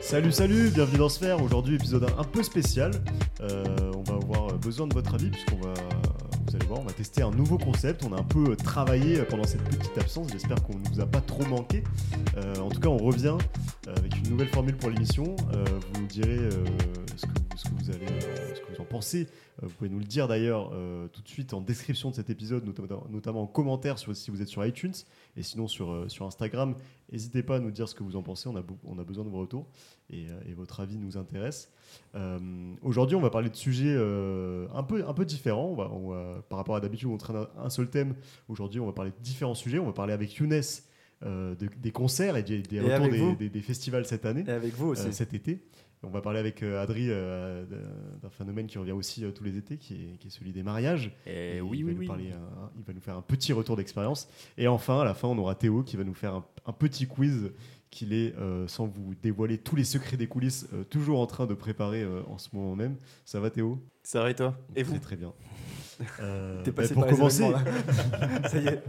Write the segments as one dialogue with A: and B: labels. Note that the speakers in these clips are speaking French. A: Salut, salut, bienvenue dans Sphère. Aujourd'hui, épisode un peu spécial. Euh, on va avoir besoin de votre avis puisqu'on va, vous allez voir, on va tester un nouveau concept. On a un peu travaillé pendant cette petite absence. J'espère qu'on ne vous a pas trop manqué. Euh, en tout cas, on revient Euh, avec une nouvelle formule pour l'émission. Euh, vous nous direz ce que, ce, que, vous allez, euh, ce que vous en pensez. Euh, Vous pouvez nous le dire d'ailleurs euh, tout de suite en description de cet épisode, notamment, notamment en commentaire sur, si vous êtes sur iTunes et sinon sur, euh, sur Instagram. N'hésitez pas à nous dire ce que vous en pensez. On a, on a besoin de vos retours. Et, euh, et, votre avis nous intéresse. Euh, Aujourd'hui, on va parler de sujets euh, un, peu, un peu différents. On va, on va, par rapport à d'habitude, on traîne un seul thème. Aujourd'hui, on va parler de différents sujets. On va parler avec Younes euh, de, des concerts et des, des et retours des, des, des, festivals cette année. euh,
B: Et avec vous Euh, aussi.
A: cet été. On va parler avec euh, Adri d'un phénomène qui revient aussi euh, tous les étés, qui est, qui est celui des mariages.
B: Et Eh oui,
A: il,
B: oui,
A: va
B: oui.
A: Nous parler un, il va nous faire un petit retour d'expérience. Et enfin, à la fin, on aura Théo qui va nous faire un, un petit quiz qu'il est, euh, sans vous dévoiler tous les secrets des coulisses, euh, toujours en train de préparer euh, en ce moment même. Ça va Théo
B: Ça va et toi Et
A: très,
B: vous
A: Très bien.
B: T'es passé
A: bah,
B: par
A: pour commencer.
B: Ça y est.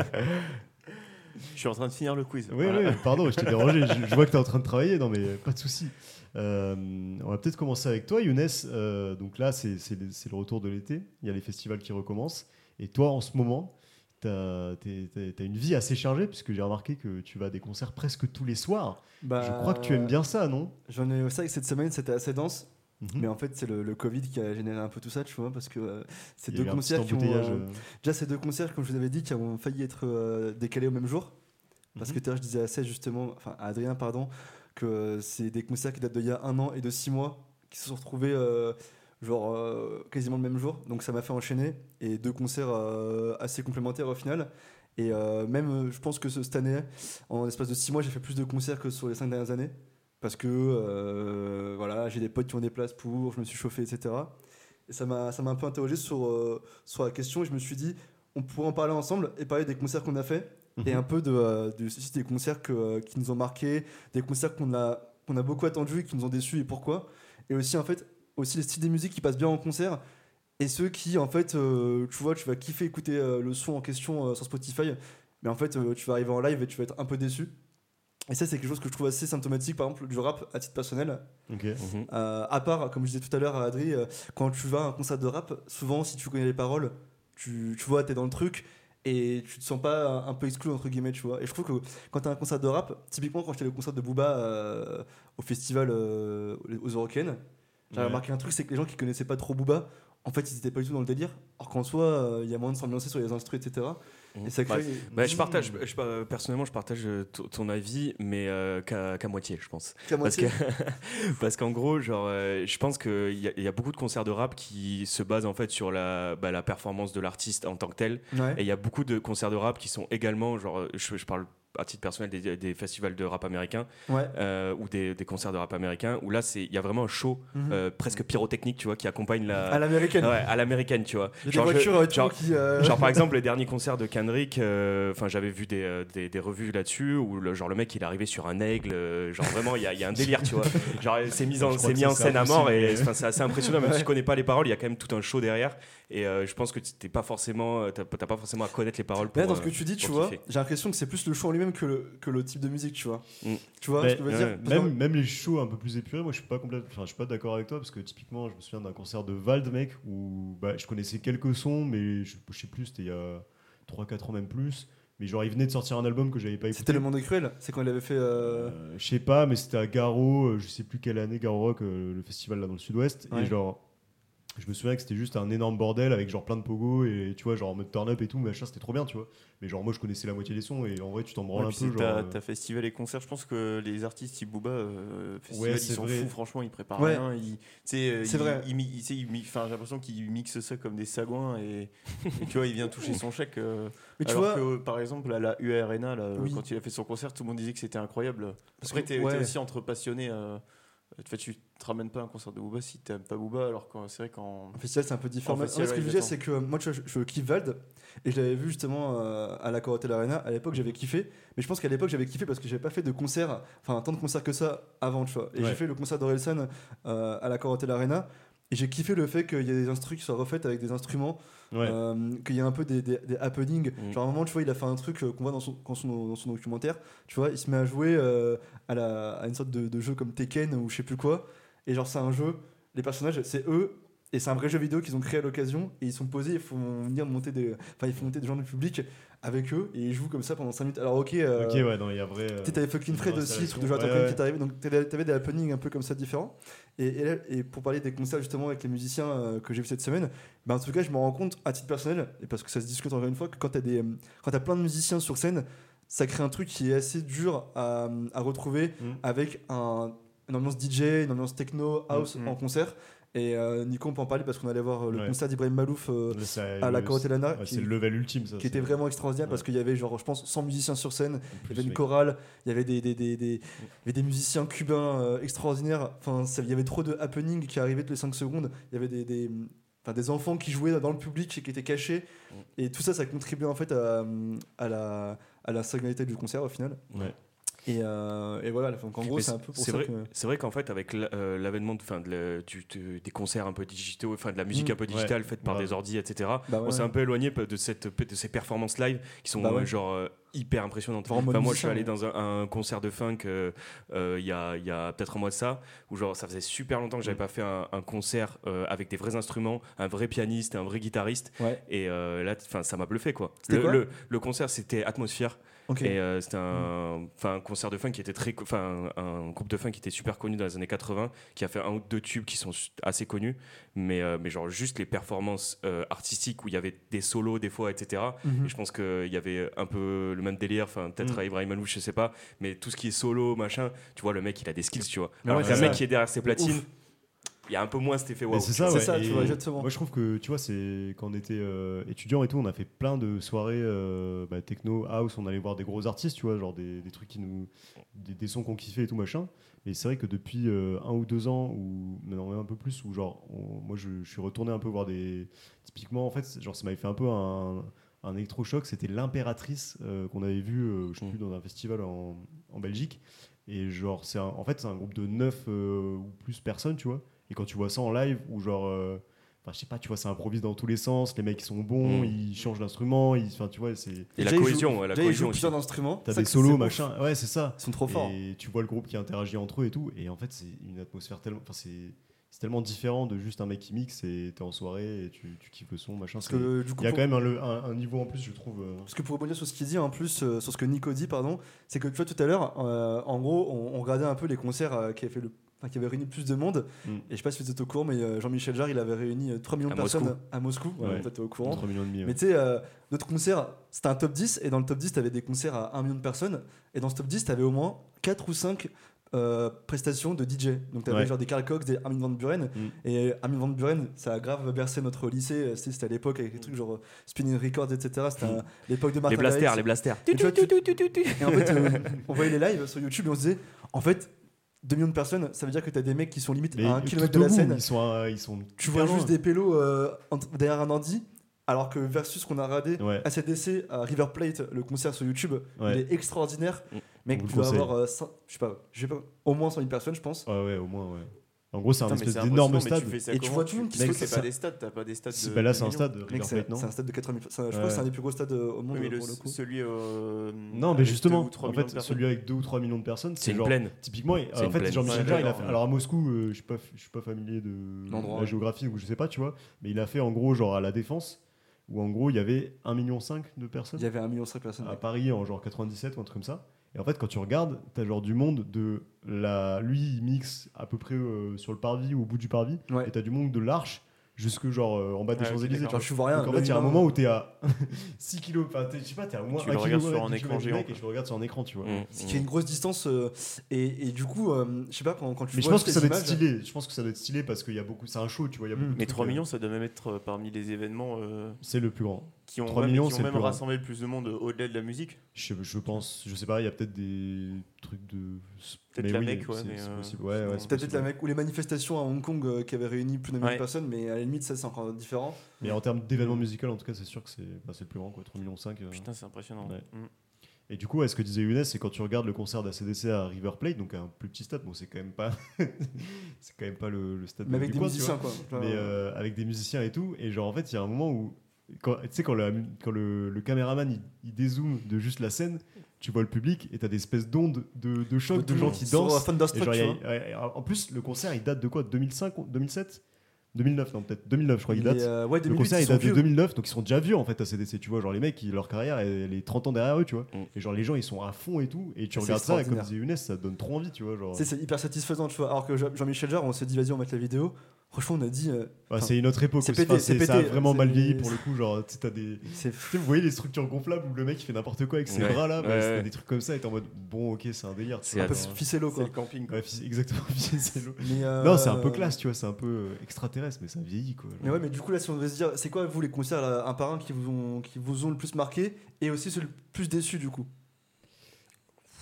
B: Je suis en train de finir le quiz.
A: Oui, voilà. oui, pardon, je t'ai dérangé. Je, je, vois que tu es en train de travailler, non mais euh, pas de souci. Euh, on va peut-être commencer avec toi, Younes. Euh, donc là, c'est le retour de l'été. Il y a les festivals qui recommencent. Et toi, en ce moment, t'as as, une vie assez chargée, puisque j'ai remarqué que tu vas à des concerts presque tous les soirs. Bah, je crois que tu
B: Euh,
A: aimes bien ça, non
B: J'en ai ça que cette semaine, c'était assez dense.
A: Mm
B: -hmm. Mais en fait, c'est le, le, Covid qui a généré un peu tout ça, tu vois, parce que euh, ces
A: Il
B: deux concerts qui ont.
A: Euh,
B: déjà, ces deux concerts, comme je vous avais dit, qui ont failli être euh, décalés au même jour. Parce mm -hmm. que tout à l'heure, je disais assez justement, enfin, à Adrien, pardon, que euh, c'est des concerts qui datent d'il y a un an et de six mois qui se sont retrouvés genre euh, quasiment le même jour. Donc ça m'a fait enchaîner et deux concerts euh, assez complémentaires au final. Et euh, même, je pense que ce, cette année, en l'espace de six mois, j'ai fait plus de concerts que sur les cinq dernières années. Parce que voilà, j'ai des potes qui ont des places pour, je me suis chauffé, etc. Et ça m'a un peu interrogé sur, euh, sur la question et je me suis dit, on pourrait en parler ensemble et parler des concerts qu'on a fait
A: euh,
B: mmh. et un peu de, de des concerts que, euh, qui nous ont marqués, des concerts qu'on a, qu'on a beaucoup attendus et qui nous ont déçus et pourquoi. Et aussi, en fait, aussi les styles des musiques qui passent bien en concert et ceux qui en fait euh, tu vois tu vas kiffer écouter euh, le son en question euh, sur Spotify mais en fait euh, tu vas arriver en live et tu vas être un peu déçu et ça c'est quelque chose que je trouve assez symptomatique par exemple du rap à titre personnel
A: okay.
B: mmh. à part comme je disais tout à l'heure à Adri euh, quand tu vas à un concert de rap souvent si tu connais les paroles tu, tu vois t'es dans le truc et tu te sens pas un peu exclu entre guillemets tu vois et je trouve que quand t'as un concert de rap typiquement quand j'étais le concert de Booba euh, au festival euh, aux Eurocaines j'avais ouais. remarqué un truc, c'est que les gens qui connaissaient pas trop Booba, en fait, ils étaient pas du tout dans le délire. Alors qu'en soi, il euh, y a moyen de s'ambiancer sur les instruments, etc. mhm.
C: Mmh. Et ça crée... bah, bah, je partage,
B: euh,
C: je, je, personnellement, je partage euh, ton avis, mais euh, qu'à qu moitié, je pense.
B: Qu'à moitié.
C: Parce qu'en qu gros, genre, euh, je pense qu'il y, y, a beaucoup de concerts de rap qui se basent en fait sur la, bah, la performance de l'artiste en tant que tel.
B: Ouais.
C: Et il y a beaucoup de concerts de rap qui sont également, genre, euh, je, je parle à titre personnel des, des, festivals de rap américain
B: ouais.
C: euh, ou des, des, concerts de rap américain où là c'est il y a vraiment un show
B: mm -hmm.
C: euh, presque pyrotechnique tu vois qui accompagne la
B: à l'américaine
C: ouais, à l'américaine tu vois
B: genre, des voitures, je,
C: genre,
B: qui, euh...
C: genre, par exemple le dernier concert de Kendrick euh, enfin j'avais vu des, des revues là-dessus où le, genre le mec il est arrivé sur un aigle euh, genre vraiment il y, y, a un délire tu vois genre c'est mis en c'est mis en scène à mort et c'est assez impressionnant même ouais. si tu connais pas les paroles il y a quand même tout un show derrière et euh, je pense que t'es pas forcément euh, t'as pas forcément à connaître les paroles pour, euh,
B: dans ce que tu dis tu vois j'ai l'impression que c'est plus le show en lui-même que le, que le type de musique, tu vois.
C: Mm.
B: Tu vois
A: mais,
B: ce que je veux
A: ouais,
B: dire
A: même, même, les shows un peu plus épurés, moi je suis pas complètement, enfin je suis pas d'accord avec toi parce que typiquement je me souviens d'un concert de Vald, mec, où bah, je connaissais quelques sons, mais je, je sais plus, c'était il y a 3-4 ans même plus. Mais genre, il venait de sortir un album que j'avais pas écouté.
B: C'était Le Monde est Cruel C'est quand il avait fait. Euh...
A: Euh, je sais pas, mais c'était à Garo, euh, je sais plus quelle année, Garo Rock, euh, le festival là dans le sud-ouest.
B: Ouais.
A: Et genre, je me souviens que c'était juste un énorme bordel avec genre plein de pogo et tu vois genre en mode turn up et tout machin c'était trop bien tu vois mais genre moi je connaissais la moitié des sons et en vrai tu t'en branles
D: ouais,
A: un
D: puis
A: peu
D: t'as,
A: genre euh,
D: t'as festival et concert je pense que les artistes type Booba euh, festival,
A: Ouais,
D: ils
A: c'est
D: s'en
A: vrai.
D: foutent franchement ils préparent
B: Ouais.
D: rien ils, tu sais, euh,
B: C'est
D: ils-
B: vrai.
D: ils mi- ils- tu sais, ils mi- enfin, j'ai l'impression qu'ils mixent ça comme des sagouins et, et tu vois il vient toucher son chèque euh,
B: Mais tu
D: alors
B: vois,
D: que euh, par exemple à la UARNA là,
B: Oui.
D: quand il a fait son concert tout le monde disait que c'était incroyable
B: Parce
D: après
B: que-
D: t'es, t'es
B: ouais.
D: aussi entre passionnés euh, tu vois, tu te ramènes pas à un concert de Booba si t'aimes pas Booba alors que c'est vrai qu'en
B: En festival, c'est un peu différent.
D: En
B: Mais-
D: festival,
B: en fait, ce que je
D: ouais,
B: veux dire,
D: j'attends.
B: c'est que euh, moi, tu vois, je, je kiffe Vald et je l'avais vu justement euh, à la Corotel Arena. À l'époque, j'avais kiffé, mais je pense qu'à l'époque, j'avais kiffé parce que j'avais pas fait de concert, enfin, tant de concerts que ça avant, tu vois. Et
A: Ouais.
B: j'ai fait le concert d'Orelsan euh, à la Corotel Arena. Et j'ai kiffé le fait qu'il y ait des instrus qui soient refaites avec des instruments,
A: Ouais.
B: euh, qu'il y ait un peu des, des- des happenings.
C: Mm.
B: Genre, à un moment, tu vois, il a fait un truc euh, qu'on voit dans son, dans son- dans son documentaire. Tu vois, il se met à jouer euh, à, la- à une sorte de, de jeu comme Tekken ou je sais plus quoi. Et genre, c'est un jeu, les personnages, c'est eux. Et c'est un vrai jeu vidéo qu'ils ont créé à l'occasion. Et ils sont posés, ils font venir monter des, enfin, ils font monter des gens du public avec eux. Et ils jouent comme ça pendant 5 minutes. Alors, ok. euh,
A: Ok, ouais, non, il y a vrai. euh,
B: tu sais, t'avais Fucking
A: une
B: Fred
A: vraie
B: aussi, le
A: installation.
B: truc de Jonathan
A: Ouais,
B: Cohen
A: ouais.
B: qui est arrivé. Donc t'avais t'avais des happenings un peu comme ça différents. Et, et là- et pour parler des concerts justement avec les musiciens euh, que j'ai vu cette semaine, bah en tout cas je me rends compte à titre personnel, et parce que ça se discute encore une fois, que quand t'as des, euh, quand t'as plein de musiciens sur scène, ça crée un truc qui est assez dur à, à retrouver
A: Mm.
B: avec un, une ambiance DJ, une ambiance techno, house
D: Mm, mm.
B: en concert. Et euh, Nico, on peut en parler parce qu'on allait voir euh, le
A: Ouais.
B: concert d'Ibrahim Malouf euh,
A: là, c'est-
B: à la
A: le-
B: Corotelana.
A: ouais,
B: qui-
A: C'est le level ultime, ça.
B: qui
A: c'est-
B: était vraiment extraordinaire parce
A: Ouais.
B: qu'il y avait genre je pense 100 musiciens sur scène il y
A: plus,
B: avait une
A: mec.
B: chorale, il y avait des, des, des,
C: Mm.
B: des, il y avait des musiciens cubains euh, extraordinaires. Enfin, ça- il y avait trop de happening qui arrivaient toutes les 5 secondes. Il y avait des, des, enfin, des enfants qui jouaient dans le public et qui étaient cachés.
C: Mm.
B: Et tout ça, ça contribuait en fait à, à la, à la singularité du concert au final.
A: Ouais.
B: Et, euh, et voilà, donc en gros,
C: Mais
B: c'est un peu pour ça
C: c'est vrai, Bah
B: que.
C: C'est vrai qu'en fait, avec l'- euh, l'avènement de, enfin, de le- du- de- des concerts un peu digitaux, enfin, de la musique
B: Mm.
C: un peu digitale faite par
A: Ouais.
C: des ordi, etc.,
B: Bah ouais.
C: on s'est un peu éloigné de, cette, de ces performances live qui sont
B: Bah ouais.
C: euh, genre euh, hyper impressionnantes.
B: Vraiment
C: Enfin, moi, je suis
B: musicien,
C: allé
B: ouais.
C: dans un, un concert de funk euh, euh, il y a, il y a peut-être un mois de ça, où genre ça faisait super longtemps que
B: Mm.
C: j'avais pas fait un, un concert euh, avec des vrais instruments, un vrai pianiste, un vrai guitariste.
B: Ouais.
C: Et euh, là, enfin, ça m'a bluffé quoi.
B: C'était
C: le,
B: quoi
C: le- le concert, c'était Atmosphere.
B: Ok.
C: Et euh, c'était un, enfin, un concert de funk qui était très, co- enfin, un, un groupe de funk qui était super connu dans les années 80, qui a fait un ou deux tubes qui sont su- assez connus, mais, euh, mais genre juste les performances euh, artistiques où il y avait des solos des fois, etc.
B: Mhm.
C: Et je pense qu'il y avait un peu le même délire, enfin peut-être
A: Mm.
C: à Ibrahim Alouf, je sais pas, mais tout ce qui est solo, machin, tu vois, le mec il a des skills, tu vois.
B: Mais
C: Alors
B: ouais,
C: qu'un
A: Ah c'est
C: mec
A: ça.
C: qui est derrière ses platines,
B: Ouf.
C: il y a un peu moins cet effet
A: Mais
C: wow.
A: c'est ça,
B: C'est
A: ouais,
B: ça, tu
A: et-
B: vois, exactement.
A: Moi, je trouve que, tu vois, c'est quand on était euh, étudiant et tout, on a fait plein de soirées euh, bah, techno, house, on allait voir des gros artistes, tu vois, genre des, des trucs qui nous. des, des sons qu'on kiffait et tout machin. Et c'est vrai que depuis euh, un ou deux ans, ou maintenant même un peu plus, où genre, on- moi, je, je suis retourné un peu voir des. Typiquement, en fait, c'est- genre, ça m'avait fait un peu un. Un électrochoc, c'était l'impératrice euh, qu'on avait vu, euh, je sais plus, dans un festival en, en Belgique. Et genre, c'est un- en fait, c'est un groupe de 9 ou plus personnes, tu vois. Et quand tu vois ça en live, ou genre, euh, enfin, je sais pas, tu vois, ça improvise dans tous les sens, les mecs ils sont bons,
C: Mm.
A: ils changent d'instrument, ils, enfin, tu vois, c'est.
C: Et la
B: Déjà, ils
C: cohésion,
B: jouent-
C: ouais, la
B: déjà, ils
C: cohésion
B: jouent
C: aussi.
B: plusieurs instruments.
A: T'as
B: Ça,
A: des
B: c'est-
A: solos,
B: c'est-
A: machin, ouais, c'est ça.
B: Ils sont trop forts.
A: Et tu vois le groupe qui interagit entre eux et tout, et en fait, c'est une atmosphère tellement. Enfin, c'est c'est tellement différent de juste un mec qui mixe et t'es en soirée et tu, tu kiffes le son, machin.
B: Parce
A: c'est-
B: que du coup,
A: Il y a
B: pour-
A: quand même un, le- un- un niveau en plus, je trouve. euh,
B: Parce que pour rebondir sur ce qu'il dit, en plus, euh, sur ce que Nico dit, pardon, c'est que tu vois, tout à l'heure, euh, en gros, on, on regardait un peu les concerts euh, qui, avaient fait le, enfin, qui avaient réuni le plus de monde.
A: Mm.
B: Et je sais pas si vous êtes au courant, mais euh, Jean-Michel Jarre, il avait réuni euh, 3 millions de
C: À
B: personnes
C: Moscou.
B: à Moscou. Voilà,
A: Ouais.
B: toi, t'es au courant.
A: 3 millions et demi. ouais.
B: Mais tu sais, euh, notre concert, c'était un top 10, et dans le top 10, t'avais des concerts à 1 million de personnes, et dans ce top 10, t'avais au moins 4 ou 5 euh, prestations de DJ. Donc t'avais
A: Ouais.
B: genre des Carl Cox, des Armin Van Buren,
A: Mm.
B: et Armin Van Buren, ça a grave bercé notre lycée, euh, tu sais, c'était à l'époque avec les trucs genre euh, Spinning Records, etc.
A: Mm.
B: C'était euh, l'époque de Martin
C: Les blasters, les
B: Garrix.
C: blasters.
B: Et tu vois, tu- Et en fait, euh, on voyait les lives sur YouTube, et on se disait, en fait, 2 millions de personnes, ça veut dire que t'as des mecs qui sont limite
A: Mais
B: à 1
A: tout
B: km de la
A: debout,
B: scène
A: Ils sont, à- ils sont
B: tu vois
A: hyper
B: juste des pélos euh, en- derrière un ordi, alors que versus qu'on a radé
A: Ouais.
B: ACDC à River Plate, le concert sur YouTube,
A: Ouais.
B: il est extraordinaire.
C: Mm.
A: On
B: Mec,
A: vous
B: tu
A: le
B: dois
A: conseille.
B: avoir euh, cin- je sais pas, je sais pas, au moins 100 000 personnes, je pense.
A: Ouais, ouais, au moins, ouais. En gros, c'est un
D: Putain, mais
A: espèce
D: c'est
A: d'énorme
D: impressionnant, mais
A: stade.
D: tu fais ça
B: Et tu
D: comment
B: vois tout le monde qui
D: Tu
A: se
D: saute,
A: fout,
D: c'est
A: ça.
D: pas des stades, t'as pas des stades.
A: Si,
D: de-
A: bah là,
D: de
A: c'est un
D: millions.
A: stade, River
B: Mec, c'est
A: Plate, non
B: c'est un stade de 80 000 ça, Je
A: Ouais.
B: crois que c'est un des plus gros stades euh, au monde
D: Oui, mais
B: euh,
D: le-
B: pour le coup.
D: celui. euh,
A: Non, mais
D: avec
A: justement,
D: deux ou trois
A: en
D: millions
A: fait,
D: de personnes.
A: celui avec 2 ou 3 millions de personnes,
C: C'est
A: c'est
C: une
A: genre.
C: plaine.
A: Typiquement, il-
C: C'est
A: en
C: une
A: fait,
C: plaine.
A: Jean-Michel
D: Ouais,
A: Jarre, il a
D: d'accord,
A: fait.
D: ouais.
A: Alors à Moscou, euh, je suis pas, je suis pas familier de
B: L'endroit,
A: la
B: ouais.
A: géographie ou je sais pas, tu vois, mais il a fait en gros genre à la Défense, où en gros il y avait 1,5 million de personnes
B: Il y avait 1 million de personnes.
A: à
B: mec.
A: Paris en genre 97 ou un truc comme ça. Et en fait, quand tu regardes, t'as genre du monde de la. Lui, il mixe à peu près euh, sur le parvis ou au bout du parvis,
B: Ouais.
A: et t'as du monde de l'arche jusque genre euh, en bas des
D: Ouais, ok,
A: Champs-Élysées.
D: d'accord.
A: tu vois.
B: Genre, je vois rien.
A: Donc en
B: le
A: fait, il y a un
B: humain-
A: moment où t'es à 6 kilos, enfin, t'es- je sais pas, t'es à au moins
D: Tu
A: 1
D: le regardes sur un
A: km
D: écran géant,
A: et
D: quoi.
A: je le regarde sur un écran, tu vois.
C: Mm,
B: Ce qui est
C: mm.
B: une grosse distance. euh, et, et du coup, euh, je sais pas, quand, quand tu
A: Mais je
B: vois
A: pense que
B: toutes
A: ça doit
B: les
A: être
B: images-
A: stylé. Je pense que ça doit être stylé parce qu'il y a beaucoup. C'est un show, tu vois. il y a
B: Mm.
A: beaucoup de
D: Mais
A: trucs,
D: 3
A: euh,
D: millions, ça doit même être euh, parmi les événements euh,
A: C'est le plus grand.
D: qui ont
A: 3
D: même,
A: millions,
D: qui ont
A: c'est le
D: même
A: plus grand.
D: rassemblé le plus de monde euh, au-delà de la musique.
A: Je, je pense, je sais pas, il y a peut-être des trucs de.
D: Peut-être
A: mais
D: la
A: oui,
D: Mecque, ouais,
A: c'est-
D: mais,
A: C'est
D: euh,
A: possible. Ouais, ouais,
D: sinon-
A: c'est
B: C'était peut-être
A: possible.
B: la mec ou les manifestations à Hong Kong euh, qui avaient réuni plus de 1000
D: Ouais.
B: personnes, mais à la limite, ça c'est encore différent.
A: Mais en termes d'événements musicaux, en tout cas, c'est sûr que c'est bah, c'est le plus grand, quoi. 3,5 millions.
D: Putain, c'est impressionnant.
A: Ouais.
D: Mm.
A: Et du coup, ouais, ce que disait Younes, c'est quand tu regardes le concert d'ACDC à River Plate, donc un plus petit stade, bon, c'est quand même pas, c'est quand même pas le, le stade
B: Mais
A: de-
B: avec
A: du
B: des
A: coin, tu vois
B: musiciens, quoi. Genre,
A: mais euh, avec des musiciens et tout. Et genre, en fait, il y a un moment où, quand- tu sais, quand, la mu- quand le, le caméraman il, il dézoome de juste la scène, tu vois le public et t'as des espèces d'ondes de, de choc, de, gens qui
B: sur, euh,
A: dansent. Et
B: Thunderstruck,
A: genre,
B: tu
A: il y a-
B: vois.
A: ouais, en plus, le concert il date de quoi 2005, 2007 2009, non, peut-être 2009, je crois qu'il
B: Il est,
A: date.
B: euh, ouais,
A: Le
B: 2008,
A: concert
B: ils
A: il
B: sont
A: date de
B: vieux.
A: 2009, donc ils sont déjà vieux en fait à CDC, tu vois. Genre les mecs, ils- leur carrière, elle est 30 ans derrière eux, tu vois.
C: Mm.
A: Et genre les gens, ils sont à fond et tout. Et tu
B: C'est
A: regardes ça, et comme
B: extraordinaire.
A: disait Younes, ça donne trop envie, tu vois. Genre,
B: Tu sais, C'est hyper satisfaisant, tu vois. Alors que Jean- Jean-Michel Jarre, on s'est dit, vas-y, on va mettre la vidéo. Franchement, on a dit, euh,
A: Ouais, c'est une autre époque.
B: c'est
A: aussi.
B: pété,
A: Enfin,
B: c'est
A: c'est- ça a
B: pété.
A: vraiment mal
B: C'est-
A: vieilli pour le coup. Genre, tu sais, t'as des,
B: c'est
A: Tu sais, vous voyez les structures gonflables où le mec il fait n'importe quoi avec ses
C: Ouais.
A: bras là, bah,
C: Ouais,
A: c'était
C: ouais.
A: des trucs comme ça, et t'es en mode bon, ok, c'est un délire. tu
C: C'est
A: vois,
B: un peu
A: genre,
B: ficello,
D: C'est
B: quoi.
D: le camping. quoi.
A: ouais, fis- exactement, fis- c'est l'eau.
B: Mais, euh,
A: Non, c'est un peu classe, tu vois, c'est un peu euh, extraterrestre, mais ça vieillit quoi. genre.
B: Mais ouais, mais du coup, là, si on devait se dire, c'est quoi, vous, les concerts, là, un par un, qui vous ont, qui vous ont le plus marqué et aussi ceux le plus déçu, du coup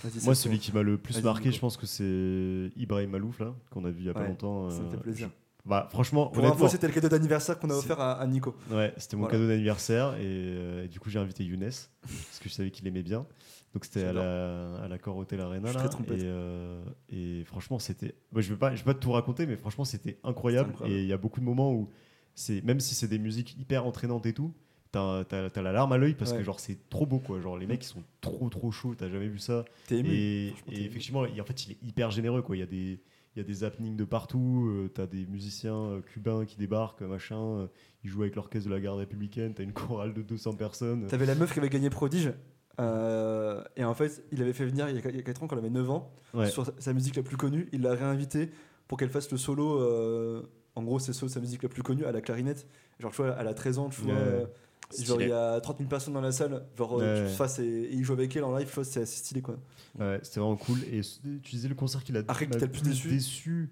B: Vas-y,
A: Moi,
B: c'est
A: celui qui m'a le plus
B: Vas-y,
A: marqué,
B: Nico.
A: je pense que c'est Ibrahim Malouf là, qu'on a vu il y a pas
B: Ouais,
A: longtemps.
B: Ça me fait
A: euh,
B: plaisir.
A: je- Bah, franchement,
B: Pour
A: honnêtement,
B: l'info, c'était le cadeau d'anniversaire qu'on a
A: c'est-
B: offert à, à Nico.
A: ouais, c'était mon
B: Voilà.
A: cadeau d'anniversaire, et, euh, et du coup, j'ai invité Younes parce que je savais qu'il aimait bien. Donc c'était à la, à la Cor Hotel Arena
B: Je suis
A: là,
B: très trompé.
A: et, euh, et franchement c'était bah, je vais pas je vais pas tout raconter mais franchement c'était incroyable,
B: C'était incroyable.
A: et il y a beaucoup de moments où c'est même si c'est des musiques hyper entraînantes et tout t'as t'as- t'as la larme à l'œil parce
B: Ouais. Mm.
A: que genre c'est trop beau quoi genre les mecs ils sont trop trop chauds t'as jamais vu ça
B: T'es ému.
A: et,
B: franchement,
A: et
B: t'es ému.
A: effectivement il- en fait il est hyper généreux quoi il y a des il y a des happenings de partout euh, t'as des musiciens euh, cubains qui débarquent machin euh, ils jouent avec l'orchestre de la garde républicaine t'as une chorale de 200 personnes
B: T'avais la meuf qui avait gagné Prodige. euh, et en fait, il avait fait venir il y a 4 ans, quand elle avait 9 ans,
A: Ouais.
B: sur sa- sa musique la plus connue. Il l'a réinvitée pour qu'elle fasse le solo. euh, en gros, c'est so- sa musique la plus connue à la clarinette. Genre, tu vois, elle a 13 ans, tu vois.
A: Ouais.
B: euh,
C: Stylé.
B: genre, il y a 30 000 personnes dans la salle. Genre, euh,
A: Ouais.
B: tu te fasses et, et il joue avec elle en live, tu vois, c'est assez stylé quoi.
A: Ouais, c'était vraiment cool. Et ce- tu disais le concert qu'il a
B: Ah, Rick,
A: m'a
B: t'as le plus déçu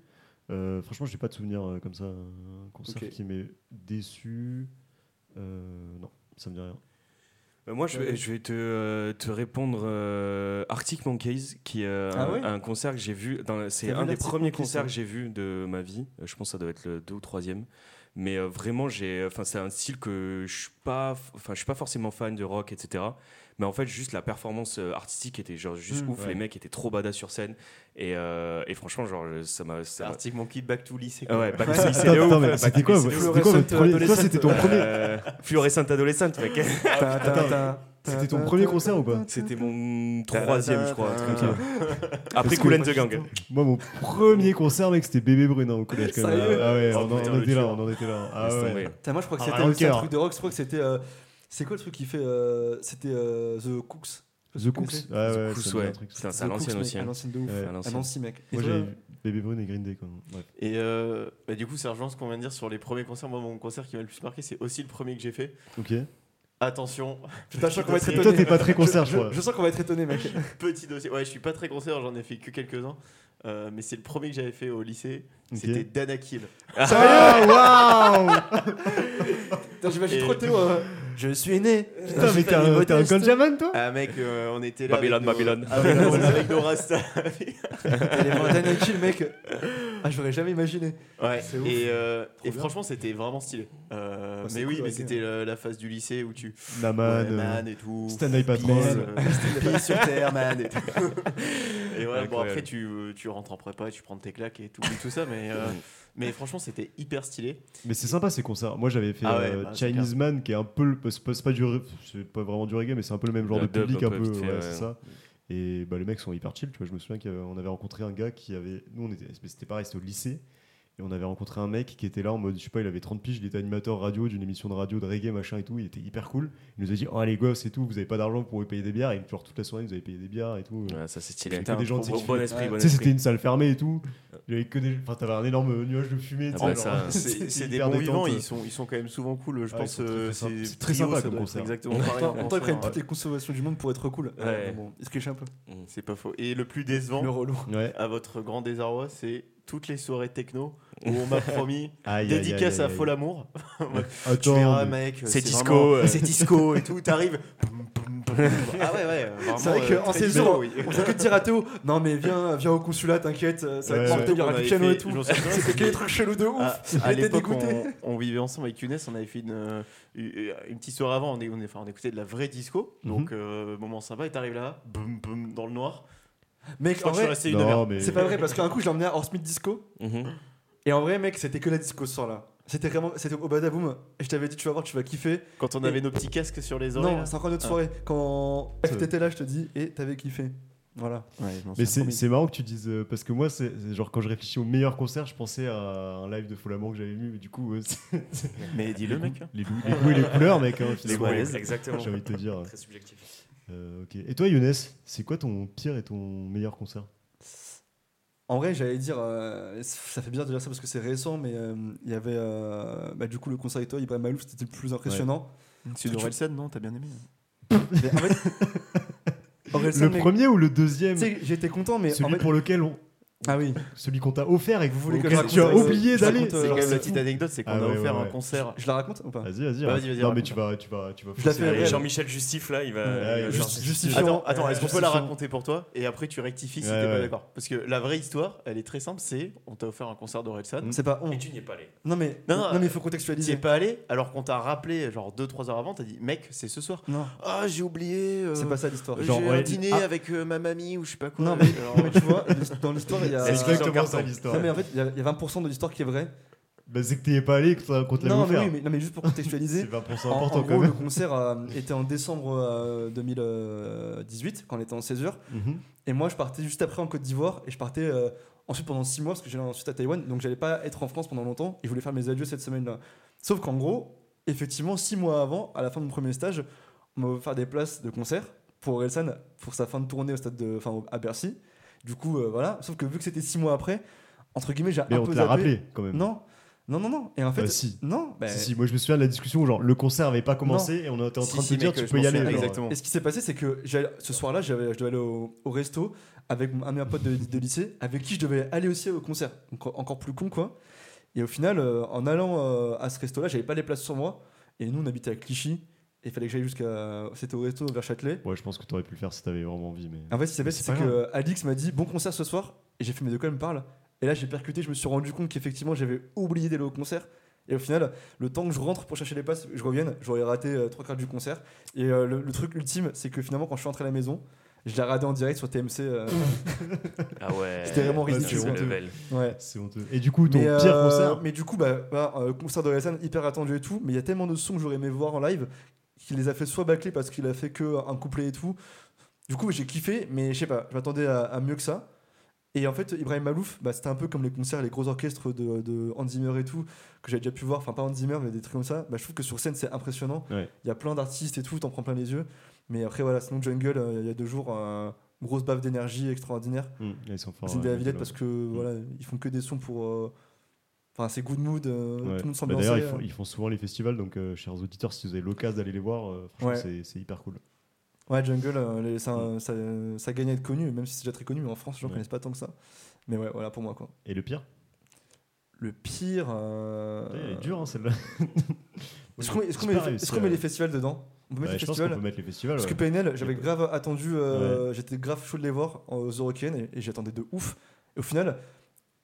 A: Euh, franchement, j'ai pas de souvenir euh, comme ça. Un concert
B: Ok.
A: qui m'est déçu. Euh, non, ça me dit rien.
C: Euh, Moi, je vais, je vais te, euh, te répondre euh, Arctic Monkeys, qui est euh,
B: Ah
C: un,
B: ouais
C: un concert que j'ai vu. dans- C'est
B: T'as vu
C: un des
B: l'Arctic
C: premiers
B: Monkeys,
C: concerts
B: toi
C: que j'ai vu de ma vie. Euh, Je pense que ça doit être le deux ou troisième. Mais euh, vraiment, j'ai, enfin, c'est un style que je suis pas, enfin, je suis pas forcément fan de rock, etc. Mais en fait, juste la performance euh, artistique était genre juste
B: Mm,
C: ouf.
A: Mmh, ouais.
C: Les mecs étaient trop badass sur scène. Et, euh, et franchement, genre, ça m'a,
D: C'est
C: ça m'a-
D: Arctic Monkey Back to Lycée.
C: Ah
D: quoi.
C: ouais, bah,
B: Ouais.
C: c'est- c'est
A: Attends,
C: ouf,
A: attends, mais
C: bah,
A: c'était quoi,
C: c'est
A: c'était
C: ouf.
A: quoi votre
B: Fluorescente,
A: premier- toi, c'était ton premier
C: Euh, Fluorescente adolescente, mec.
B: Ta- ta-
A: Attends,
B: ta-
A: c'était ton
B: ta-
A: premier
B: ta-
A: concert ou pas
C: C'était mon troisième, je crois. un truc comme ça.
A: Parce
C: Après
A: que-
C: Cool and the Gang.
A: Moi, mon premier concert, mec, c'était Bébé Brunin au collège. Quand même.
B: Sérieux
A: Ah ouais, on,
C: Oh,
A: en-
C: putain,
A: on
C: le
A: était là,
C: tueur.
A: on en était là. Ah
C: Laisse
A: ouais.
C: tomber.
B: Putain, moi je crois que
A: Ah,
B: c'était
A: Ryan
B: aussi un
A: Kerr.
B: truc de rock, je crois que c'était. euh, c'est quoi le truc qui fait. euh, c'était euh, The Cooks
A: The Cooks. Ah
C: The
A: ouais,
C: Cooks,
A: ça me dit
C: ouais.
A: un truc.
C: C'est un-
B: The
C: c'est à
B: Cooks,
C: l'ancienne
B: mec,
C: aussi.
B: À
C: hein.
B: l'ancienne de ouf.
A: Ouais.
C: À
B: À
C: l'ancienne.
B: Nancy, mec. Et
A: Moi,
B: toi,
A: j'ai Bébé Brune et Green Day quand même. Bref.
D: Et euh, bah, du coup, ça rejoint ce qu'on vient de dire sur les premiers concerts. Moi, mon concert qui m'a le plus marqué, c'est aussi le premier que j'ai fait.
A: Ok.
D: Attention,
B: Putain, je sens qu'on va être
D: Et
A: Et toi,
B: étonné.
A: t'es pas très concert,
B: Je-
A: je crois.
B: Je sens qu'on va être étonné, mec.
D: petit dossier. Ouais, je suis pas très concert, j'en ai fait que quelques-uns. Euh, mais c'est le premier que j'avais fait au lycée.
A: Ok.
D: C'était Dana Kill.
A: Sérieux Ah, Waouh
B: Putain, j'imagine
D: Et-
B: trop Théo. euh, Je suis né.
A: Putain, mais t'es un, t'es un Gunjaman, toi
D: Ah, mec, euh, on était là.
C: Babylone,
D: avec nos-
C: Babylone.
D: Avec, nos- avec nos Rasta.
B: Elle est vraiment Daniel mec. Ah, j'aurais jamais imaginé.
D: Ouais,
B: C'est ouf.
D: et, euh,
B: Trop
D: et
B: bien.
D: franchement, c'était vraiment stylé. Euh,
B: Ouais, c'est
D: mais oui,
B: cool,
D: mais
B: ouais,
D: c'était la, la phase du lycée où tu.
A: Naman.
D: Ouais,
A: euh,
D: man et tout.
A: Stanley
D: Peace,
A: Patrol.
D: euh, Peace sur Terre, man. Et, tout. Et voilà, bon,
C: Incroyable.
D: après, tu, euh, tu rentres en prépa, tu prends tes claques et tout, et tout ça. Mais, euh, mais franchement, c'était hyper stylé.
A: Mais c'est sympa ces concerts. Moi j'avais fait
D: Ah ouais,
A: euh,
D: bah, c'est
A: Chinese Man qui est un peu le. C'est pas, c'est pas du re- c'est pas vraiment du reggae, mais c'est un peu le même genre
C: Le
A: de
C: dub,
A: public,
C: un
A: un
C: peu,
A: peu.
C: vite fait,
A: ouais,
C: ouais.
A: c'est ça. Et bah, les mecs sont hyper chill. Tu vois, je me souviens qu'on avait rencontré un gars qui avait. Nous on était. mais C'était pareil, c'était au lycée. Et on avait rencontré un mec qui était là en mode, je sais pas, il avait 30 piges, il était animateur radio d'une émission de radio, de reggae, machin et tout. Il était hyper cool. Il nous a dit, oh les gosses et tout, vous avez pas d'argent pour vous payer des bières. Et genre toute la soirée, vous avez payé des bières et tout.
C: Ouais, ça c'est stylé.
A: Putain, des gens, tu sais,
C: bon,
A: qui-
C: bon esprit,
B: Ouais.
C: bon
A: Tu sais, c'était
C: esprit.
A: une salle fermée et tout. Il y avait que des. Enfin, t'avais un énorme nuage de fumée. tu
C: Ah
A: sais,
C: bah,
A: genre,
C: ça,
A: c'était
D: C'est c'est des
A: hyper
D: bons
A: détente.
D: vivants, ils sont, ils sont quand même souvent cool. Je
A: Ouais,
D: pense
A: ils sont très,
D: euh,
A: très sympa.
D: c'est
A: C'est très
D: Trio,
A: sympa
D: ça
A: comme
D: doit être
A: concert.
D: Exactement pareil. en euh,
B: Attends, ils prennent
D: concert,
B: toutes les consommations du monde pour être cool. Ah,
C: Ouais.
B: Bon, ils se cachent un peu.
D: ouais. C'est pas faux. Et le plus décevant,
B: Le relou.
A: Ouais.
D: à votre grand désarroi, c'est toutes les soirées techno où on m'a promis
A: Aïe, aïe, aïe,
D: dédicace à
A: aïe.
D: Fol Amour.
A: Attends,
D: tu verras,
A: mais-
D: mec.
C: C'est disco,
D: vraiment-
C: euh.
D: C'est disco et tout. T'arrives. pum, pum, pum, Ah ouais, ouais. vraiment,
B: C'est vrai
D: euh,
B: qu'en
D: très
B: saison,
D: bizarre, oui.
B: on fait que de dire à Théo Non, mais viens, viens au consulat, t'inquiète, euh, ça va
A: Ouais,
B: être
A: ouais.
B: mortel, il y aura
D: On
B: du
D: avait
B: piano
D: fait-
B: et tout.
D: je me souviens,
B: C'est que des trucs chelous de ouf.
D: Ah, À, à
B: J'étais
D: l'époque,
B: dégoûté.
D: on, on vivait ensemble avec Younes, on avait fait une, euh, une, une petite soirée avant, on, est- on est- enfin, on écoutait de la vraie disco,
A: Mhm.
D: donc euh, moment sympa, et t'arrives là, boum boum, dans le noir. Je
B: Mec, en
D: crois que je suis
B: vrai,
D: resté une
A: Non,
D: heure.
A: mais.
B: c'est pas vrai parce qu'un coup, je l'ai emmené à Horsemith Disco.
C: Mhm.
B: Et en vrai, mec, c'était que la disco ce soir-là. C'était vraiment, c'était au Badaboom. Et je t'avais dit, tu vas voir, tu vas kiffer.
D: Quand on
B: Et-
D: avait nos petits casques sur les oreilles.
B: Non, c'est encore une autre
D: Ah.
B: soirée. Quand
A: Euh.
B: t'étais là, je te dis, et t'avais kiffé. Voilà.
A: Mais c'est c'est marrant que tu dises euh, parce que moi c'est c'est genre quand je réfléchis au meilleur concert je pensais à un live de Folaman que j'avais vu mais du coup euh, c'est-
D: Mais dis-le, mec.
A: les, goûts- les goûts et les couleurs mec hein,
C: Les
A: finalement.
C: goûts et les- exactement.
A: j'ai envie de te dire
C: Très subjectif.
A: Euh, ok. et toi Younes c'est quoi ton pire et ton meilleur concert
B: En vrai, j'allais dire, euh, ça fait bizarre de dire ça parce que c'est récent, mais euh, il y avait euh, bah, du coup le concert avec toi, Ibrahim Malouf, c'était le plus impressionnant.
D: Tu
B: Tu-
D: Orelsan, non T'as bien aimé hein.
B: Mais en fait, Orelsan,
A: le
B: Euh, mec,
A: premier ou le deuxième
B: tu sais, j'étais content, mais en
A: celui
B: fait-
A: pour lequel on
B: ah oui,
A: celui qu'on t'a offert et que vous
B: voulez
A: voulez
B: que je
A: tu as
B: raconte, euh,
A: oublié
B: je
A: d'aller
B: raconte, euh,
D: C'est quand
B: genre,
D: même
B: c'est
D: la petite
B: fou.
D: anecdote, c'est qu'on
A: Ah
D: a
A: ouais, ouais,
D: offert
A: ouais.
D: un concert.
B: je la raconte ou pas
A: vas-y vas-y
D: Vas-y,
A: raconte.
D: vas-y,
A: non
D: raconte.
A: mais tu vas tu vas tu vas
B: Je la fais
A: forcer.
B: Ouais.
C: Jean-Michel Justif, là,
B: Euh,
C: il va.
A: Ouais,
C: Ah, il va
A: ouais,
C: genre-
A: juste-
B: justifiant.
D: Attends,
A: euh,
D: attends, est-ce qu'on peut la
B: Justifiant.
D: raconter pour toi Et après, tu rectifies si
A: Ouais,
D: t'es
A: ouais.
D: pas d'accord. Parce que la vraie histoire, elle est très simple c'est on t'a offert un concert d'Orelsan.
B: C'est pas on.
C: Et tu n'y es pas allé.
B: Non mais non,
D: Non, non,
B: mais il faut
D: T'y es
B: contextualiser.
D: pas allé alors qu'on t'a rappelé genre 2-3 heures avant, t'as dit mec, c'est ce soir.
B: Non,
D: Ah, j'ai oublié. euh,
B: c'est pas ça l'histoire.
D: J'ai
A: Genre,
D: un
A: ouais.
D: dîner
A: Ah.
D: avec euh, ma mamie ou je sais pas quoi.
B: Non, mais-
D: Alors,
B: Non, mais tu vois, dans l'histoire il y a.
A: c'est
C: Est-ce que-
A: exactement ça
C: carton.
A: l'histoire
B: Non mais en fait il y a il y a 20% de l'histoire qui est vraie.
A: Bah, c'est que t'y es pas allé et que t'as- qu'on te l'avait
B: Non mais,
A: offert
B: oui, mais, non mais juste pour contextualiser,
A: c'est 20%
B: En- en,
A: important
B: gros,
A: quand
B: le
A: même
B: concert euh, était en décembre euh, 2018, quand on était en césure.
A: Mhm.
B: Et moi, je partais juste après en Côte d'Ivoire. Et je partais euh, ensuite pendant 6 mois, parce que j'allais ensuite à Taïwan. Donc, j'allais pas être en France pendant longtemps. Et je voulais faire mes adieux cette semaine-là. Sauf qu'en gros, effectivement, 6 mois avant, à la fin de mon premier stage, on m'a offert des places de concert pour Orelsan, pour sa fin de tournée au stade de, enfin, au- à Bercy. Du coup, euh, voilà. Sauf que vu que c'était 6 mois après, entre guillemets, j'ai un
A: mais on
B: peu
A: te l'a
B: zappé.
A: rappelé quand même
B: Non, non, non, non. Et en fait,
A: Bah, si
B: non. bah,
A: Si, si, moi je me souviens de la discussion où genre le concert avait pas commencé et on était en
D: Si,
A: train de
D: si,
A: te dire
D: mec,
A: tu
D: je
A: peux y
D: m'en
A: aller.
D: souviens,
A: genre.
D: Exactement.
B: Et ce qui s'est passé, c'est que j'allais- ce soir-là, j'avais- je devais aller au, au resto avec mon- un de mes potes de, de lycée, avec qui je devais aller aussi au concert. Donc en- encore plus con, quoi. Et au final, euh, en allant euh, à ce resto-là, j'avais pas les places sur moi. Et nous, on habitait à Clichy. Et il fallait que j'aille jusqu'à. C'était au resto vers Châtelet.
A: Ouais, je pense que t'aurais pu le faire si t'avais vraiment envie, mais.
B: En fait, ce qui s'est
A: Mais
B: passé,
A: c'est
B: c'est
A: pas
B: que Alix m'a dit bon concert ce soir. Et j'ai fait, mais de quoi elle me parle Et là, j'ai percuté, je me suis rendu compte qu'effectivement, j'avais oublié d'aller au concert. Et au final, le temps que je rentre pour chercher les places, je revienne, j'aurais raté euh, trois quarts du concert. Et euh, le, le truc ultime, c'est que finalement, quand je suis rentré à la maison, je l'ai raté en direct sur TMC. euh,
C: Ah ouais.
B: C'était vraiment
C: Putain,
A: ridicule.
C: c'est le level.
B: ouais.
A: C'est honteux. Et du coup, ton
B: mais, euh,
A: pire concert.
B: mais du coup, bah, voilà, euh, concert de Orelsan, hyper attendu et tout. Mais il y a tellement de sons que j'aurais aimé voir en live qu'il les a fait soit bâcler parce qu'il a fait que un couplet et tout. Du coup, j'ai kiffé, mais je sais pas, je m'attendais à, à mieux que ça. Et en fait, Ibrahim Malouf, bah, c'était un peu comme les concerts, les gros orchestres de, de Hans Zimmer et tout, que j'avais déjà pu voir, enfin pas Hans Zimmer, mais des trucs comme ça. Bah, je trouve que sur scène, c'est impressionnant. Il
A: Ouais.
B: y a plein d'artistes et tout, t'en prends plein les yeux. Mais après, voilà, sinon Jungle, euh, il y a deux jours, euh, grosse baffe d'énergie extraordinaire.
A: Hum, ils sont forts.
B: C'est de
A: ouais, euh, hmm.
B: la Villette
A: ouais.
B: parce que voilà, ils font que des sons pour. euh, Enfin, c'est good mood, euh,
A: Ouais.
B: tout le monde euh.
A: Bah,
B: s'ambiance.
A: D'ailleurs, ils, font- ils font souvent les festivals, donc euh, chers auditeurs, si vous avez l'occasion d'aller les voir, euh, franchement,
B: Ouais.
A: c'est- c'est hyper cool.
B: Ouais, Jungle, euh, les- ça, ça, ça gagne à être connu, même si c'est déjà très connu, mais en France, les gens
A: Hmm. Ouais.
B: connaissent pas tant que ça. Mais ouais, voilà pour moi quoi.
A: Et le pire
B: Le pire. euh,
A: Putain, Elle est dure, hein, celle-là.
B: Est-ce qu'on est-ce qu'on met,
A: J'ai
B: les-
A: pas réussi
B: est-ce qu'on
A: à-
B: met les festivals dedans On peut mettre
A: Bah,
B: les
A: Je pense qu'on
B: festivals
A: peut mettre les festivals.
B: Parce que
A: ouais.
B: PNL, j'avais grave attendu, euh, j'étais grave chaud de les voir euh, aux Eurokéennes et, et j'attendais de ouf. Et au final,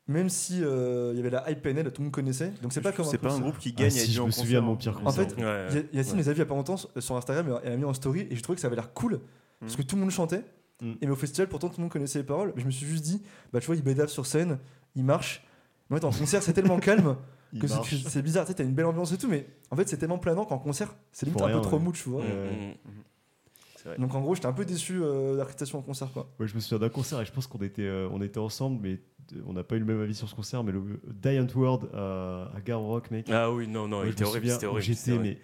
B: même si euh, il y avait la hype PNL, tout le monde connaissait, donc c'est pas comme
D: C'est pas un
B: concert.
D: groupe qui
A: Ah,
D: gagne à être
A: si, je
D: en
A: me souviens de mon
D: concert.
A: pire
B: En
A: concert.
B: fait,
C: Ouais.
B: Y- Yacine
D: Ouais.
B: les a vus il y a pas longtemps s- sur Instagram et elle a mis en story et j'ai trouvé que ça avait l'air cool parce
D: Mm.
B: que tout le monde chantait
A: Mm.
B: et mais au festival pourtant tout le monde connaissait les paroles mais je me suis juste dit bah tu vois il bédave sur scène il marche mais en fait en concert c'est tellement calme
A: Il
B: que c'est-
A: marche.
B: c'est bizarre tu sais t'as une belle ambiance et tout mais en fait c'est tellement planant qu'en concert c'est limite
A: Faut
B: un peu
A: rien,
B: trop
A: ouais.
B: mou tu vois
A: Ouais.
C: Mhm.
B: donc en gros j'étais un peu déçu euh, de la prestation en concert quoi
A: Ouais, je me souviens d'un concert et je pense qu'on était, euh, on était ensemble, mais euh, on n'a pas eu le même avis sur ce concert. Mais le Giant World à, à Garo Rock, mec.
C: Ah oui, non, non,
A: Moi,
C: il
A: je
C: était
A: me
C: horrible,
A: souviens
C: c'était
A: où
C: horrible. c'était
A: J'étais
C: horrible.
A: mais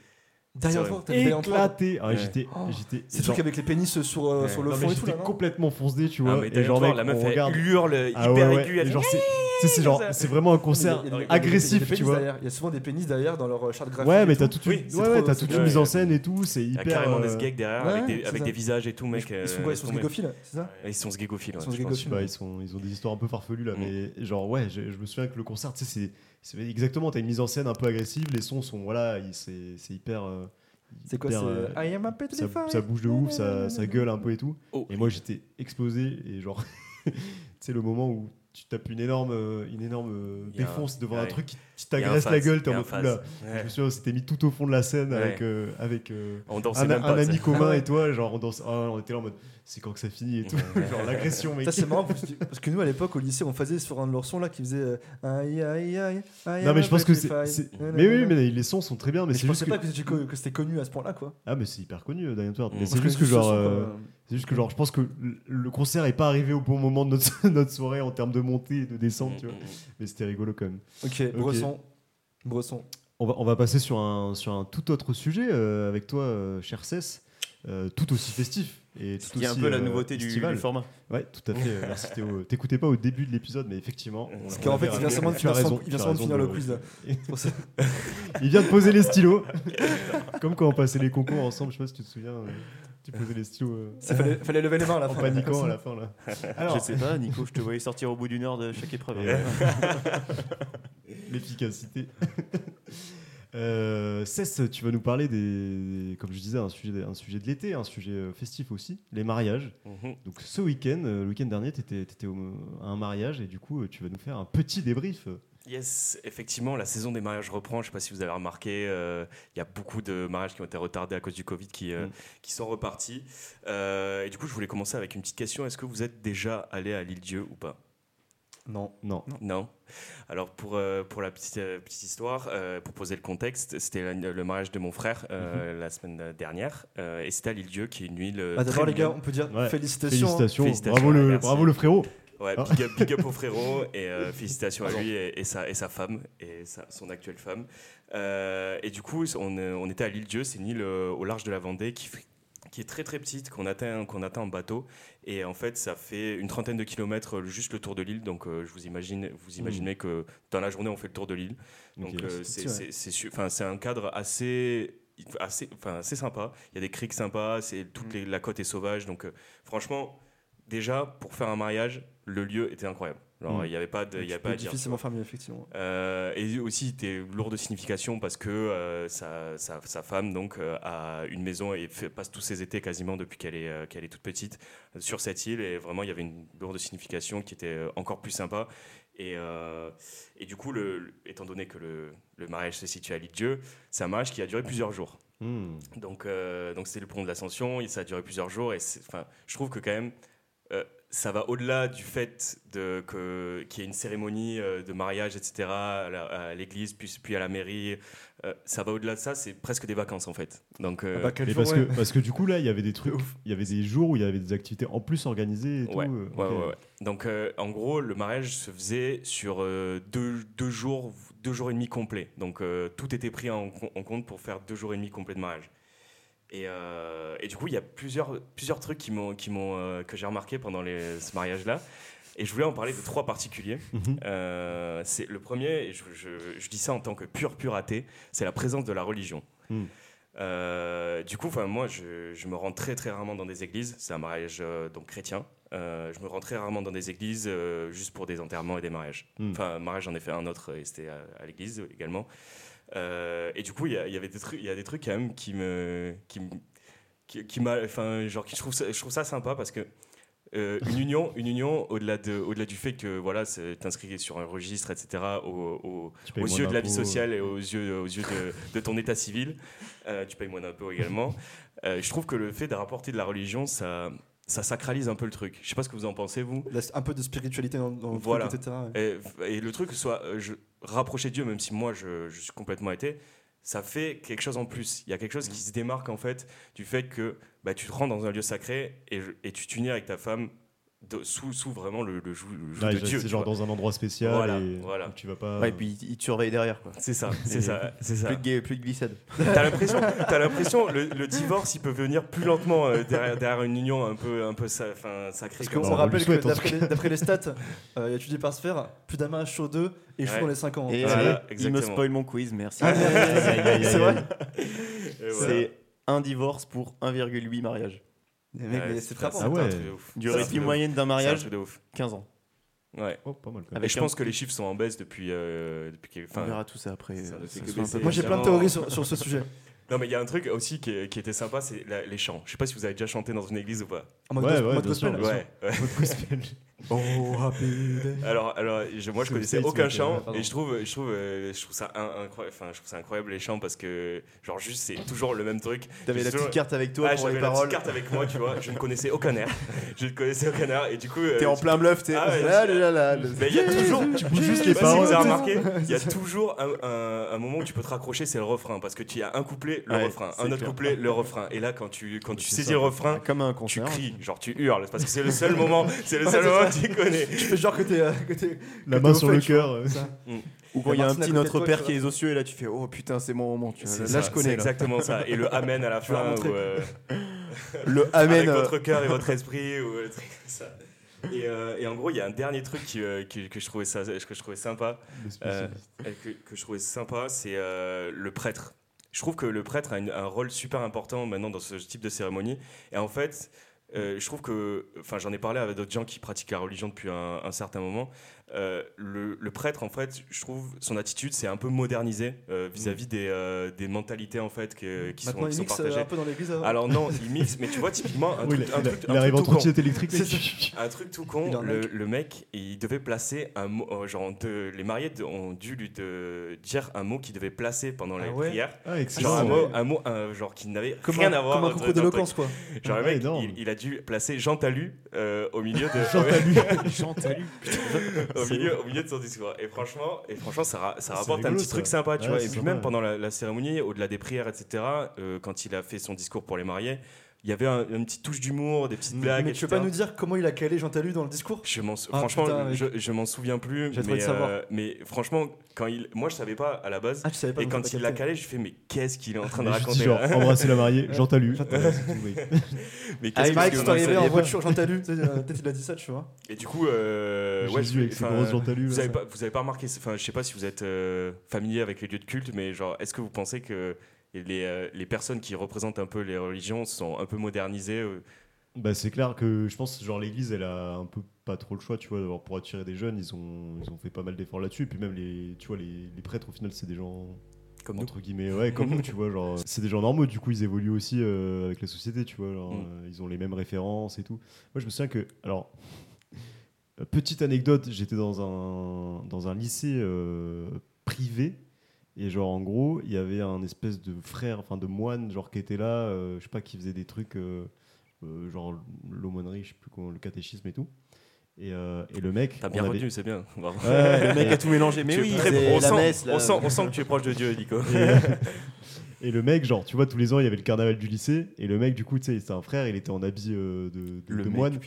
B: derrière
C: C'est
B: toi t'avais Diane Ward.
A: éclaté. Ah,
C: Ouais.
A: J'étais,
B: Oh,
A: j'étais.
B: c'est le
A: genre-
B: truc avec les pénis sur, euh,
C: Ouais.
B: sur le
A: Non, mais
B: fond et tout
A: j'étais
B: là non
A: complètement foncé, tu
C: Ah,
A: vois.
C: mais
A: et
C: Diane
A: genre,
C: Ward,
A: mec,
C: la meuf,
A: on
C: elle
A: regarde.
C: hurle
A: Ah
C: hyper
A: ouais, ouais.
C: aiguë.
A: Et
C: elle-
A: genre, c'est- c'est- c'est genre, c'est vraiment un concert
B: Il y a- il y a- il y a des
A: agressif,
B: pénis
A: tu vois.
B: derrière. Il y a souvent des pénis derrière dans leur euh, charte graphique.
A: Ouais, mais
B: et
A: t'as
B: tout.
A: toute
C: Oui,
A: une,
B: c'est
A: ouais, ouais,
B: trop-
A: t'as
B: c'est
A: toute
C: trop-
A: une mise en
C: ouais.
A: scène et tout, c'est
C: Il y a
A: hyper.
C: Ah, carrément des
A: euh,
C: sgeg derrière
B: ouais,
C: avec,
B: c'est
C: des, avec
B: ça.
C: des visages et tout, mec.
B: Ils sont
C: euh,
B: quoi, ils
C: laisse
B: sont
C: tomber.
B: gégophiles, c'est ça
C: Ils sont sgégophiles.
B: Ils
C: ouais,
B: sont
C: je pense.
A: je sais pas, ils, sont, ils ont des histoires un peu farfelues là,
C: Mm.
A: mais genre, ouais, je, je me souviens que le concert, tu sais, c'est- c'est exactement, t'as une mise en scène un peu agressive, les sons sont, voilà, ils- c'est c'est hyper. euh,
B: C'est quoi
A: hyper, euh,
B: c'est I am a petrified.
A: ça, ça bouge de ouf, ça, ça gueule un peu et tout.
C: Oh.
A: Et moi j'étais explosé et genre, tu sais le moment où tu tapes une énorme, euh, une énorme euh,
C: Il y a un-
A: défonce devant un
C: ouais.
A: truc qui qui
C: Il y a un
A: t'agresse la
C: phase,
A: gueule, t'es
C: il y
A: en
C: a un
A: mode
C: phase.
A: oula. Je me
C: Ouais.
A: souviens, on s'était mis tout au fond de la scène
C: Ouais.
A: avec, euh, avec euh,
C: On dansait
A: un,
C: même pas.
A: un
C: tu
A: ami
C: sais.
A: commun
B: Ouais.
A: et toi, genre on danse, ah, on était là en mode c'est quand que ça finit et tout, genre l'agression mec.
B: Ça, c'est marrant parce que, parce que nous à l'époque au lycée on faisait sur un de leurs sons là qui faisait euh, aïe aïe aïe aïe.
A: Non mais je pense que c'est, c'est- mais oui mais les sons sont très bien mais,
B: Mais je
A: c'est juste
B: pensais
A: que...
B: pas que c'était co- que c'était connu à ce point-là quoi.
A: ah mais c'est hyper connu euh, Diane Ward.
C: Mm.
A: mais c'est
B: Parce
A: juste que genre
B: ce sont,
A: euh,
B: quoi,
A: c'est juste que genre je pense que le- le concert est pas arrivé au bon moment de notre, notre soirée en termes de montée et de descente
B: Mmh.
A: tu vois
C: Mm,
A: mais c'était rigolo quand même
B: euh, Ok, Bresson. Bresson.
A: on va on va passer sur un sur un tout autre sujet euh, avec toi euh, cher Cess euh, tout aussi festif et tout
D: Il y a un
A: aussi,
D: peu la
A: euh,
D: nouveauté du,
A: estival.
D: du format.
A: Ouais, tout à fait. euh, Merci Théo. T'écoutais pas au début de l'épisode, mais effectivement. on-
B: Parce
A: on
B: qu'en
A: l'avait
B: fait, il vient
A: raconté.
B: seulement de
A: Tu as
B: finir son-
A: raison,
B: il vient
A: tu as
B: seulement de
A: raison
B: finir
A: de-
B: le quiz. C'est pour ça.
A: Il vient de poser les stylos. Comme quand on passait les concours ensemble, je sais pas si tu te souviens. euh, Tu posais les stylos euh,
B: Ça fallait, fallait lever les mains à la
A: en
B: fin.
A: paniquant à la fin là. Alors,
D: Je sais pas, Nico, je te voyais sortir au bout d'une heure de chaque épreuve.
C: Ouais.
A: l'efficacité. Euh, Cess, tu vas nous parler des, comme je disais, un sujet, un sujet de l'été, un sujet euh, festif aussi, les mariages.
C: Mhm.
A: Donc ce week-end, euh, le week-end dernier, tu étais, à un mariage et du coup, euh, tu vas nous faire un petit débrief.
C: Yes, effectivement, la saison des mariages reprend. Je ne sais pas si vous avez remarqué, euh, il y a beaucoup de mariages qui ont été retardés à cause du Covid qui, euh,
A: Mm.
C: qui sont repartis. Euh, et du coup, je voulais commencer avec une petite question. Est-ce que vous êtes déjà allé à l'île-dieu ou pas
B: Non.
A: Non.
C: Non. Alors pour, euh, pour la petite, euh, petite histoire, euh, pour poser le contexte, c'était la- le mariage de mon frère euh,
B: Mm-hmm.
C: la semaine dernière, euh, et c'était à l'île-dieu, qui est une île. euh,
B: Bah,
C: très
B: D'abord, les gars,
C: mignonne.
B: on peut dire
A: Ouais.
B: félicitations. hein.
A: Félicitations,
C: Félicitations,
A: bravo, le,
C: merci.
A: bravo le frérot.
C: Ouais,
A: Ah.
C: big up, big up au frérot et euh, félicitations à lui et, et sa, et sa femme et sa- son actuelle femme. Euh, et du coup, on, euh, on était à l'île Dieu, c'est une île euh, au large de la Vendée qui, fait- qui est très très petite, qu'on atteint, qu'on atteint en bateau. Et en fait, ça fait une trentaine de kilomètres euh, juste le tour de l'île. Donc, euh, je vous imagine, vous imaginez que dans la journée, on fait le tour de l'île. Donc,
A: Ok.
C: euh,
B: c'est
C: c'est-
B: petit, ouais.
C: c'est- c'est su- enfin, c'est un cadre assez assez enfin assez sympa il y a des criques sympas c'est toute les- la côte est sauvage donc euh, franchement déjà pour faire un mariage le lieu était incroyable Alors,
A: Mm.
C: il n'y avait pas de il y
B: Tu
C: a
B: peux
C: pas à dire
B: difficilement fermé, effectivement.
C: euh, et aussi, était lourd de signification parce que euh, sa, sa- sa femme donc euh, a une maison et fait- passe tous ses étés quasiment depuis qu'elle est, euh, qu'elle est toute petite euh, sur cette île. Et vraiment, il y avait une lourde signification qui était euh, encore plus sympa. Et, euh, et du coup, le, le- étant donné que le, le mariage se situe à l'île Dieu, c'est un mariage qui a duré plusieurs jours.
A: Hmm.
C: Donc, euh, donc c'était le pont de l'Ascension, et ça a duré plusieurs jours. Et c'est- enfin, je trouve que quand même, euh, ça va au-delà du fait de que qu'il y ait une cérémonie euh, de mariage, etc. à la- à l'église, puis, puis à la mairie. Euh, ça va au-delà de ça. C'est presque des vacances en fait. Donc euh,
B: Ah bah, quel
A: Mais
B: jour,
A: parce,
B: ouais.
A: que, parce que du coup, là, il y avait des trucs, il y avait des jours où il y avait des activités en plus organisées et
C: Ouais,
A: tout. euh,
C: ouais,
A: ok.
C: ouais, ouais. Donc, euh, en gros, le mariage se faisait sur euh, deux, deux jours, deux jours et demi complets. Donc, euh, tout était pris en, com- en compte pour faire deux jours et demi complets de mariage. Et, euh, et du coup, il y a plusieurs, plusieurs trucs qui m'ont, qui m'ont, euh, que j'ai remarqué pendant les- ce mariage-là. Et je voulais en parler de trois particuliers.
A: Mhm.
C: Euh, c'est le premier, et je, je- je dis ça en tant que pur pur athée, c'est la présence de la religion.
A: Mm.
C: Euh, du coup, 'fin, moi, je, je me rends très très rarement dans des églises. C'est un mariage euh, donc chrétien. Euh, je me rends très rarement dans des églises euh, juste pour des enterrements et des mariages.
A: Mm.
C: Enfin, un mariage, j'en ai fait un autre et c'était à, à l'église également. Euh, et du coup, il y, a- il y avait des trucs, il y a des trucs quand même qui me, qui, me- qui, qui m'a, enfin, genre, qui- je trouve ça, je trouve ça sympa parce que euh, une union, une union au-delà de, au-delà du fait que voilà, c'est t'inscris sur un registre, etc. au- au,
A: Tu payes
C: aux
A: moins
C: yeux de la vie
A: d'impôts. euh.
C: sociale et aux yeux, aux yeux de, de ton état civil. Euh, tu payes moins d'impôts également. Euh, je trouve que le fait de rapporter de la religion, ça, ça sacralise un peu le truc. Je sais pas ce que vous en pensez, vous.
B: Laisse Un peu de spiritualité dans, dans le
C: Voilà.
B: truc, etc. ouais.
C: Et, et le truc, soit euh, je, rapprocher Dieu, même si moi je, je suis complètement été, ça fait quelque chose en plus. Il y a quelque chose qui se démarque en fait du fait que bah, tu te rends dans un lieu sacré et, je- et tu t'unis avec ta femme de- sous, sous vraiment le, le joug le joug
A: Ouais,
C: de
A: c'est
C: Dieu. tu
A: genre
C: vois.
A: dans un endroit spécial
C: Voilà,
A: et
C: voilà.
A: où tu vas pas.
D: Ouais, et puis il te surveille derrière. Quoi.
C: C'est ça, c'est ça, c'est ça.
D: Plus, de, gay- plus de glissade.
C: T'as l'impression, t'as l'impression, le, le divorce, il peut venir plus lentement euh, derrière, derrière une union un peu, un peu, sa- enfin, sacrée.
B: Parce
C: comme
A: Bah,
B: qu'on
C: ça.
A: on lui
B: rappelle
A: souhaite,
B: que
A: en
B: d'après les, d'après les stats euh, étudiées par Sphère, plus d'un match sur deux échoue
C: Ouais.
B: dans les 5 ans.
D: Et
B: Ouais.
C: voilà,
D: euh, il me
C: exactement. Ah,
D: spoil mon quiz, merci.
B: C'est vrai
C: Et voilà.
D: C'est un divorce pour 1,8 mariage.
B: Mais mec,
C: Ouais,
B: mais c'est
C: un
A: Ah
B: frappant.
A: ouais.
C: truc de ouf. C'est
D: Durée
C: un
D: de vie
C: truc de ouf.
D: moyenne d'un
C: C'est un
D: mariage,
C: truc de ouf.
D: 15 ans.
C: Ouais.
A: Oh, pas mal quand même.
C: Et
D: Avec
C: je
D: un-
C: pense que les chiffres sont en baisse depuis, euh, depuis qu'il-
D: On
C: enfin,
D: verra tout ça après.
C: Ça,
D: euh,
C: c'est
D: que
C: que
D: ce soit un
C: baisser.
D: peu-
B: Moi j'ai plein de théories sur, sur ce sujet.
C: Non, mais il y a un truc aussi qui, est- qui était sympa, c'est la- les chants. Je sais pas si vous avez déjà chanté dans une église ou pas.
B: En mode,
A: Ouais,
B: gos-
A: ouais,
B: mode
A: bien
B: Ah, gospel.
A: sûr.
C: Ouais. ouais.
A: Votre gospel.
B: Oh, happy day.
C: Alors, alors, je- moi, je
A: C'est
C: connaissais
A: aussi,
C: aucun
A: c'est-
C: chant
E: pardon.
C: et je trouve, je trouve, euh, je trouve ça in- incroyable. Enfin, je trouve ça incroyable les chants parce que, genre, juste, c'est toujours le même truc.
D: T'avais la
C: Toujours-
D: petite carte avec toi
C: Ah,
D: pour
C: j'avais
D: les
C: la petite
D: paroles.
C: carte avec moi, tu vois. Je ne connaissais aucun air. Je ne connaissais aucun air et du coup. euh,
D: T'es en plein bluff, t'es.
C: Ah ouais,
D: là,
C: je-
D: là, là, là.
C: Mais il y a toujours, tu
A: bouges juste
C: je sais
A: les
C: pas si vous avez
A: paroles.
C: remarqué, il y a toujours un, un- un moment où tu peux te raccrocher, c'est le refrain, parce que tu as un couplet, le
D: Ouais,
C: refrain,
D: c'est
C: un autre
D: clair.
C: couplet, le refrain. Et là, quand tu quand tu
A: c'est
C: saisis
A: ça.
C: le refrain,
D: Comme un
C: tu
D: concert.
C: cries, genre tu hurles, parce que c'est le seul moment, c'est le seul moment que tu connais.
B: Tu fais genre que t'es. euh, que t'es-
A: La
B: Que
A: main
B: t'es au
A: sur le
B: fait, tu
A: cœur. euh.
B: ça.
D: Ou quand il y a
B: Martine à
D: un petit
B: côté de
D: Notre
B: toi,
D: Père
B: tu
D: qui
B: vois.
D: est aux cieux et là tu fais oh putain c'est mon moment. Tu vois.
C: C'est
D: Là
C: ça,
D: je connais.
C: c'est
D: là.
C: exactement ça. Et le amen à la
B: vas
C: fin,
B: montrer.
C: ou, euh,
D: Le
C: avec
D: Amen. euh,
C: votre cœur et votre esprit, ou euh, truc comme ça. Et, euh, et en gros, il y a un dernier truc qui, euh, qui- que, je trouvais ça, que je trouvais sympa.
A: Le spécial.
C: Euh, euh, que, que je trouvais sympa, c'est euh, le prêtre. Je trouve que le prêtre a une- un rôle super important maintenant dans ce type de cérémonie. Et en fait, euh, je trouve que, enfin, j'en ai parlé avec d'autres gens qui pratiquent la religion depuis un, un certain moment. Euh, le, le prêtre, en fait, je trouve son attitude, c'est un peu modernisé euh, vis-à-vis des, euh, des mentalités en fait que- qui, sont,
B: Maintenant,
C: qui
B: il
C: sont
B: mixe euh, un
C: partagées.
B: peu dans l'église. avant.
C: Alors non, il mixe, mais tu vois typiquement Euh, un
A: Oui,
C: truc,
A: il-
C: un
A: il-
C: truc-
A: il
C: un
A: arrive en
C: truc tout con.
A: trottinette électrique.
B: C'est
C: Un truc tout
B: Il
C: con,
B: en
C: le,
B: manque.
C: le mec, il devait placer un mot, euh, genre de- les mariés de- ont dû lui de- dire un mot qu'il devait placer pendant la
B: Ah ouais
C: prière.
A: Ah, excellent.
C: Genre un
B: c'est
C: mot,
B: vrai.
C: un mot euh, genre qui n'avait
B: Comme
C: rien
B: un-
C: à voir.
B: Comme un
C: entre-
B: concours
C: dans-
B: d'éloquence, quoi.
C: Genre le
A: Ah,
C: mec,
A: énorme.
C: il, il a dû placer Jean Talu euh, au milieu de...
A: Jean Talus.
C: au, milieu, au milieu de son discours. Et franchement, et franchement ça, ra- ça
A: Ah, c'est
C: rapporte un
A: rigolo,
C: petit
A: ça.
C: truc sympa, tu
A: Ouais,
C: vois.
A: c'est
C: Et puis
A: sympa,
C: même
A: ouais.
C: pendant la, la cérémonie, au-delà des prières, etc., euh, quand il a fait son discours pour les mariés, il y avait un- une petite touche d'humour, des petites blagues.
B: Mais tu peux
C: etc..
B: pas nous dire comment il a calé Jean Talu dans le discours
C: Je m'en sou-
B: Ah,
C: franchement,
B: putain, mec.
C: je, je m'en souviens plus.
B: J'ai trop
C: mais,
B: de savoir.
C: euh, mais franchement, quand il, moi je savais pas à la base.
B: Ah, tu savais pas
C: et
B: donc t'as
C: quand
B: pas
C: il l'a
B: capté.
C: calé, je fais mais qu'est-ce qu'il est en train de
A: Mais je dis
C: raconter
A: genre,
C: là
A: embrasser la mariée, Jean Talus.
B: Jean
A: Voilà, c'est tout, oui.
C: Mais qu'est-ce
B: Avec
C: que-
B: Mike,
C: que-
B: c'est arrivé en
A: saviez pas.
B: voiture, Jean Talu. tu sais, euh, Peut-être il a dit ça, tu vois.
C: Et du coup, euh, ouais,
A: Jésus avec ses
C: enfin,
A: grosses Jean Talus.
C: vous
A: là.
C: avez pas, vous avez pas remarqué. c'est- Enfin, je sais pas si vous êtes euh, familier avec les lieux de culte, mais genre, est-ce que vous pensez que les, euh, les personnes qui représentent un peu les religions sont un peu modernisées euh,
A: Bah, c'est clair que je pense genre l'église elle a un peu pas trop le choix tu vois d'avoir pour attirer des jeunes ils ont ils ont fait pas mal d'efforts là-dessus et puis même les tu vois les, les prêtres au final c'est des gens
C: comme nous
A: entre guillemets ouais comme nous tu vois genre c'est des gens normaux du coup ils évoluent aussi euh, avec la société tu vois genre,
C: Mm.
A: euh, ils ont les mêmes références et tout moi je me souviens que alors euh, petite anecdote j'étais dans un dans un lycée euh, privé et genre en gros il y avait un espèce de frère enfin de moine genre qui était là euh, je sais pas qui faisait des trucs euh, euh, genre l'aumônerie je sais plus comment le catéchisme et tout et, euh, et le mec
C: T'as bien
A: on avait-
C: retenu, c'est bien. Bravo.
A: Ouais, ouais,
D: Le mec
A: et-
D: a tout mélangé. Mais
C: Tu es
D: oui,
C: très-
D: c'est
C: on,
D: la
C: sent,
D: messe. là.
C: on, sent, on sent que tu es proche de Dieu, Nico.
A: Et le mec, genre, tu vois, tous les ans, il y avait le carnaval du lycée. Et le mec, du coup, tu sais, c'était un frère, il était en habit euh, de, de-
D: Le
A: de
D: mec,
A: moine.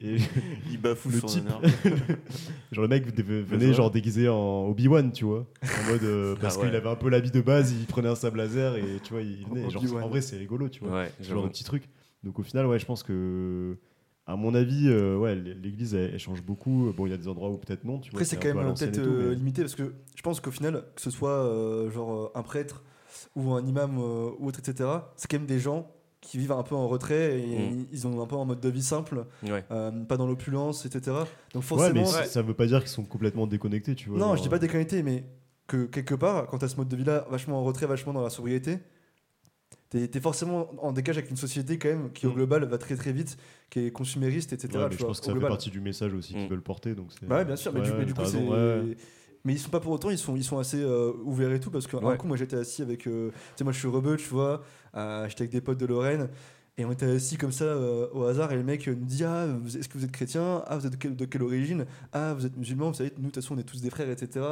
A: Et
D: Il bafoue
A: le
D: son
A: type.
D: honneur.
A: genre, le mec dev- venait,
D: joueur.
A: genre, déguisé en Obi-Wan, tu vois. En mode. euh, parce
C: Ah ouais.
A: qu'il avait un peu l'habit de base, il prenait un sable laser et, tu vois, il venait. Et genre,
B: Obi-Wan.
A: en vrai, c'est rigolo, tu vois.
C: Ouais,
A: Ce genre de petit truc. Donc, au final, ouais, je pense que. À mon avis, euh, ouais, l'église, elle, elle change beaucoup. Bon, il y a des endroits où peut-être non, tu vois.
B: Après, c'est
A: un
B: quand
A: peu à
B: même euh,
A: l'ancienne
B: peut-être
A: et tout,
B: euh,
A: mais-
B: limité parce que je pense qu'au final, que ce soit euh, genre euh, un prêtre ou un imam euh, ou autre, etc., c'est quand même des gens qui vivent un peu en retrait et
C: Mm.
B: ils ont un peu un mode de vie simple,
C: Ouais.
B: euh, pas dans l'opulence, etc. Donc
A: Ouais, mais
B: forcément,
A: ça- ça veut pas dire qu'ils sont complètement déconnectés, tu vois.
B: non,
A: genre, euh,
B: je dis pas des qualités, mais que quelque part, quand t'as ce mode de vie-là, vachement en retrait, vachement dans la sobriété, t'es t'es forcément en décalage avec une société quand même qui au
C: Mm.
B: global va très très vite, qui est consumériste, etc.
A: Ouais, mais
B: tu
A: je
B: vois,
A: pense que
B: au
A: ça fait
B: global.
A: partie du message aussi
C: Mm.
A: qu'ils veulent porter. Donc c'est-
B: Bah ouais, bien sûr, mais, du,
A: Ouais,
B: mais du
A: t'as
B: coup, c'est.
A: raison, ouais, ouais.
B: Mais ils sont pas pour autant, ils sont, ils sont assez euh, ouverts et tout, parce qu'un
C: Ouais.
B: coup, moi j'étais assis avec. euh, tu sais, moi je suis rebeu, tu vois, euh, j'étais avec des potes de Lorraine, et on était assis comme ça euh, au hasard, et le mec euh, nous dit Ah, vous- est-ce que vous êtes chrétien Ah, vous êtes de quelle, de quelle origine Ah, vous êtes musulman, vous savez, nous, de toute façon, on est tous des frères, etc.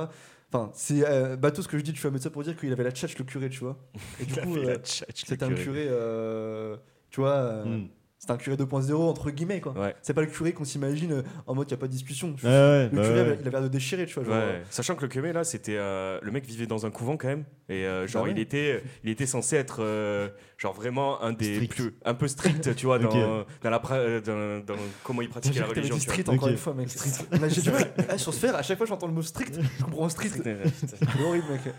B: Enfin, c'est euh, bateau ce que je dis, tu vois, mais ça pour dire qu'il avait la tchatche, le curé, tu vois. Et du coup, euh, c'était un curé, euh, tu vois. euh,
A: Mm.
B: C'était un curé 2.0 entre guillemets quoi.
C: Ouais.
B: C'est pas le curé qu'on s'imagine euh, en mode il n'y a pas de discussion.
A: Ouais, ouais,
B: Le
A: bah
B: curé,
A: ouais.
B: il a l'air de déchirer, tu vois. genre,
C: Ouais. euh, Sachant que le curé là, c'était euh, le mec vivait dans un couvent quand même, et euh, genre
B: Ah ouais.
C: il était, il était censé être euh, genre vraiment un des
A: Strict.
C: plus, un peu strict, tu vois, dans,
A: Ok.
C: dans la, pra- euh, dans- dans comment il
B: J'ai
C: pratiquait la
B: cru que t'avais
C: religion.
B: dit
C: tu vois.
B: street encore
A: Ok.
B: une fois, mec. Là, j'ai du mal. Ah, sur Sphere, à chaque fois j'entends le mot strict, je comprends street. C'est horrible, mec.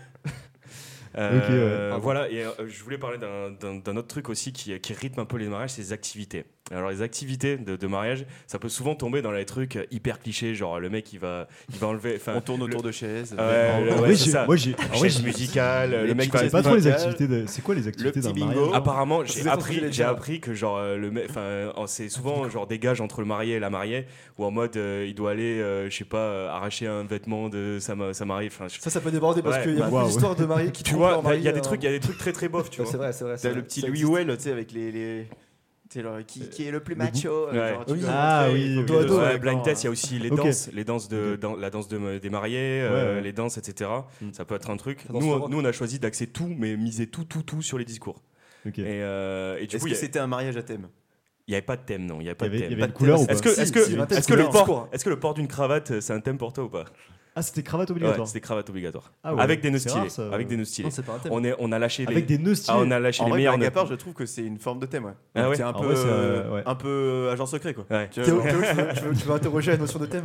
C: Euh,
A: Ok, ouais.
C: Voilà, et euh, je voulais parler d'un- d'un d'un autre truc aussi qui, qui rythme un peu les mariages, c'est les activités. Alors les activités de, de mariage, ça peut souvent tomber dans les trucs euh, hyper clichés, genre le mec il va, il va enlever. enfin,
D: On tourne autour
C: le-
D: de chaises.
C: Ouais,
A: En
C: ouais,
A: vrai,
C: ouais,
A: j'ai-
C: c'est ça.
A: Ah, moi, j'ai. en vrai,
C: Chaise
A: j'ai-
C: musicale, le
D: Les
C: mec
D: petites
A: je connais
C: va
D: chaises
A: pas trop les
D: musicales,
A: activités. de- C'est quoi les activités d'un
D: petit
A: mariage
D: bingo.
C: Apparemment,
D: C'est
C: j'ai
D: ça, je
C: appris,
D: voulais
C: j'ai
D: dire.
C: appris que genre euh, le mec, enfin, euh, c'est souvent genre des gages entre le marié et la mariée, ou en mode euh, il doit aller, euh, je sais pas, euh, arracher un vêtement de sa, ma- sa mariée. Enfin, je-
B: Ça, ça peut déborder parce
C: Ouais,
B: qu'il y a
A: bah,
B: beaucoup
A: waouh.
B: d'histoires de mariés qui
C: tu
B: trompent
C: vois,
B: leur
C: bah, il y
B: mari,
C: a des
B: euh,
C: trucs, il y a des trucs très très bofs, tu
B: ouais,
C: vois.
B: Ah, C'est vrai, c'est vrai. c'est
D: T'as
B: vrai.
D: le petit
B: Ça
D: Louis
B: existe.
D: Well, tu sais, avec les. les- tu sais, genre, qui, qui est le plus
A: le bout-
D: macho euh,
C: Ouais.
D: genre, tu
B: Oui.
D: dois
A: Ah
D: montrer,
A: oui, oui,
D: il faut que
B: oui.
D: les
B: Doigt,
D: autres
C: Ouais,
D: soient
C: blind
D: d'accord.
C: test, il y a aussi les
A: Ok.
C: danses, les danses de,
A: Ok.
C: dans- la danse de- des mariés, euh,
A: Ouais, ouais.
C: les danses, etc.
A: Mm.
C: Ça peut être un truc.
B: Ça danse
C: Nous, on,
B: fort.
C: nous, on a choisi d'axer tout, mais miser tout, tout, tout sur les discours.
A: Ok.
C: Et, euh, et du
D: Est-ce
C: coup,
D: que
C: il
D: c'était un mariage à thème
C: n'y avait pas de thème, non, il n'y avait
A: Il y
C: pas
A: avait, il y
C: de
A: avait
C: thème.
A: une couleur ou pas
C: Est-ce que, est-ce que,
B: Si, si,
C: est-ce
B: si,
C: que le
B: si,
C: port,
B: discours.
C: est-ce que le port d'une cravate, euh, c'est un thème pour toi ou pas
A: Ah, c'était cravate
C: Ouais,
A: obligatoire.
C: C'était cravate obligatoire.
A: Ah ouais.
C: Avec des nœuds
A: C'est
C: stylés.
A: rare, ça.
C: Avec des nœuds
B: Non,
C: stylés.
B: c'est pas un thème.
C: On, est, on a lâché
A: Avec
C: les.
A: des nœuds
C: Ah, on
A: stylés.
C: a lâché
D: En
C: les
D: vrai,
C: meilleurs
D: blague
C: nœuds.
D: à part, je trouve que c'est une forme de thème, ouais.
C: Ah
D: Donc,
C: ouais
D: C'est un
A: En
D: peu
A: vrai, c'est,
D: euh,
A: ouais.
D: un peu euh, agent secret, quoi.
C: Ouais.
D: Tu vois,
B: Théo,
D: genre,
B: Théo, tu veux- tu veux- tu veux interroger la notion de thème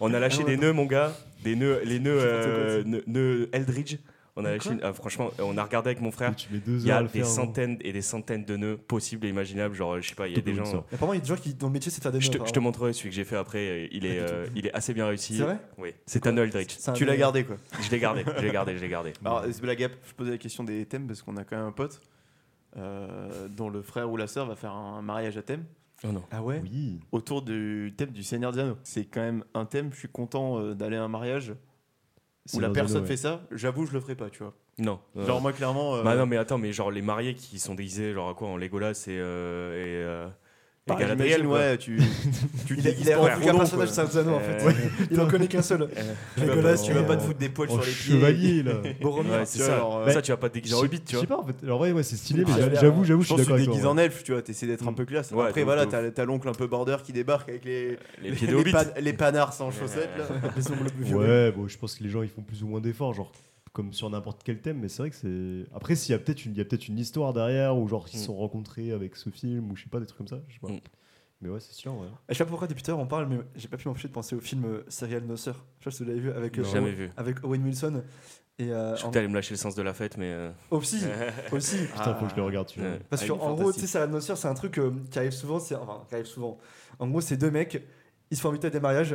C: On a lâché
B: Ah
C: des
B: ouais.
C: nœuds, mon gars. Des nœuds, les nœuds, euh,
B: Qu'est-ce
C: nœuds- nœuds Eldridge. On a lâché. ah, franchement, on a regardé avec mon frère.
A: Tu mets deux
C: Il y
A: heures
C: a
A: à le
C: des
A: faire. hein.
C: centaines et des centaines de nœuds possibles et imaginables. Genre, je sais pas, il y a des
A: Double
C: gens. euh,
A: sort.
B: Apparemment, il y a des gens qui, dont le métier, c'est de faire des
C: Je te,
B: nœuds,
C: je te montrerai celui que j'ai fait après. euh, Il
A: Ah,
C: est, euh, il est assez bien réussi.
B: C'est vrai
C: Oui. C'est un nœud Eldridge.
B: C'est un
D: Tu l'as
B: nœud.
D: gardé, quoi.
C: Je l'ai gardé. Je l'ai gardé. Je l'ai gardé.
A: Bah.
D: Alors, c'est blague, à part, je posais la question des thèmes parce qu'on a quand même un pote euh, dont le frère ou la sœur va faire un mariage à thème
C: Oh non.
B: Ah ouais
A: Oui.
D: autour du thème du Seigneur Diano. C'est quand même un thème, je suis content euh, d'aller à un mariage
A: C'est
D: où la
A: dans un
D: personne
A: eau,
D: fait ça, j'avoue, je le ferai pas, tu vois.
C: Non. Euh,
D: Genre, moi, clairement. euh,
C: Bah non mais attends mais genre les mariés qui sont déguisés genre à quoi en Legolas et euh, et, euh, et
D: bah,
C: Galadriel
D: j'imagine,
C: quoi.
D: ouais, tu, tu te
B: Il a-
D: déguises
B: il a
D: pas en
B: repris qu'un
D: Frodon,
B: personnage de
D: quoi.
B: Sarzano en fait.
C: Euh,
B: Il en connaît qu'un seul.
D: Tu vas
B: Legolas,
D: pas- tu vas pas te foutre des poils
A: En
D: sur les pieds.
A: Oh, chevalier là.
B: Boromir.
C: ouais, c'est
D: tu vois,
C: ça.
D: genre, euh,
C: ça tu vas pas te déguiser en
A: Je-
C: hobbit tu
A: Je
C: vois.
A: sais pas en fait. En vrai, ouais, c'est stylé, mais
B: Ah,
A: j'a-
B: j'avais-
A: j'avoue, j'avoue, je suis
D: Je pense que tu
A: d'accord
D: te
A: avec toi.
D: déguises
A: ouais.
D: en elfe, tu vois, t'essaies d'être un peu classe.
C: Ouais,
D: Après,
C: de
D: voilà,
C: ouf.
D: t'as t'as l'oncle un peu border qui débarque avec les,
C: Les pieds de hobbit.
D: pan- les panards sans chaussettes, là.
B: Les ongles bleus violets.
A: Ouais, bon, je pense que les gens ils font plus ou moins d'efforts, genre comme sur n'importe quel thème, mais c'est vrai que c'est. Après, s'il y a peut-être une, il y a peut-être une histoire derrière, ou genre ils se
C: Mm.
A: sont rencontrés avec ce film, ou je sais pas, des trucs comme ça, je sais pas.
C: Mm.
A: Mais ouais, c'est sûr, ouais.
B: Je sais pas pourquoi depuis tout à l'heure on parle, mais j'ai pas pu m'empêcher de penser au film euh, Serial No Sir. Je sais pas si vous l'avez vu avec, euh,
C: J'ai Jamais
B: Owen-
C: vu.
B: avec Owen Wilson. Et euh,
C: Je suis allé me lâcher le sens de la fête mais euh,
B: en- aussi, aussi.
A: Putain, faut que je le regarde, tu vois.
C: Ouais.
B: Parce
D: Ah, il est
B: qu'en gros, tu sais,
D: fantastique.
B: Serial No Sir, c'est un truc euh, qui arrive souvent. c'est- Enfin, qui arrive souvent. En gros, c'est deux mecs, ils se font inviter à des mariages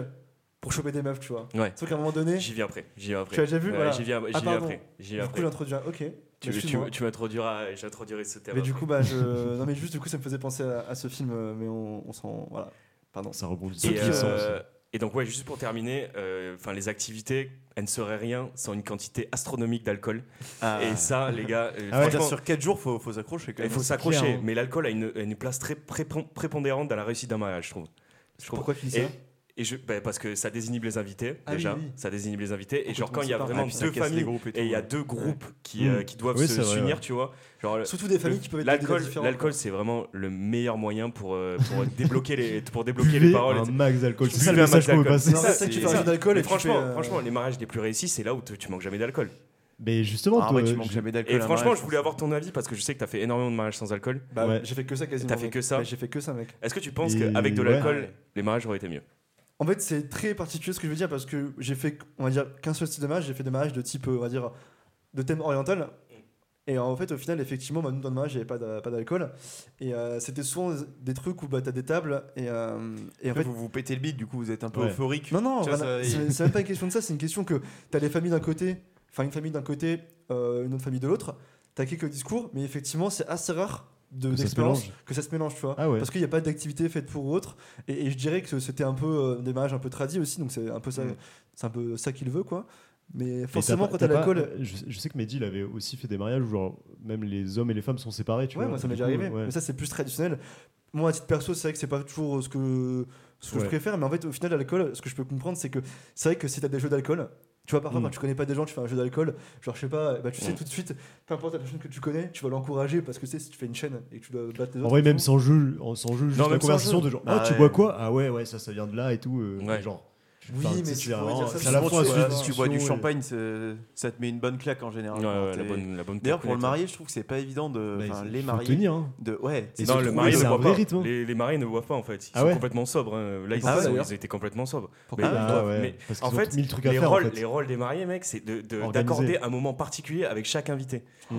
B: pour choper des meufs, tu vois.
C: Ouais.
B: Sauf qu'à un moment donné,
C: j'y viens après. J'y viens après.
B: Tu as déjà vu,
C: Ouais,
B: voilà.
C: J'y viens j'y
B: Ah,
C: viens
B: pardon.
C: après. J'y viens
B: du coup,
C: après.
B: j'introduis un. Ok.
C: Tu, tu,
B: excuse-moi.
C: tu m'introduiras j'introduirai ce thème.
B: Mais du
C: après.
B: coup, bah, je. Non, mais juste, du coup, ça me faisait penser à, à ce film, euh, mais on, on s'en. Voilà. Pardon.
A: Ça rebondit sur
C: Et,
A: tous les sens.
C: euh, et donc ouais, juste pour terminer, euh, enfin les activités, elles ne seraient rien sans une quantité astronomique d'alcool.
D: Ah.
C: Et ça, les gars, euh,
A: Ah ouais.
D: Déjà,
C: franchement,
D: sur 4 jours, faut, faut s'accrocher quand
C: il
D: même.
C: faut
A: clair,
C: s'accrocher.
A: hein.
C: Mais l'alcool a une, a une place très prépon- prépondérante dans la réussite d'un mariage, je trouve. Je trouve.
B: Pourquoi tu dis ça
C: Et, et je, bah, parce que ça désinhibe les invités
B: Ah oui,
C: déjà,
B: oui.
C: ça désinhibe les invités. Et genre quand il y a
B: Complètement,
C: vraiment
D: Ah, puis ça
C: deux
D: casse les
C: familles
D: groupes tout,
C: et il y a
D: ouais.
C: deux groupes qui,
A: Mm.
C: euh, qui doivent
A: Oui,
C: se
A: c'est vrai,
C: s'unir,
A: ouais.
C: tu vois. Genre, euh, le-
B: Surtout des familles qui peuvent être
C: l'alcool,
B: différentes.
C: l'alcool, c'est vraiment le meilleur moyen pour euh, pour débloquer les pour débloquer
A: Buvez
C: les paroles.
A: un max d'alcool, c'est
C: Buvez
A: ça le
C: un max
A: message qu'on veut
C: d'alcool.
A: passer.
B: Non,
C: ça,
B: c'est ça que tu
C: c'est-
B: fais un jeu d'alcool
C: Mais
B: et tu
C: franchement,
B: fais, euh,
C: franchement, les mariages les plus réussis, c'est là où tu, tu manques jamais d'alcool.
A: Mais justement,
D: Ah,
A: toi,
D: ouais, tu
A: euh,
D: manques
A: je-
D: jamais d'alcool.
C: Et
D: à un
C: franchement,
D: mariage,
C: je voulais avoir ton avis parce que je sais que t'as fait énormément de mariages sans alcool.
B: Bah,
A: Ouais.
B: J'ai fait que ça quasiment.
C: T'as fait
B: mec.
C: que ça
B: Ouais, J'ai fait que ça, mec.
C: Est-ce que tu penses
A: Et-
C: qu'avec de
A: ouais.
C: l'alcool, les mariages auraient été mieux
B: En fait, c'est très particulier ce que je veux dire parce que j'ai fait, on va dire, qu'un seul style de mariage. J'ai fait des mariages de type, euh, on va dire, de thème oriental. Et en fait, au final, effectivement, bah, nous, dans le mariage, il n'y avait pas d'a- pas d'alcool. Et euh, c'était souvent des trucs où bah, t'as des tables. Et, euh, et en
D: Après,
B: fait,
D: vous vous pétez le bide, du coup, vous êtes un peu
A: Ouais.
D: euphorique.
B: Non, non,
D: Tu vois,
B: voilà,
D: ça-
B: c'est c'est même pas une question de ça, c'est une question que t'as les familles d'un côté, enfin une famille d'un côté, euh, une autre famille de l'autre, t'as quelques discours, mais effectivement c'est assez rare de-
A: Que ça se
B: d'expérience
A: mélange.
B: que ça se mélange, tu vois.
A: Ah ouais.
B: Parce qu'il n'y a pas d'activité faite pour ou autre, et, et je dirais que c'était un peu euh, des mariages un peu tradis aussi, donc c'est un peu ça,
D: Mm.
B: c'est un peu ça qu'il veut, quoi. Mais
A: Mais
B: forcément,
A: pas-
B: quand t'as
A: pas-
B: l'alcool.
A: euh, Je, je sais que Mehdi, il avait aussi fait des mariages où genre, même les hommes et les femmes sont séparés, tu
B: Ouais,
A: vois.
B: moi ça m'est
A: Du
B: déjà
A: coup,
B: arrivé,
A: ouais.
B: mais ça c'est plus traditionnel. Moi à titre perso, c'est vrai que c'est pas toujours euh, ce que, ce que
A: Ouais.
B: je préfère, mais en fait au final l'alcool, ce que je peux comprendre c'est que c'est vrai que si t'as des jeux d'alcool, tu vois parfois
A: Mm.
B: quand tu connais pas des gens, tu fais un jeu d'alcool, genre je sais pas, bah tu sais
C: Mm.
B: tout de suite, peu importe la personne que tu connais, tu vas l'encourager parce que tu sais si tu fais une chaîne et que tu dois battre les autres.
A: En vrai,
B: tu
A: même
B: fous.
A: sans jeu, en- sans jeu, juste
C: même
A: la
C: sans
A: conversation
C: jeu.
A: de genre,
D: Ah
A: ah, tu
D: ouais.
A: bois quoi Ah ouais, ouais, ça, ça vient de là et tout. euh,
C: Ouais.
A: Genre,
B: Oui,
A: enfin,
B: mais
A: tu sais,
B: tu
A: c'est
B: pourrais
A: vraiment-
B: dire ça
A: c'est
B: sur
A: à la
B: le
A: fois
B: sport,
A: c'est-
B: ouais.
D: si tu bois du
A: et-
D: champagne, c'est- ça te met une bonne claque en
B: Ah,
D: général.
C: Ouais,
D: Genre,
C: ouais, la
D: t'es-
C: bonne, la bonne
D: D'ailleurs, pour le
C: coconette,
D: marié, je trouve que c'est pas évident de.
A: Bah,
D: Enfin,
A: il
D: les
A: faut
D: mariés.
A: tenir, hein.
D: De... Ouais,
A: Et
D: c'est-
A: se
C: Non, le
A: trouver,
C: marié
A: c'est
C: ne
A: un
C: boit
A: vrai
C: pas.
A: rythme, hein.
C: Les, les mariés ne boivent pas en fait. Ils
A: Ah
C: sont
A: ouais
C: complètement sobres. hein. Là, ils,
B: Pourquoi
C: sont-
B: Ah d'ailleurs
C: ils étaient complètement sobres.
B: Pourquoi
C: Mais-
B: d'ailleurs
A: Ah ouais,
C: mais-
A: parce qu'ils
C: En
A: ont
C: fait,
A: mille trucs à
C: les,
A: faire. en
C: rôles,
A: fait.
C: les rôles des mariés, mec, c'est de- de-
A: Organiser.
B: Hmm.
C: d'accorder un moment particulier avec chaque invité.
A: Mm.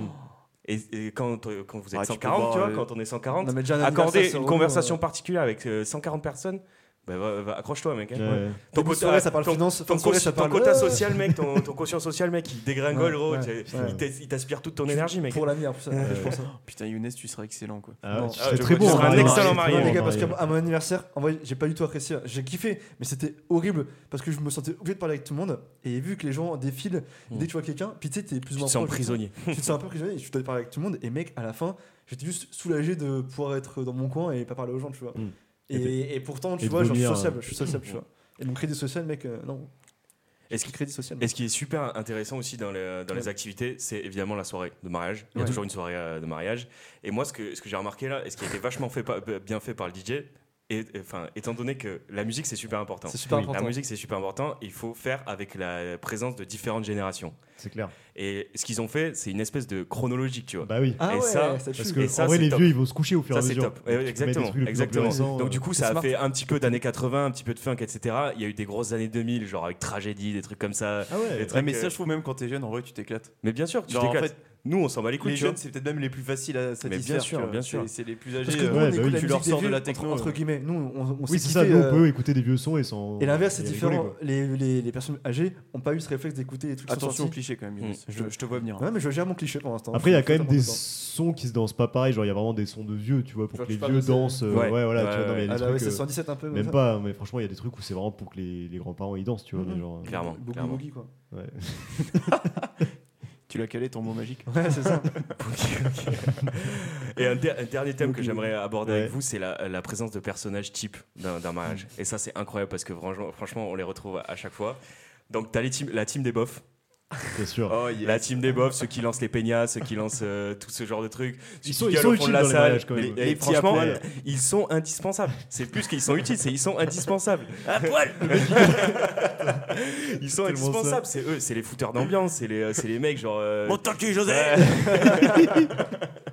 C: Et, et quand, euh, quand vous êtes
D: Ah, tu peux
C: 140, tu,
D: voir,
C: vois,
D: euh,
C: quand on est 140,
B: Non, mais déjà, un anniversaire,
C: accorder
B: c'est
C: une
B: relou,
C: conversation
B: euh.
C: particulière avec euh, 140 personnes, bah, va- va- accroche-toi, mec. hein.
A: Ouais.
C: Ton
B: Début de
C: quota-
B: soirée, ça parle
C: ton-
B: finance, fin
C: Ton,
B: de soirée,
C: quota-
B: ça
C: ton
B: parle- euh,
C: quota
B: Ouais.
C: social, mec, ton, ton quotient social, mec, il dégringole, gros,
B: Ouais,
C: tu-
A: ouais.
C: il t'as- il t'aspire toute ton
B: Tu-
C: énergie, mec.
B: Pour l'avenir, pour ça.
A: Ouais.
B: Je pense. hein.
D: Putain, Younes, tu seras excellent quoi.
A: Ah,
B: Non.
A: tu
B: Ah,
A: serais
C: je
A: très
C: vois,
A: bon.
C: tu
A: en
C: serais un
A: marié.
C: excellent
A: Tu serais
C: marié,
B: Non,
A: très
B: les
A: bon
B: gars,
A: en
B: parce
A: marié.
B: qu'à mon anniversaire, en vrai, j'ai pas du tout apprécié. J'ai kiffé, mais c'était horrible parce que je me sentais obligé de parler avec tout le monde. Et vu que les gens défilent,
C: Mm.
B: dès que tu vois quelqu'un, puis tu sais, t'es plus ou
C: Tu
B: moins
C: te sens
B: proche,
C: prisonnier.
B: Tu te sens un peu prisonnier. et Je dois parler avec tout le monde. Et mec, à la fin, j'étais juste soulagé de pouvoir être dans mon coin et pas parler aux gens, tu vois.
A: Mm. Et
B: Et, et pourtant, tu
A: et de
B: vois, genre, je suis
A: vomir, euh,
B: sociable, je suis sociable, tu vois. Et mon crédit social, mec, euh, non.
C: Est-ce
B: J'ai
C: qu'il-
B: crédit social
C: Et ce qui est super intéressant aussi dans les, dans les
B: Ouais.
C: activités, c'est évidemment la soirée de mariage. Il y a
B: Ouais.
C: toujours une soirée euh, de mariage. Et moi, ce que, ce que j'ai remarqué là, et ce qui a été vachement fait par- euh, bien fait par le DJ, et, et, enfin, étant donné que la musique, c'est super important.
B: C'est super
A: Oui.
B: important.
C: La musique, c'est super important. Il faut faire avec la présence de différentes générations.
A: C'est clair.
C: Et ce qu'ils ont fait, c'est une espèce de chronologique, tu vois.
A: Bah oui.
B: Ah
C: Et
B: ouais,
C: ça,
B: ça tue.
A: Parce
C: Et
A: que
C: ça,
A: en vrai,
C: c'est
A: les
C: top.
A: vieux, ils vont se coucher au fur et
C: Ça,
A: à
C: c'est
A: mesure.
C: top.
A: Donc, tu
C: Ouais,
A: mets des
C: exactement.
A: trucs les plus
C: exactement.
A: récents,
C: Donc,
A: euh,
C: du coup, ça a
B: smart.
C: fait un petit peu d'années 80, un petit peu de funk, etc. Il y a eu des grosses années 2000, genre avec tragédie, des trucs comme ça.
A: Ah ouais.
C: Et-
D: Ouais, mais
C: que-
D: ça, je trouve même quand t'es jeune, en vrai, tu t'éclates.
C: Mais bien sûr, tu
D: Genre, en
C: t'éclates.
D: fait,
C: Nous, on s'en bat les couilles,
D: les
C: tu vois.
D: jeunes, c'est peut-être même les plus faciles à satisfaire.
C: bien sûr,
D: tu vois.
C: bien sûr.
D: C'est- C'est les plus
B: Parce
D: âgés. euh,
B: que nous,
A: ouais,
B: on
A: bah
B: écoute
A: oui,
B: la
D: tu
B: musique
D: leur
B: des
D: sort de
B: vieux,
D: la
B: entre-
D: techno,
B: entre
D: ouais.
B: guillemets. Nous, on, on
A: Oui,
B: s'est
A: c'est ça.
B: kiffé,
A: Nous, on
B: euh,
A: peut écouter des vieux sons et sans.
B: Et l'inverse, c'est
A: et rigoler,
B: différent.
A: quoi.
B: Les, les, les personnes âgées n'ont pas eu ce réflexe d'écouter les trucs qui sont
D: Attention au
B: sortis.
D: cliché quand même,
C: Mm.
D: Younes. Je, je te vois venir.
B: Ouais, mais je gère mon cliché pour l'instant.
A: Après, il y a quand
B: Je suis
A: même des
B: totalement
A: sons qui se dansent pas pareil. Genre, il y a vraiment des sons de vieux, tu vois, pour
B: Genre,
A: que les
B: tu parles
A: vieux
B: de ces-
A: dansent. euh,
C: Ouais.
A: Ouais, voilà.
C: Ouais,
A: tu vois, non, mais
C: ouais.
A: il y a des
B: content. Ah là, ouais,
A: trucs,
B: c'est
A: euh,
B: 117 un peu.
A: Même
B: comme ça.
A: pas, mais franchement, il y a des trucs où c'est vraiment pour que les, les grands-parents ils dansent, tu vois.
B: Mhm.
A: mais genre, euh,
C: Clairement,
B: Boogie
C: clairement.
B: Woogie, quoi.
A: ouais.
D: Tu l'as calé ton mot magique.
B: Ouais, c'est ça.
C: Et un, der- un dernier thème que j'aimerais aborder
A: Ouais. Mm.
C: avec vous, c'est la, la présence de personnages types d'un d'un mariage. Et ça, c'est incroyable parce que franchement, franchement, on les retrouve à, à chaque fois. Donc, t'as les team, la team des bofs,
A: Bien sûr.
D: Oh,
C: la team des bofs, ceux qui lancent les peignats, ceux qui lancent euh, tout ce genre de trucs. ceux
A: Ils
C: qui
A: sont- ils
C: gueulent
A: sont
C: au fond
A: utiles
C: de la
A: dans les
C: salle.
A: mariages, quand même.
C: Les-
A: Les
C: et
A: petits à
C: franchement,
A: poil.
C: ils sont indispensables. C'est plus qu'ils sont utiles, c'est ils sont indispensables. À poil Ils sont
A: C'est tellement ça.
C: indispensables. C'est eux, c'est les fouteurs d'ambiance, c'est les, c'est les mecs genre. euh,
D: Mon tanky, José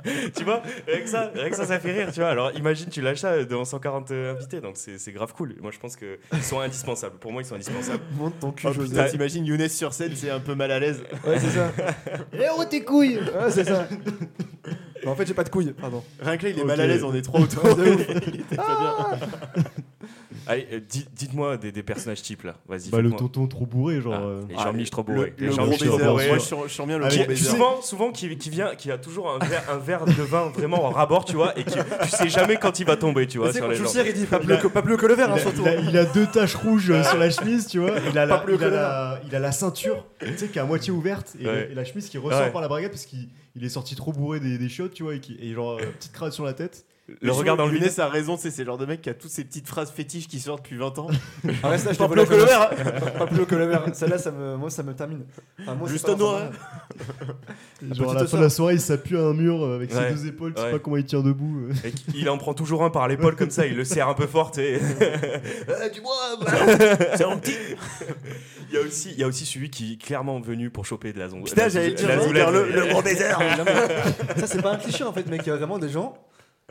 C: Ouais. tu vois, rien que, ça, rien que ça, ça fait rire, tu vois. Alors imagine, tu lâches ça euh, devant 140 invités, donc c'est c'est grave cool. Moi, je pense qu'ils sont indispensables. Pour moi, ils sont indispensables.
B: Monte ton
A: Ah,
B: cul,
D: Oh
B: José.
D: putain, t'imagines Younes sur scène, c'est un peu mal à l'aise.
B: Ouais, c'est ça.
A: Eh oh, tes couilles
B: Ouais, c'est ça. Mais en fait, j'ai pas de couilles. Pardon.
D: Rien que là, il est
A: Ok.
D: mal à l'aise, on est trois autour. il était pas bien.
C: Allez, euh, di- dites-moi des, des personnages types là, vas-y.
A: Bah, le
C: faites-moi.
A: tonton trop bourré, genre.
C: Ah,
A: euh,
C: les
D: Ah,
C: Jean-Michel trop bourrés.
D: Le,
C: Les
D: le
A: gens
D: gros
A: qui
C: Jean-Michel
A: sont
D: baiser.
C: trop bourrés.
D: Moi, je sens- je sens bien le
A: Avec-
D: gros
C: Qui-
D: baiser.
C: souvent, souvent qui, qui vient, qui a toujours un verre, un verre de vin vraiment en rabord, tu vois, et qui, tu sais jamais quand il va tomber, tu vois,
B: Tu sais,
C: sur
B: quand
C: les
B: je
C: gens.
B: le il dit pas bleu que- pas bleu que le vert,
A: il,
B: hein,
A: a,
B: surtout.
A: il a- il a deux taches rouges euh, sur la chemise, tu vois. Il a la,
B: Pas plus
A: il a
B: que
A: la, il a la ceinture, tu sais, qui est à moitié ouverte, et,
C: Ouais.
A: et la chemise qui ressort
C: Ouais.
A: par la braguette parce qu'il il est sorti trop bourré des, des chiottes, tu vois, et, qui, et genre, euh, petite crade sur la tête.
C: Le regard dans le vide.
D: Younes a raison, c'est c'est le genre de mec qui a toutes ces petites phrases fétiches qui sortent depuis 20 ans.
B: Ah, ouais, ça, je te
D: Pas
B: vois la
D: plus que le hein.
B: famille.
D: vert
B: Pas bleu que le vert. Celle-là, ça me- moi, ça me termine. Enfin, moi, c'est
D: Juste
B: pas
D: un noir.
B: forcément-
A: Genre, à la
B: petite
A: fin de la soirée, il s'appuie à un mur euh, avec
C: Ouais.
A: ses deux épaules, tu sais
C: Ouais.
A: pas comment il tient debout. euh.
C: Et qui- il en prend toujours un par l'épaule comme ça, il le serre un peu fort, tu sais.
D: C'est un petit.
C: Il y a aussi, il y a aussi celui qui est clairement venu pour choper de la zone.
D: Putain, j'allais le dire,
C: la
D: j'allais
C: zoulette.
D: dire le- le gros
C: baiser.
B: Ça, c'est pas un cliché, en fait, mec. Il y a vraiment des gens.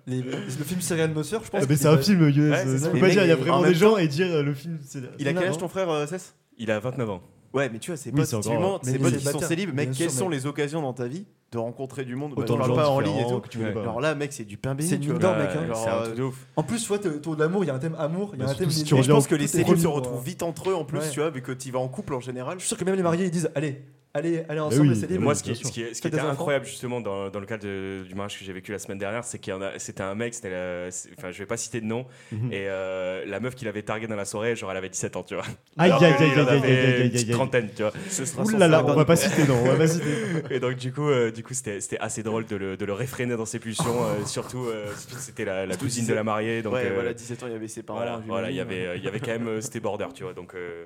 B: les- Le film Serial No Sir, je pense.
A: Ah, mais
B: qu'il
A: c'est un
B: va-
A: film, Younes.
C: Ouais,
A: euh,
C: c'est ça.
A: on
D: Mais
A: peut pas
D: mec,
A: dire, il y a
D: en
A: vraiment
D: même
A: des gens et dire euh, le film. c'est-
D: Il a
A: Non,
D: quel âge
A: non.
D: ton frère, euh, Cess
C: Il a 29 ans.
D: Ouais, mais tu vois, c'est
A: Oui,
D: pas
A: c'est encore,
D: effectivement,
B: mais
D: c'est
B: oui,
D: pas
B: c'est
D: qui sont
B: bâtard.
D: célibes.
B: Bien
D: Mec, quelles
B: sûr,
D: sont
B: mais-
D: les occasions dans ta vie de rencontrer du monde Bah,
A: Autant
D: je
A: de
D: parle
A: gens
D: pas en ligne et
A: différents
D: tout.
A: que tu voulais
C: Ouais.
A: pas.
D: Alors là, mec, c'est du pain
B: C'est
D: béni,
B: une
D: tu vois.
B: mine d'or, mec, hein.
D: Genre,
C: C'est un
D: euh,
C: truc de ouf.
B: En plus, soit autour de l'amour, il y a un thème amour, il y a
A: Bah,
B: un
A: surtout
B: thème.
A: si
B: des-
A: tu
D: Et je pense
A: Reviens
D: que les
B: tout est
D: célibes
B: libre,
C: euh,
D: se
B: quoi.
D: retrouvent vite entre eux en plus,
B: Ouais.
D: tu vois, vu que tu vas en couple en général.
B: Je suis sûr que même les mariés ils disent allez, allez, allez ensemble,
A: oui,
B: c'est
A: mais
C: Et
B: libre.
C: moi, ce qui,
A: bien
C: ce
A: sûr.
C: qui est- ce qui
B: T'as
C: était
B: des enfants
C: incroyable justement dans, dans le cadre de- du mariage que j'ai vécu la semaine dernière, c'est qu'il y en a, c'était un mec, c'était la- c'est- enfin, je vais pas citer de nom,
A: Mhm.
C: et euh, la meuf qu'il avait targué dans la soirée, genre elle avait 17 ans, tu vois.
A: Aïe,
C: Alors
A: aïe, aïe,
C: que lui,
A: aïe,
C: il en
A: aïe,
C: avait
A: aïe,
C: une
A: aïe,
C: petite
A: aïe, aïe.
C: trentaine, tu vois.
D: Ce sera
A: Ouh
D: sans
A: là là,
D: faire
A: on
D: pardon.
A: va pas citer, non, on va pas citer.
C: Et donc du coup, euh, du coup, c'était c'était assez drôle de le, de le réfréner dans ses pulsions, euh, surtout, euh, surtout que c'était la, la
D: Surtout
C: cousine
D: si
C: de
D: c'est-
C: la mariée, donc
D: Ouais,
C: euh,
D: voilà, 17 ans, il y avait ses parents. hein,
C: Voilà, voilà, il y
D: j'imagine.
C: avait, euh, il y avait quand même, euh, c'était border, tu vois. Donc, euh,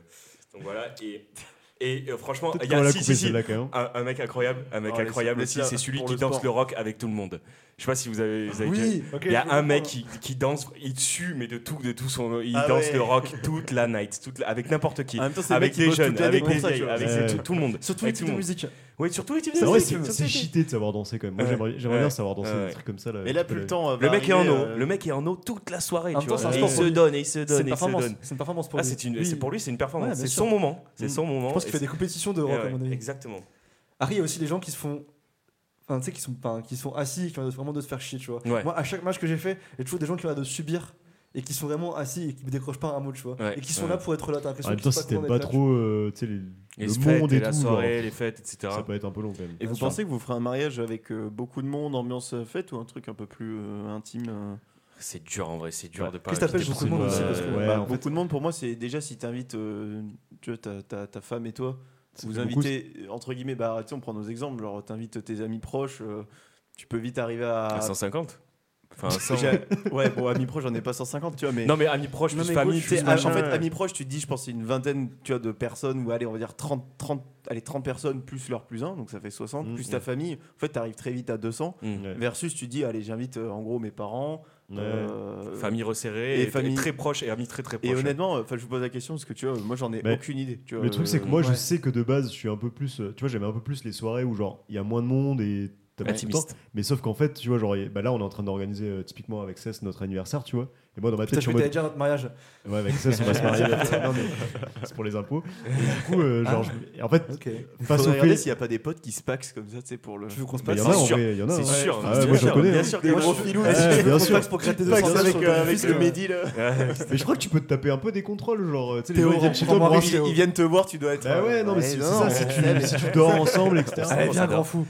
C: donc voilà. Et, et euh, franchement,
A: Peut-être
C: il y
A: qu'on
C: a
A: l'a
C: si, si,
A: coupé
C: si,
A: celle-là quand même.
C: un, un mec incroyable, un mec
D: Oh, laisse-
C: incroyable
D: laisse
C: aussi,
D: la-
C: c'est celui
D: pour
C: qui
D: le
C: danse
D: sport.
C: le rock avec tout le monde. Je sais pas si vous avez. vous avez déjà-
B: Oui, ok,
C: Il y
B: je
C: a
B: comprends.
C: un mec qui, qui danse, il tue, mais de tout, de tout son. Il
D: Ah
C: danse
D: ouais.
C: le rock toute la night, toute la- avec n'importe qui.
D: En même temps, c'est le mec
C: Avec
D: qui
C: les
D: bosse
C: jeunes,
D: toute l'année
C: avec
D: pour
C: les
D: ça, tu
C: vieilles,
D: vois.
C: avec
A: Ouais.
C: les- tout, tout le monde.
B: Surtout les
C: avec tout
B: types
C: le
B: de
C: monde.
B: musique.
C: Oui, surtout les types de
A: C'est vrai,
C: musique,
A: c'est c'est
C: surtout-
A: cheaté de savoir danser quand même. Moi,
C: Ouais.
A: j'aimerais j'aimerais bien
C: Ouais.
A: savoir danser
C: Ouais.
A: des trucs comme ça. Là,
D: Mais là, plus le temps.
C: Le
D: va
C: mec est en
D: arriver,
C: eau,
D: euh,
C: le mec est Bah, en eau toute la soirée,
B: En même
C: tu
B: temps,
C: vois.
B: c'est un
C: Et il
B: sport
C: se
B: pour lui.
C: donne, et il se
B: C'est une
C: donne, et il se
B: performance.
C: donne.
B: C'est une performance pour
C: Ah,
B: lui.
C: c'est une,
B: Oui.
C: c'est pour lui, c'est une performance.
B: Ouais, bien
C: c'est
B: sûr.
C: son moment.
B: Mm.
C: C'est son moment.
B: Je pense qu'il
C: Et
B: fait des compétitions de
C: c'est-
B: rock,
C: Ouais,
B: à mon avis.
C: Exactement.
B: Après, il y a aussi les gens qui se font enfin, tu sais, qui sont, enfin, qui sont assis, qui ont l'air de- vraiment de se faire chier, tu vois.
C: Ouais.
B: Moi, à chaque match que j'ai fait, il y a toujours des gens qui ont l'air de subir et qui sont vraiment assis et qui ne décrochent pas un mot, tu vois.
C: Ouais,
B: Et qui sont
C: ouais.
B: là pour être là, t'as
A: En
B: l'impression
A: même
B: qu'ils
A: temps,
B: sont
A: si t'aimes
B: contents
A: pas
B: d'être là, tu
A: trop euh, tu sais, les-
C: Les
A: le
C: fêtes,
A: monde
C: et
A: et
C: la
A: tout, genre,
C: soirée, les fêtes, etc.
A: ça peut être un peu long quand même.
D: Et vous
B: sûr.
D: pensez que vous ferez un mariage avec euh, beaucoup de monde, ambiance euh, fête ou un truc un peu plus euh, intime euh
C: C'est dur en vrai, c'est dur
A: Ouais.
C: de pas.
B: Qu'est-ce que t'appelles
C: inviter
B: beaucoup de monde
C: beaucoup
B: aussi, parce que-
C: euh,
A: Ouais,
D: Bah,
A: en fait-
D: beaucoup de monde pour moi c'est déjà si t'invites euh, tu vois, ta, ta- ta femme et toi
A: Ça
D: vous
A: fait beaucoup,
D: invitez euh, entre guillemets bah tu sais, on prend nos exemples genre t'invites tes amis proches euh, tu peux vite arriver à
C: à 150 Enfin,
D: Ah. J'ai- ouais bon amis proches j'en ai pas 150 tu vois mais
C: Non, mais amis proches,
D: Non,
C: plus
D: mais
C: famille,
D: gros, tu sais,
C: plus
D: ah,
C: machin.
D: en fait amis proches tu te dis je pense c'est une vingtaine tu vois de personnes ou allez on va dire 30 30 allez 30 personnes plus leur plus un donc ça fait 60
A: Mm,
D: plus ta
C: mm.
D: famille en fait t'arrives très vite à 200
C: Mm.
A: Ouais.
D: versus tu dis allez j'invite euh, en gros mes parents
A: Ouais.
D: euh,
C: Famille resserrée,
D: et
C: et, et
D: famille-
C: très proche, et amis très très proches.
D: Et honnêtement, enfin, je vous pose la question parce que tu vois, moi j'en ai
A: Mais
D: aucune idée. Tu vois,
A: Le truc, c'est que
D: euh,
A: moi, je
B: ouais.
A: sais que de base, je suis un peu plus. euh, Tu vois, j'aimais un peu plus les soirées où, genre, il y a moins de monde et t'as pas tout le temps.
C: intimiste.
A: Mais sauf qu'en fait, tu vois, genre, y- bah là, on est en train d'organiser euh, typiquement avec Cess notre anniversaire, tu vois. Et moi, dans ma
B: Putain,
A: tête, je
B: je
A: suis en
B: vais
A: mode.
B: déjà notre mariage.
A: Ouais, avec Cess, on va se marier. Non, mais c'est pour les impôts. Et du coup, euh, genre, je- et en fait,
B: Ok.
A: face
D: faudrait
A: au
D: regarder
A: fait.
D: s'il n'y a pas des potes qui se paxent comme ça, tu sais, pour le.
B: Tu veux qu'on se
A: Mais Il y
B: passe
A: en a
C: C'est
A: en
C: sûr,
A: vrai, il y en a.
C: c'est
A: hein.
C: sûr.
A: Ah
C: c'est
A: ouais, moi, je
C: sûr.
A: le connais,
C: Bien
A: hein.
C: sûr que
D: Des
C: moi,
D: gros
C: je-
D: filous,
A: Ouais,
D: des-
A: bien
D: des
A: sûr.
D: paxes pour gratter deux
A: Pax
D: cents
A: avec,
D: sur
A: euh,
D: ton
A: avec
D: fils,
A: le-
D: le Mehdi, là.
A: Mais je crois que tu peux te taper un peu des contrôles. Genre, tu sais, les
B: Théo,
A: gens, ils viennent chez toi
B: reprends-moi
A: pour
B: un
A: acheter-
D: Ils ils viennent te voir, tu dois être.
A: Bah ouais, non, mais
D: Eh
A: c'est c'est
D: non,
A: ça, si
D: ouais.
A: tu, si tu dors ensemble, etc.
B: Allez, viens,
C: ça
B: grand fou.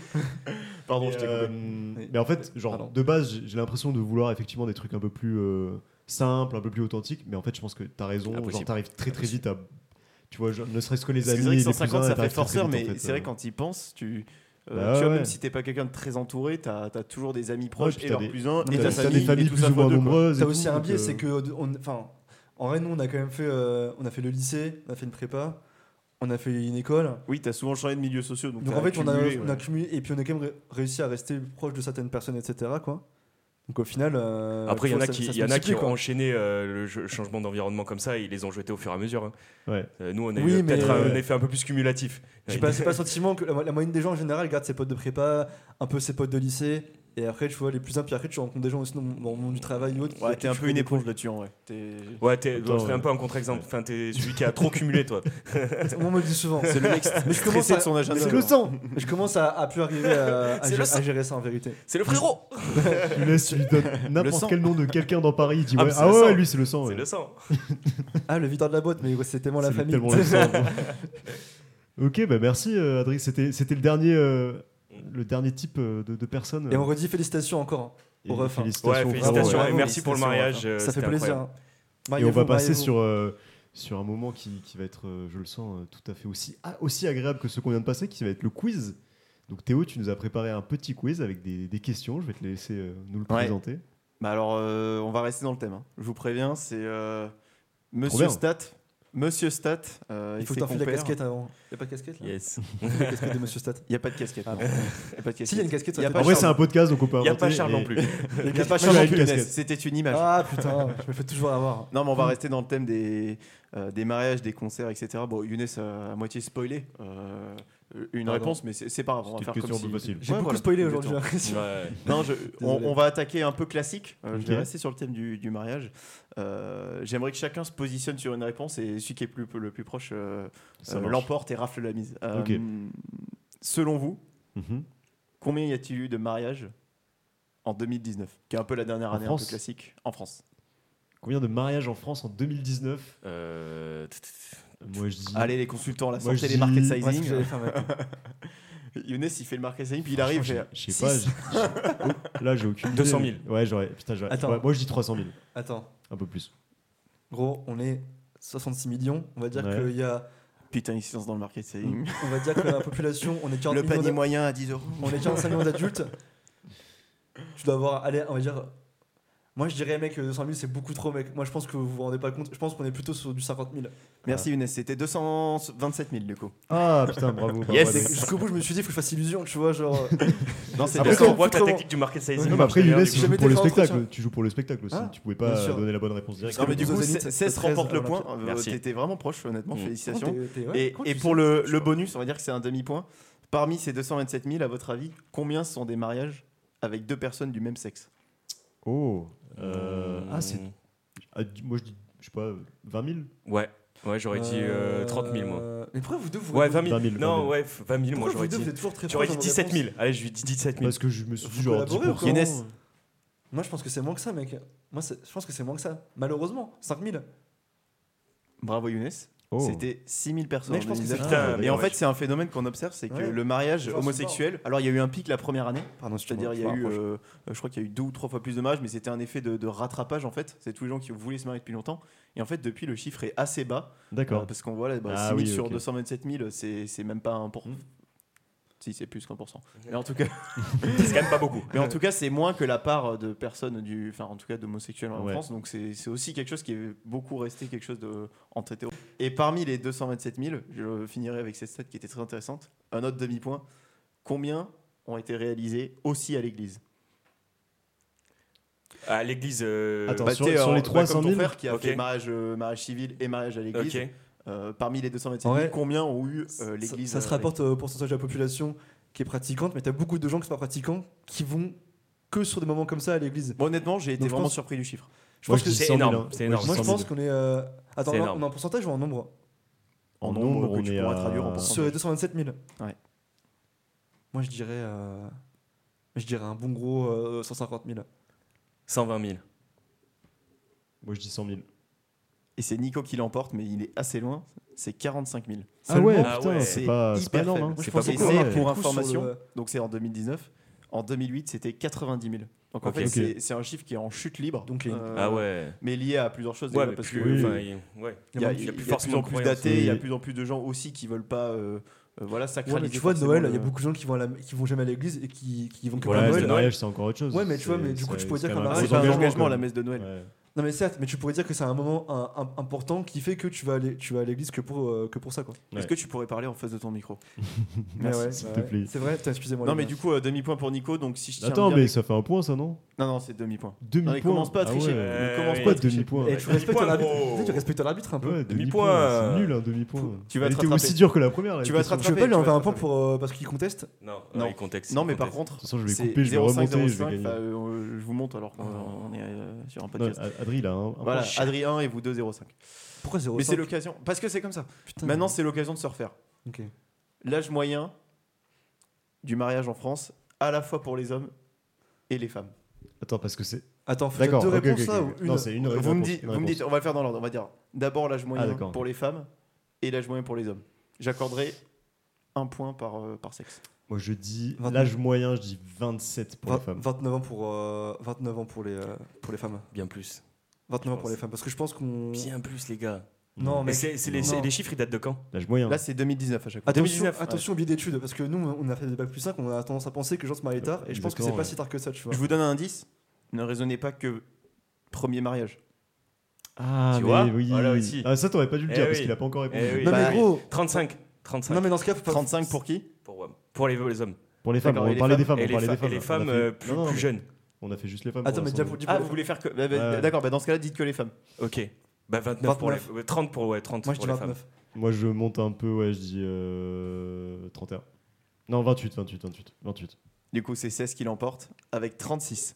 D: Pardon, je
A: Mais,
D: t'ai
A: euh,
D: coupé.
A: mais en fait, genre,
B: Pardon.
A: de base, j'ai- j'ai l'impression de vouloir effectivement des trucs un peu plus euh, simples, un peu plus authentiques. Mais en fait, je pense que t'as raison.
C: Impossible.
A: Genre, t'arrives très très vite à. Tu vois, genre, ne serait-ce que les
D: Parce
A: amis.
D: que C'est vrai que
A: les cousins,
D: 150, ça fait
A: t'arrives très, très
D: forceur,
A: vite, en
D: mais
A: fait,
D: c'est vrai
A: euh.
D: quand tu y penses, tu. euh,
A: Bah
D: tu vois,
A: ouais.
D: même si t'es pas quelqu'un de très entouré, t'as t'as toujours des amis
A: puis
D: proches et
A: t'as
D: leur
A: des-
D: plus un,
B: t'as-
D: et ta
B: t'as
A: T'as
D: famille,
A: des familles
D: et tout
A: plus
D: ça
A: ou moins
D: fois deux, quoi.
A: nombreuses. et
B: T'as aussi
A: tout,
B: un
A: donc,
B: biais,
A: euh,
B: c'est que, on- enfin, en Rennes, nous, on a quand même fait, euh, on a fait le lycée, on a fait une prépa, on a fait une école.
D: Oui, t'as souvent changé de milieux sociaux. Donc,
B: Donc
D: t'as
B: en fait, on a,
D: accumulé,
B: on a
D: ouais.
B: cumulé et puis on a quand même ré- réussi à rester proche de certaines personnes, etc. Quoi. Donc au final, euh,
C: Après, il y en
B: tu
C: a
B: vois,
C: qui,
B: ça- ça se
C: y en a qui
B: multiplie,
C: ont
B: quoi.
C: enchaîné euh, le jeu- changement d'environnement comme ça et ils les ont jetés au fur et à mesure. hein.
A: Ouais.
C: Euh, nous, on a
B: Oui,
C: eu
B: mais-
C: peut-être un effet un peu plus cumulatif.
B: J'ai pas, c'est pas le sentiment que la, mo- la moyenne des gens en général garde ses potes de prépa, un peu ses potes de lycée, et après tu vois les plus uns, puis après tu rencontres des gens aussi dans, dans le monde du travail ou autre.
D: Ouais,
B: qui-
D: t'es un
B: qui
D: peu
B: font
D: une
B: des-
D: éponge là-dessus, en vrai. T'es-
C: Ouais, t'es
A: Attends,
C: je serais un peu un contre-exemple. Enfin, t'es celui qui a trop cumulé, toi.
B: Moi, on me le dit souvent.
D: C'est le mec
B: Mais je commence
D: stressé
B: à-
D: de son agenda.
B: C'est le sang Je commence à, à plus arriver à, à
C: C'est
B: gé-
C: le sang.
B: à gérer ça en vérité.
C: C'est le frérot
A: Tu laisses, tu lui donnes
D: sang.
A: n'importe quel nom de quelqu'un dans Paris. Il dit
C: Ah,
A: ouais,
C: mais c'est
A: Ah
C: le
A: ouais,
C: sang.
A: lui, c'est le sang.
C: C'est
A: ouais.
C: le sang.
B: Ah, le videur de la boîte, mais ouais, c'est tellement la
A: C'est
B: famille.
A: tellement le sang. Ok, bah merci, euh, Adrien. C'était c'était le dernier. euh, Le dernier type euh, de, de personne.
B: Et on redit félicitations encore.
A: Et
B: au ref, hein.
A: Félicitations.
C: Ouais,
A: bravo,
C: félicitations
B: bravo,
C: et merci pour le
D: félicitations,
C: mariage. euh,
B: ça fait
C: c'était
B: plaisir.
C: incroyable.
B: hein.
A: Et on
B: Mariez-vous,
A: va passer
B: mariez-vous.
A: sur, euh, sur un moment qui, qui va être, euh, je le sens, euh, tout à fait aussi, ah, aussi agréable que ce qu'on vient de passer, qui va être le quiz. Donc Théo, tu nous as préparé un petit quiz avec des, des questions. Je vais te laisser euh, nous le
D: Ouais.
A: présenter.
D: Bah alors, euh, on va rester dans le thème. hein. Je vous préviens, c'est euh,
A: bien.
D: Monsieur Stat. Monsieur Stat. euh,
B: Il faut
D: et ses
B: que t'enfiles la
D: compères.
B: casquette avant. Y'a pas de casquette là
C: Yes.
B: La casquette de Monsieur Stat.
D: Il n'y a pas de casquette.
B: Ah,
D: non. Y a pas de casquette.
B: Si, y a une casquette, ça
D: Y a
B: fait
D: pas
A: En vrai,
D: Charles.
A: c'est un podcast, donc on peut
C: Il
A: inventer.
C: n'y a pas Charles
A: et-
C: non plus.
D: Il n'y a pas
A: Moi, j'avais
D: Charles
A: une
D: Antunes,
A: casquette.
D: C'était une image.
B: Ah Mmh. putain, je me fais toujours avoir.
D: Non, mais on va rester dans le thème des, euh, des mariages, des concerts, etc. Bon, Younes a à moitié spoilé euh, une
B: Pardon.
D: réponse, mais c'est c'est pas grave. On va
A: C'était
D: faire
A: une
D: comme
A: question un peu
D: si-
A: facile.
B: J'ai
D: Ouais,
B: beaucoup
D: voilà,
B: spoilé
D: exactement.
B: aujourd'hui, j'ai l'impression.
C: Ouais.
D: Non, je- on,
B: Désolé.
D: on va attaquer un peu classique. Euh, Je vais
A: Ok.
D: rester sur le thème du, du mariage. Euh, J'aimerais que chacun se positionne sur une réponse et celui qui est plus- le plus proche euh,
A: Ça
D: euh,
A: marche.
D: l'emporte et rafle la mise. Euh,
A: Ok.
D: Selon vous,
A: Mhm.
D: combien y a-t-il eu de mariages en 2019 Qui est un peu la dernière
A: En
D: année un
A: France
D: peu classique en France.
A: Combien de mariages en France en 2019
C: Euh, t- t- t-
A: Moi, je dis.
D: Allez, les consultants, la
A: Mmh. Moi,
D: santé,
A: je
D: les market
A: dis-
B: Ouais, c'est ce que
D: sizing.
B: j'allais faire, mec.
D: Younes, il fait le market sizing, puis il
A: Franchement,
D: arrive.
A: j'ai- Je
D: et-
A: sais pas. j'ai- j'ai- oh, Là, j'ai aucune. idée.
C: 200 000.
A: Ouais, j'aurais. Putain, j'aurais-
B: Attends.
A: ouais, moi, je dis 300 000.
B: Attends,
A: Un peu plus.
B: gros, on est 66 millions. On va dire
A: Ouais.
B: qu'il y a.
D: Putain, il se lance dans le market sizing.
A: Mmh.
B: On va dire que la population, on est 40
D: Le
B: millions
D: panier
B: d'a-
D: moyen à 10 euros.
B: On est 45 millions d'adultes. Tu dois avoir, allez, on va dire. Moi, je dirais, mec, 200 000, c'est beaucoup trop, mec. Moi, je pense que vous vous rendez pas compte. Je pense qu'on est plutôt sur du 50 000.
D: Merci Younes, c'était 227 000 du coup.
A: Ah, putain, bravo. bravo,
C: Yes.
A: Adrien.
B: C'est- Jusqu'au bout, je me suis dit, faut que je fasse illusion, tu vois, genre.
D: Non, c'est
A: Après,
C: Parce qu'on
A: quand-
C: voit que la
B: comment-
C: technique du market sizing.
A: Non, mais
C: marche
A: après,
C: très bien,
A: Younes,
C: du
A: tu
C: coup.
B: jamais
A: joues pour le
B: été fait en
A: spectacle.
B: entretien.
A: Tu joues pour le spectacle aussi.
B: Ah,
A: tu pouvais
B: bien
A: pas
B: sûr.
A: donner la bonne réponse directe.
D: Non, mais du
B: Vous
D: coup,
B: avez dit
D: 16
B: 13
D: remporte le point.
B: Olympique.
D: Euh,
C: Merci.
D: T'étais vraiment proche, honnêtement.
A: Mmh.
C: Mm.
A: Oh,
D: Félicitations.
B: Comment t'es- t'es- ouais,
D: Et,
B: comment
D: et
B: tu
D: pour
B: sais
D: le,
B: Je
D: le
B: sais
D: bonus, on va dire que c'est un demi-point. Parmi ces 227 000, à votre avis, combien sont des mariages avec deux personnes du même sexe
A: euh, ah, Oh. Euh, Ah, c'est. ah, du- moi, je dis, je sais pas, 20 000
C: Euh, Ouais, Ouais, j'aurais dit euh, 30 000, moi.
B: Euh, Mais pourquoi vous deux vous.
C: Ouais, 20 000.
A: 20 000,
C: non,
A: 20 000.
C: ouais, 20 000, moi,
B: pourquoi vous
C: j'aurais
B: deux vous
C: dit.
B: êtes toujours très
C: J'aurais
B: proches
C: dit
B: dans vos
C: 17 000.
B: réponses
C: Allez, je lui dis 17 000.
A: Parce que je me suis dit,
B: Vous
A: genre
B: collaborez ou
A: 10%.
B: quoi
C: Guinness.
B: Moi, je pense que c'est moins que ça, mec. Moi, c'est- je pense que c'est moins que ça. Malheureusement, 5000.
D: Bravo Younes.
A: Oh.
D: C'était 6000 personnes.
B: Mais je pense que
D: organisées.
B: c'est-
D: Putain,
A: Ah,
D: mais en
C: ouais.
D: fait, c'est un phénomène qu'on observe c'est que
B: Ouais.
D: le mariage
B: Les gens sont
D: homosexuel. Alors, il y a eu un pic la première année.
B: Pardon, si
D: C'est-à-dire, il y a eu, euh, euh, je crois qu'il y a eu deux ou trois fois plus de mariages, mais c'était un effet de, de rattrapage en fait. C'est tous les gens qui voulaient se marier depuis longtemps. Et en fait, depuis, le chiffre est assez bas. Euh,
A: D'accord.
D: Parce qu'on voit là, bah,
A: Ah
D: 6 000
A: oui,
D: sur
A: ok.
D: 227 000, c'est c'est même pas 1%.
B: Mmh.
D: Si, c'est plus qu'un pour cent. Mais en tout cas,
C: C'est quand même pas beaucoup.
D: mais en tout cas, c'est moins que la part de personnes du, enfin, en tout cas, d'homosexuels en
A: Ouais.
D: France. Donc, c'est c'est aussi quelque chose qui est beaucoup resté quelque chose de entre hétéros. Et parmi les 227 000, je finirai avec cette stat qui était très intéressante. Un autre demi-point. Combien ont été réalisés aussi à l'église
C: À l'église. euh,
A: Attends,
D: Bah,
A: sur,
D: tu sais,
A: sur
D: euh,
A: les
D: bah,
A: 300
D: comme
A: 000,
D: ton frère qui a
C: Ok.
D: fait mariage, euh, mariage civil et mariage à l'église.
C: Ok.
D: euh, parmi les 227 000,
B: Ouais.
D: combien ont eu euh, l'église
B: l'église. Ça, se
D: euh,
B: rapporte euh, au pourcentage de la population qui est pratiquante, mais t'as beaucoup de gens qui sont pas pratiquants qui vont que sur des moments comme ça à l'église.
D: Bon, honnêtement, j'ai été
B: Donc, je
D: vraiment
B: pense-
D: surpris du chiffre.
B: Je
A: Moi,
B: pense
A: je
B: que
A: dis
C: c'est
A: 100 000,
C: énorme,
A: hein. Moi,
C: c'est énorme.
A: je dis
B: Moi, je
A: 100 000.
B: pense qu'on est. euh, Attends,
C: C'est
B: on a- on
C: énorme.
B: a un pourcentage ou un nombre
A: En nombre,
D: que
A: on
D: tu
A: est
D: pourras
A: à-
D: traduire en
A: Euh,
B: Sur
D: pourcentage.
B: les 227 000
D: Ouais.
B: Moi, je dirais. euh, Je dirais un bon gros euh, 150 000.
C: 120 000.
A: Moi, je dis 100 000.
D: Et c'est Nico qui l'emporte, mais il est assez loin. C'est 45 000.
A: Ah ouais,
C: Ah
A: putain,
C: ouais.
A: c'est
D: C'est
A: pas, c'est pas
D: hyper
A: énorme. hein.
D: faible.
B: Je
C: pas
B: pensais
D: Et
A: beaucoup,
B: qu'on
D: c'est,
A: ouais.
B: aurait
D: pour
B: beaucoup sur
D: information,
B: le-
D: donc c'est en 2019. En 2008, c'était 90 000. Donc en
C: Ok.
D: fait,
A: Ok.
D: c'est- c'est un chiffre qui est en chute libre. Euh,
B: Donc, les-
C: Ah ouais.
D: Mais lié à plusieurs choses.
C: Ouais,
D: déjà,
C: mais
D: parce
C: plus-
D: que
A: oui.
C: enfin, il- ouais.
D: il y
C: il y
D: a,
C: a
D: il
C: plus
D: de plus
C: forcément
D: en
C: de
D: plus
C: croyances.
D: d'athées, il y a
A: Oui.
D: de plus en plus de gens aussi qui veulent pas euh, euh, voilà,
B: Ouais,
D: sacraliser.
B: mais tu vois,
D: forcément
B: Noël, il y a
D: le-
B: beaucoup de gens qui vont, à la- qui vont jamais à l'église et qui, qui vont que
C: Voilà,
B: pour
A: Ouais,
B: Noël.
A: le mariage, c'est encore autre chose.
B: Ouais, mais tu
A: C'est-
B: vois, mais du coup,
A: c'est-
B: tu pourrais
A: c'est
B: dire
A: quand même
B: qu'un
D: Ah,
B: mariage,
D: c'est un
B: engagement,
D: engagement
A: quand
D: à la
A: même.
D: messe de Noël.
A: Ouais.
B: Non, mais certes, mais tu pourrais dire que c'est un moment un- un- important qui fait que tu vas, aller, tu vas à l'église que pour, euh, que pour ça, quoi.
A: Ouais.
D: Est-ce que tu pourrais parler en face de ton micro
B: Mais ouais,
A: s'il
B: bah
A: te
B: ouais.
A: plaît.
B: C'est vrai, putain, excusez-moi.
D: Non,
B: les
D: mais
B: gars.
D: du coup, euh, demi-point pour Nico. Donc si je tiens
A: Attends,
D: bien
A: mais
D: les-
A: ça fait un point, ça, non
D: Non, non, c'est demi-point. Non, mais
A: 2000 points.
D: commence pas à
A: Ah
D: tricher.
A: ouais.
D: Ne commence
C: Euh,
D: pas
A: Pas
D: à tricher.
A: demi-point.
B: Eh, tu, respectes
C: Demi-point,
B: ton arbitre,
C: gros.
B: tu sais, tu respectes ton arbitre un peu.
A: Ouais,
C: Demi-point.
A: demi-point. C'est nul, un demi-point.
D: euh, Tu vas
A: Elle
D: te
A: était
D: rattraper.
A: aussi dur que la première. là,
D: Tu
A: la
D: vas te
A: question.
B: Je vais pas lui
D: rattraper,
B: enlever un
D: tu
B: point
D: vas
B: pour, euh, parce qu'il conteste.
C: Non,
D: Non.
C: non. contexte.
D: Non, mais par contre,
A: De toute façon, je vais
D: c'est
A: couper, je vais
D: 0,5,
A: remonter, je
D: 0,5,
A: vais
D: enfin,
A: gagner.
D: euh, je vous monte alors qu'on on est euh, sur un
A: Non,
D: podcast.
A: Ad- Adri, là. un- un
D: voilà,
A: point.
D: Adrien et vous 2,05.
B: Pourquoi 0
D: Mais c'est l'occasion. Parce que c'est comme ça. Maintenant, c'est l'occasion de se refaire.
B: Ok.
D: L'âge moyen du mariage en France, à la fois pour les hommes et les femmes.
A: Attends, parce que c'est.
B: Attends, faut
A: D'accord.
B: deux
A: ok, ok,
B: réponses là
A: ok.
B: ou une
A: Non, c'est une
D: Vous me,
A: réponse,
D: dites,
A: une
D: vous me dites,
A: réponse. Ah,
D: on va le faire dans l'ordre. On va dire d'abord l'âge moyen
A: d'accord.
D: pour les femmes et l'âge moyen pour les hommes. J'accorderai un point par, euh, par sexe.
A: Moi, je dis.
B: 29.
A: L'âge moyen, je dis 27 pour
B: Vingt-
A: les femmes.
B: 29 ans pour, euh, 29 ans pour les, euh, pour les femmes.
C: bien plus.
B: 29 ans pour
C: pense.
B: les femmes, parce que je pense qu'on.
C: Bien plus, les gars.
B: Non,
C: Mais
B: mais.
C: c'est c'est les,
B: Non.
C: c'est- les chiffres, ils datent de quand
A: L'âge moyen.
D: Là, c'est 2019 à chaque fois.
B: Attention,
D: 2019, ouais.
B: attention au biais d'études, parce que nous, on a fait des bacs plus 5, on a tendance à penser que les gens se marient tard, et je pense que c'est
A: Exactement,
B: pas
A: ouais.
B: si tard que ça, tu vois.
D: Je vous donne un indice. Ne raisonnez pas que premier mariage.
A: Ah,
C: Tu
A: mais
C: vois
A: oui.
C: Voilà aussi.
A: Ah, ça, t'aurais pas dû le
C: Eh
A: dire parce
C: oui.
A: qu'il a pas encore répondu.
C: Eh oui.
B: Non,
D: Bah,
B: mais gros,
C: 35. 35.
B: non, mais dans ce cas, faut pas-
D: 35 pour qui
C: Pour, WAM. pour les, les hommes.
A: Pour les femmes,
D: D'accord, et
A: on
D: les euh,
A: parlait
D: femmes-
A: des femmes.
C: et
A: on
C: les,
A: parlait
C: fa-
A: des femmes.
C: et les
A: on a
C: femmes
A: fait-
C: euh, plus,
A: Non, non,
C: plus
A: mais
C: jeunes.
A: On a fait juste les femmes.
B: Attends,
A: pour
B: mais
A: l'instant.
B: déjà pour dire.
D: Ah, vous voulez faire que. bah, bah,
A: Ouais.
D: D'accord, bah, dans ce cas-là, dites que les femmes.
C: Ok. Bah 29 pour les, ouais, 30 pour, ouais, 30
B: Moi, je
C: pour
B: dis
C: les femmes.
B: 29.
A: Moi, je monte un peu, ouais, je dis euh, 31. Non, 28, 28, 28, 28.
D: Du coup, c'est 16 qui l'emporte avec 36.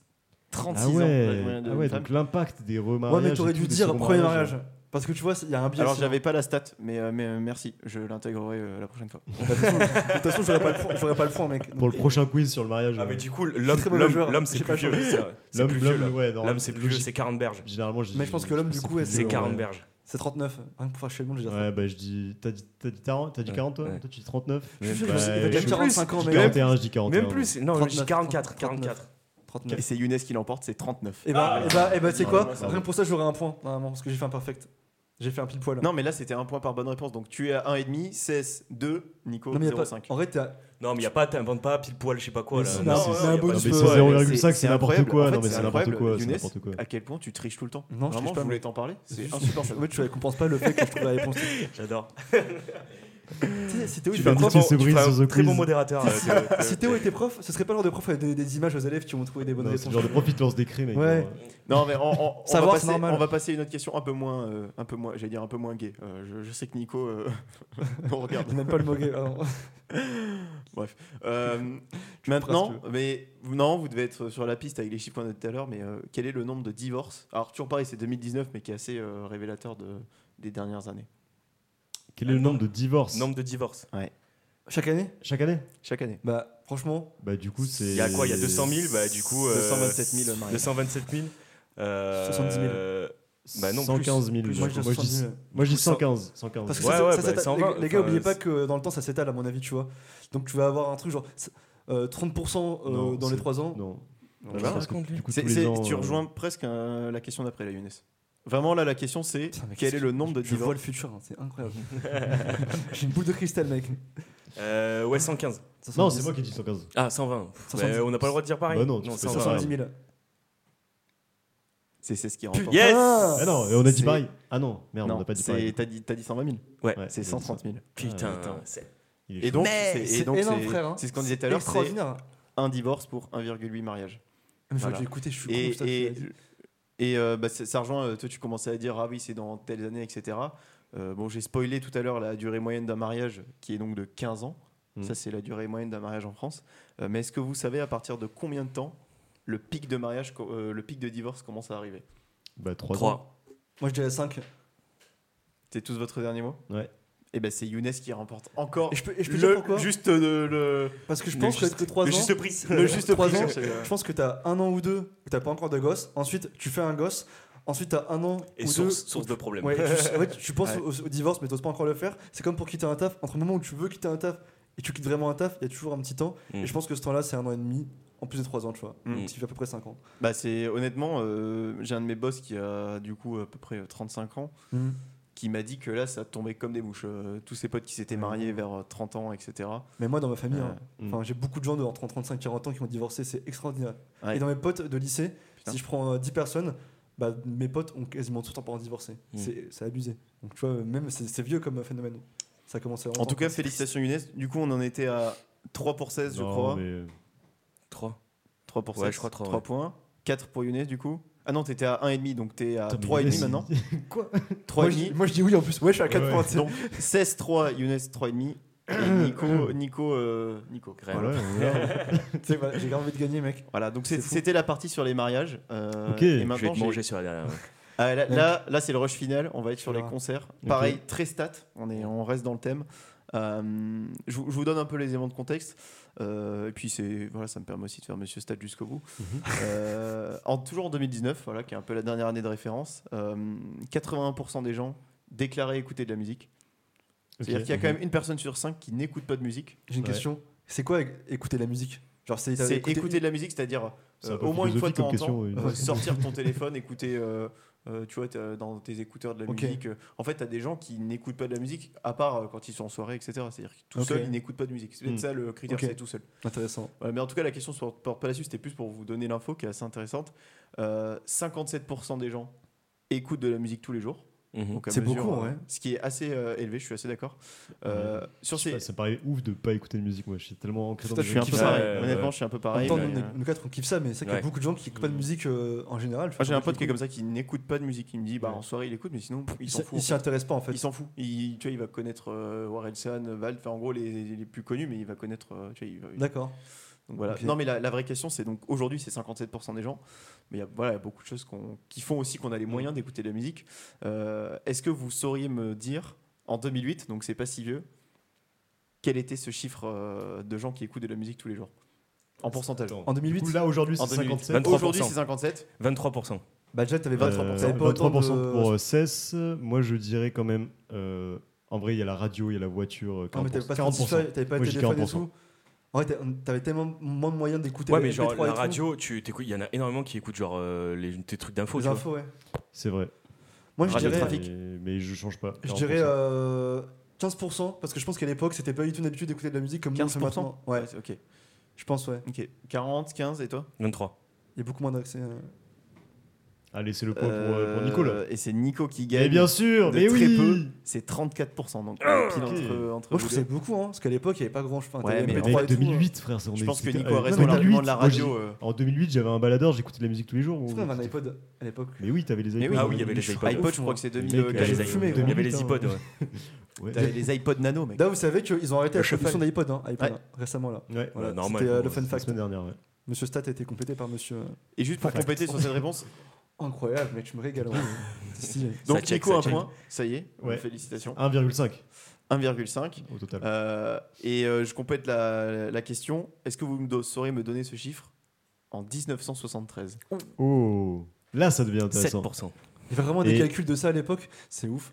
D: 36
A: ah
D: ans. l'âge
A: ouais,
D: moyen de
A: ah ouais
D: une femme.
A: donc l'impact des remariages.
B: Ouais, mais t'aurais
A: et
B: dû
A: tout, des
B: dire
A: seconds
B: premier
A: mariages.
B: mariage. Parce que tu vois, il y a un biais.
D: Alors,
B: sinon.
D: j'avais pas la stat, mais, euh, mais, euh, merci. Je l'intégrerai euh, la prochaine fois.
B: De toute façon, j'aurais pas, le point- j'aurais pas le point, mec.
A: Pour le prochain quiz sur le mariage.
C: Ah,
A: ouais.
C: mais du coup, l'homme,
B: Très mauvais
C: l'homme,
B: joueur.
C: l'homme, c'est
B: J'ai
C: plus
B: pas
C: vieux.
B: joué.
C: c'est vrai. C'est
A: l'homme,
C: plus vieux,
A: l'homme,
C: l'homme.
A: ouais, non,
C: L'homme, c'est plus vieux,
A: logique.
C: c'est 40 berges.
A: Généralement, je dis.
B: Mais je pense que l'homme, du
A: c'est
B: coup,
A: plus
B: ouais,
A: vieux,
C: C'est 40
A: ouais.
C: berges.
B: C'est 39. Rien que pour faire chier le monde, j'ai dit
A: Ouais, bah je dis. T'as dit, t'as dit, 40, t'as dit
C: Ouais,
A: 40 toi
C: ouais.
A: Toi, tu dis 39
B: Je suis sûr
A: Bah,
B: qu'il va- il va
A: je
B: dire
A: suis
B: 45 ans,
A: Je dis
B: mais.
A: 41, je dis 41.
C: Même plus. Non, j'ai
B: 39,
C: 44.
B: 39.
C: 44.
B: 39.
D: Et c'est Younes qui l'emporte, c'est 39.
B: Et bah, et bah, et bah, tu sais
A: Ah,
B: quoi
A: ouais, ça va.
B: Rien que pour ça, j'aurais un point, normalement, parce que j'ai fait un perfect. J'ai fait un pile poil.
D: Non, mais là, c'était un point par bonne réponse. Donc, tu es à 1,5, 16, 2, Nico,
B: Non, mais y a pas.
D: 0,5.
B: En vrai, t'as.
C: Non, mais y a pas, t'inventes pas pile poil, je sais pas quoi.
B: Mais
C: là.
B: si,
A: non,
C: ouais,
A: c'est
C: ouais,
B: un
C: y a pas
B: bonus,
C: de-
A: Mais
B: Ouais,
A: c'est
B: ouais,
A: 0,5, c'est n'importe
D: incroyable. En
A: quoi.
D: fait,
A: Non, mais
D: c'est
A: c'est n'importe
D: incroyable.
A: quoi. C'est
D: Younes,
A: n'importe quoi.
D: À quel point tu triches tout le temps
B: Non, je
D: Vraiment,
B: triche pas,
D: je voulais
B: mais-
D: t'en parler. C'est
B: En
D: insupportable.
B: fait, tu récompenses pas le fait que je trouve la réponse. Tu
C: J'adore.
B: sais, Si Théo,
A: Tu
B: il
A: vas
B: fait
C: Très
A: Petit
C: bon-
A: cerise
C: tu fais
A: sur
C: un
A: The
C: très bon
A: Quiz.
C: modérateur. euh, que- que-
B: Si Théo était prof, ce serait pas le genre de prof à donner des images aux élèves qui vont trouver des bonnes
A: Non, C'est le
B: réponses.
A: genre de profit lance des craies, mec.
B: Ouais.
A: genre. euh,
D: Non, mais on, on- on
B: Savoir,
D: va
B: c'est
D: passer,
B: normal.
D: on va passer à une autre question un peu moins, euh, un peu moins, j'allais dire un peu moins gay. Euh, je, je sais que Nico, euh, on regarde.
B: Il n'aime pas le mot gay. ah non.
D: Euh,
B: si
D: maintenant,
B: tu
D: mais non, vous devez être sur la piste avec les chiffres qu'on a dit tout à l'heure. Mais euh, quel est le nombre de divorces Alors toujours pareil, c'est 2019, mais qui est assez euh, révélateur de, des dernières années.
A: Quel est le nombre de divorces
C: Nombre de divorces.
B: Chaque année
A: chaque année
D: chaque année.
B: Bah, franchement,
A: Bah du coup c'est.
C: Il y a quoi Il y a 200 000 Bah du coup. euh,
D: 227 000 mariages.
C: 227 000 euh,
B: 70 000.
C: Bah non,
A: 115 000.
C: plus,
A: Moi
B: moi,
A: je, moi, je
B: je dis 70
A: dis,
B: 000.
A: moi, je dis
C: Plus cent-
A: 115. 115.
B: Parce que
C: Ouais,
B: ça,
C: ouais,
B: ça
C: bah,
B: s'étale-
C: ça en
B: les,
C: va,
B: les gars,
C: enfin,
B: oubliez
C: c'est-
B: pas que dans le temps, ça s'étale, à mon avis, tu vois. Donc tu vas avoir un truc genre euh, 30% euh,
A: Non,
B: dans les
A: c'est-
B: 3 ans.
A: Non.
C: Non,
A: Je
C: bah,
A: pense que,
C: raconte-lui.
A: du coup,
D: C'est-
A: tous les
D: c'est-
A: ans,
D: tu
A: euh,
D: rejoins presque euh, la question d'après, la Younes. Vraiment, là, la question, c'est
B: Putain, mais
D: quel est le nombre de
B: Je vois
D: divorces
B: le futur, hein, c'est incroyable. J'ai une boule de cristal, mec.
C: Euh, ouais, 115.
A: Non, c'est moi qui ai dit 115.
C: Ah, 120.
B: 70.
C: Ouais, on n'a pas le droit de dire pareil.
A: Bah non, tu fais
C: 120.
B: 70 000.
D: C'est c'est ce qui remporte.
C: Yes
A: Ah non, et on a dit
D: C'est-
A: pareil. Ah non, merde, on
D: Non,
A: n'a pas dit
D: c'est-
A: pareil.
D: t'as dit, t'as dit 120 000.
C: Ouais,
A: Ouais, il
D: c'est
A: a dit
D: 130 000.
C: Putain,
A: Ah, attends.
C: c'est-
A: Il est
D: Et
A: chaud.
D: donc,
B: Mais
D: c'est- et
B: c'est
D: donc,
B: énorme,
D: c'est-
B: frère, hein.
D: C'est ce qu'on disait tout à l'heure, c'est
B: Extraordinaire.
D: un divorce pour 1,8 mariage.
B: Mais faut que
D: Voilà.
B: j'ai écouté, je suis con,
D: Et,
B: putain,
D: et,
B: tu l'as dit.
D: et, euh, bah, ça ça rejoint, euh, toi tu commençais à dire, ah oui, c'est dans telles années, etc. Euh, bon, j'ai spoilé tout à l'heure la durée moyenne d'un mariage qui est donc de 15 ans.
A: Mhm.
D: Ça, c'est la durée moyenne d'un mariage en France. Euh, mais est-ce que vous savez à partir de combien de temps le pic de mariage, co- euh, le pic de divorce commence à arriver
A: Bah 3 ans.
C: 3.
B: Moi, je dirais 5.
D: C'est tous votre dernier mot
A: Ouais.
D: Et ben c'est Younes qui remporte encore
B: Et je peux, et je peux
D: le-
B: dire pourquoi
D: juste euh, le,
B: Parce que je
D: le
B: pense que
D: juste-
B: que 3 ans.
C: Le juste prix.
D: le, le juste
B: Trois
D: prix.
B: ans,
D: c'est, euh,
B: Je pense que t'as un an ou deux où t'as pas encore de gosse. Ensuite, tu fais un gosse. Ensuite, t'as un an
C: Et
B: ou
C: source,
B: deux.
C: source de problème.
B: Ouais, tu, ouais, tu penses
D: Ouais.
B: au, au divorce, mais t'oses pas encore le faire. C'est comme pour quitter un taf. Entre le moment où tu veux quitter un taf et tu quittes vraiment un taf, il y a toujours un petit temps.
C: Mm.
B: Et je pense que ce temps-là, c'est un an et demi, en plus de trois ans, tu vois.
D: Mm.
B: Donc, tu fais à peu près cinq ans.
D: bah, c'est honnêtement, euh, j'ai un de mes boss qui a du coup à peu près euh, 35 ans. qui m'a dit que là, ça tombait comme des mouches. Euh, tous ses potes qui s'étaient mariés vers euh, 30 ans, etc.
B: Mais moi, dans ma famille,
D: Euh,
B: hein,
A: mm.
B: enfin, j'ai beaucoup de gens de entre 35 et 40 ans qui ont divorcé. C'est extraordinaire.
D: Ouais.
B: Et dans mes potes de lycée,
D: Putain.
B: si je prends euh, 10 personnes, bah, mes potes ont quasiment tout le temps pas divorcé.
C: Mm.
B: C'est c'est abusé. Donc, tu vois, même c'est c'est vieux comme phénomène. Ça a commencé
D: En tout cas, félicitations Younes. Du coup, on en était à 3 pour 16, je
A: Non,
D: crois.
A: mais-
C: 3.
D: 3 pour 16,
C: Ouais, je crois trois, ouais.
D: points. 4 pour Younes, du coup. Ah non, t'étais à 1,5, donc t'es à
A: Putain, mais
D: 3,5
A: Younes,
D: maintenant.
B: Quoi moi, je,
D: 3,5.
B: moi, je dis oui en plus. Ouais, je suis à 4
A: Ouais.
B: points. tu sais.
D: Donc 16-3, Younes 3,5. Et Nico, Nico, euh, Nico.
C: Graham.
A: Ah
D: Voilà.
A: ouais, ouais.
B: Tu sais, voilà, j'ai grave envie de gagner, mec.
D: Voilà, donc
B: C'est
D: c'est-
B: fou.
D: c'était la partie sur les mariages. Euh,
A: Ok,
D: et
C: Je vais
D: maintenant,
C: te
D: j'ai-
C: manger sur la dernière. ouais.
D: Ah, là, là, là, c'est le rush final. On va être sur les
B: Ah.
D: concerts.
A: Ok.
D: Pareil, très stat. On, est, on reste dans le thème. Euh, je, vous je vous donne un peu les éléments de contexte. Euh, et puis, c'est, voilà, ça me permet aussi de faire Monsieur Stat jusqu'au bout.
A: Mhm.
D: Euh, en, toujours en 2019, voilà, qui est un peu la dernière année de référence, euh, 81% des gens déclaraient écouter de la musique. C'est-à-dire
A: Ok. Mhm.
D: qu'il y a quand même une personne sur cinq qui n'écoute pas de musique.
B: J'ai une
A: Ouais.
B: question. C'est quoi éc- écouter la musique Genre, c'est
D: C'est écouter de la musique, c'est-à-dire
A: C'est un
D: euh,
A: peu
D: au moins une fois de temps en
A: philosophique
D: temps,
A: comme question,
D: euh,
A: oui.
D: sortir ton téléphone, écouter, euh, euh, tu vois, t'as- dans tes écouteurs de la
B: Ok.
D: musique. euh, En fait, t'as des gens qui n'écoutent pas de la musique, à part euh, quand ils sont en soirée, etc. C'est-à-dire que tout
B: Ok. Hmm.
D: seul, ils n'écoutent pas de musique. C'est peut-être
A: Mm.
D: ça le critère,
B: Ok.
D: c'est tout seul.
B: Intéressant.
D: Voilà, mais en tout cas, la question ne porte pas là-dessus, c'était plus pour vous donner l'info qui est assez intéressante. Euh, 57% des gens écoutent de la musique tous les jours.
C: Mhm.
D: Donc, à
B: C'est
D: mesure,
B: beaucoup,
D: euh,
B: ouais.
D: Ce qui est assez euh, élevé, je suis assez d'accord. Euh, sur
A: Je sais
D: ces.
A: pas, Ça me paraît ouf de pas écouter de musique, moi. Je suis tellement ancré dans
B: Putain,
A: mes
B: je suis un peu
A: équipes.
C: ça,
D: pareil.
C: ouais, ouais,
D: Honnêtement,
C: ouais.
D: je suis un peu
B: En même
D: pareil.
B: temps,
D: mais,
B: nous,
D: euh,
B: on est- nous quatre, on kiffe ça, mais c'est vrai qu'il y
C: Ouais.
B: a beaucoup de gens qui écoutent pas de musique euh, en général.
D: Moi, j'ai un
B: Enfin,
D: pote qui est comme ça, qui n'écoute pas de musique. Il me dit, bah,
A: Ouais.
D: en soirée, il écoute, mais sinon, pff,
B: Il
D: il
B: s-
D: s'en fout. en
B: il s'y
D: fait.
B: intéresse pas en fait.
D: Il s'en fout. Il, tu vois, il va connaître euh, Warrelson, Val, enfin, en gros, les, les plus connus, mais il va connaître. euh, tu vois, il va-
B: D'accord.
D: donc, voilà.
B: Ok.
D: Non, mais la, la vraie question, c'est donc aujourd'hui, c'est 57% des gens. Mais il y a voilà, il y a beaucoup de choses qu'on- qui font aussi qu'on a les moyens d'écouter de la musique. Euh, Est-ce que vous sauriez me dire, en 2008, donc c'est pas si vieux, quel était ce chiffre euh, de gens qui écoutent de la musique tous les jours En pourcentage.
A: Attends.
B: En
A: Du
B: 2008,
A: coup, là, aujourd'hui,
D: En
A: c'est
D: 2008.
A: 57.
C: 23%.
D: Aujourd'hui, c'est 57.
C: 23%.
B: bah déjà t'avais
A: Euh,
B: 23%. T'avais pas autant
A: 23%
B: de-
A: pour euh, CES. Moi, je dirais quand même. euh, En vrai, il y a la radio, il y a la voiture. euh,
B: Non, mais t'avais
A: 40%.
B: pas Spotify, t'avais pas
A: Moi,
B: le
A: j'ai
B: téléphone et
A: 40%.
B: tout. En vrai, t'as- t'avais tellement moins de moyens d'écouter
C: Ouais,
B: les
C: mais genre,
B: MP3 et
C: la
B: tout.
C: radio, tu t'écoutes- il y en a énormément qui écoutent genre euh, les, tes trucs d'infos.
B: les
C: tu vois.
B: infos, ouais.
A: C'est vrai.
B: Moi, je
D: Radio
B: dirais,
D: Trafic.
A: Mais, mais je change pas.
B: je
A: 40%.
B: dirais euh, 15%, parce que je pense qu'à l'époque, c'était pas du tout une habitude d'écouter de la musique comme nous on le fait
D: 15%?
B: maintenant. Ouais,
D: ok.
B: je pense, ouais.
D: Ok. 40, 15, et toi
C: 23.
B: Il y a beaucoup moins d'accès. euh.
A: Allez, c'est le point pour, euh, pour Nico là.
D: Euh, Et c'est Nico qui gagne.
A: Mais bien sûr,
D: de
A: mais
D: très
A: oui.
D: peu. C'est 34%. Donc, euh, pile
A: Ok. Oh,
B: Moi,
D: entre, entre
B: je
D: vous
B: trouve que
D: deux.
B: c'est beaucoup, hein, parce qu'à l'époque, il y avait pas grand chose.
D: Ouais, mais
A: Mais
D: en fait,
B: hein.
A: mec, 2008, frère, c'est on
D: Je
A: est-
D: pense que
A: c'était-
D: Nico
A: euh,
D: a raison.
A: non, mais
D: L'argument de
A: 2008,
D: la
A: moi, j'ai-
D: radio. euh,
A: En 2008, j'avais un baladeur, j'écoutais de la musique tous les jours.
B: Est-ce
A: ou-
B: qu'on avait un iPod à l'époque
A: Mais oui, t'avais les
D: Mais
A: iPods.
D: oui,
C: Ah oui, il y avait les iPods.
D: iPod, je crois que c'est
A: Les mecs,
D: 2000.
A: euh,
C: Il y avait
A: j'ai
C: les
A: fumé,
C: iPods, il y avait les
A: putain.
C: iPods, ouais.
A: Ouais.
D: T'avais les iPod Nano, mec.
B: Là, vous savez qu'ils ont arrêté
C: Le
B: la production
C: cheval.
B: d'iPod, hein, iPod,
D: Ouais.
B: hein, récemment là.
A: Ouais. Bah,
B: Voilà,
C: normal,
B: c'était euh,
C: bon,
B: le fun
A: La
B: fact.
A: semaine dernière, ouais.
B: Monsieur Stat a été complété par monsieur. euh,
D: Et juste pour
B: Fact.
D: compléter sur cette réponse,
B: incroyable, mec, je me régale. en vrai. C'est stylé.
D: Donc
C: check,
D: Nico,
C: ça
D: un
C: check.
D: point. Ça y est,
A: Ouais.
D: félicitations.
A: 1,5
D: 1,5.
A: au total.
D: Euh, et euh, je complète la, la question. Est-ce que vous me do- saurez me donner ce chiffre en 1973
A: Oh Là, ça devient intéressant.
C: 7%.
B: Il y avait vraiment des
A: Et-
B: calculs de ça à l'époque, c'est ouf.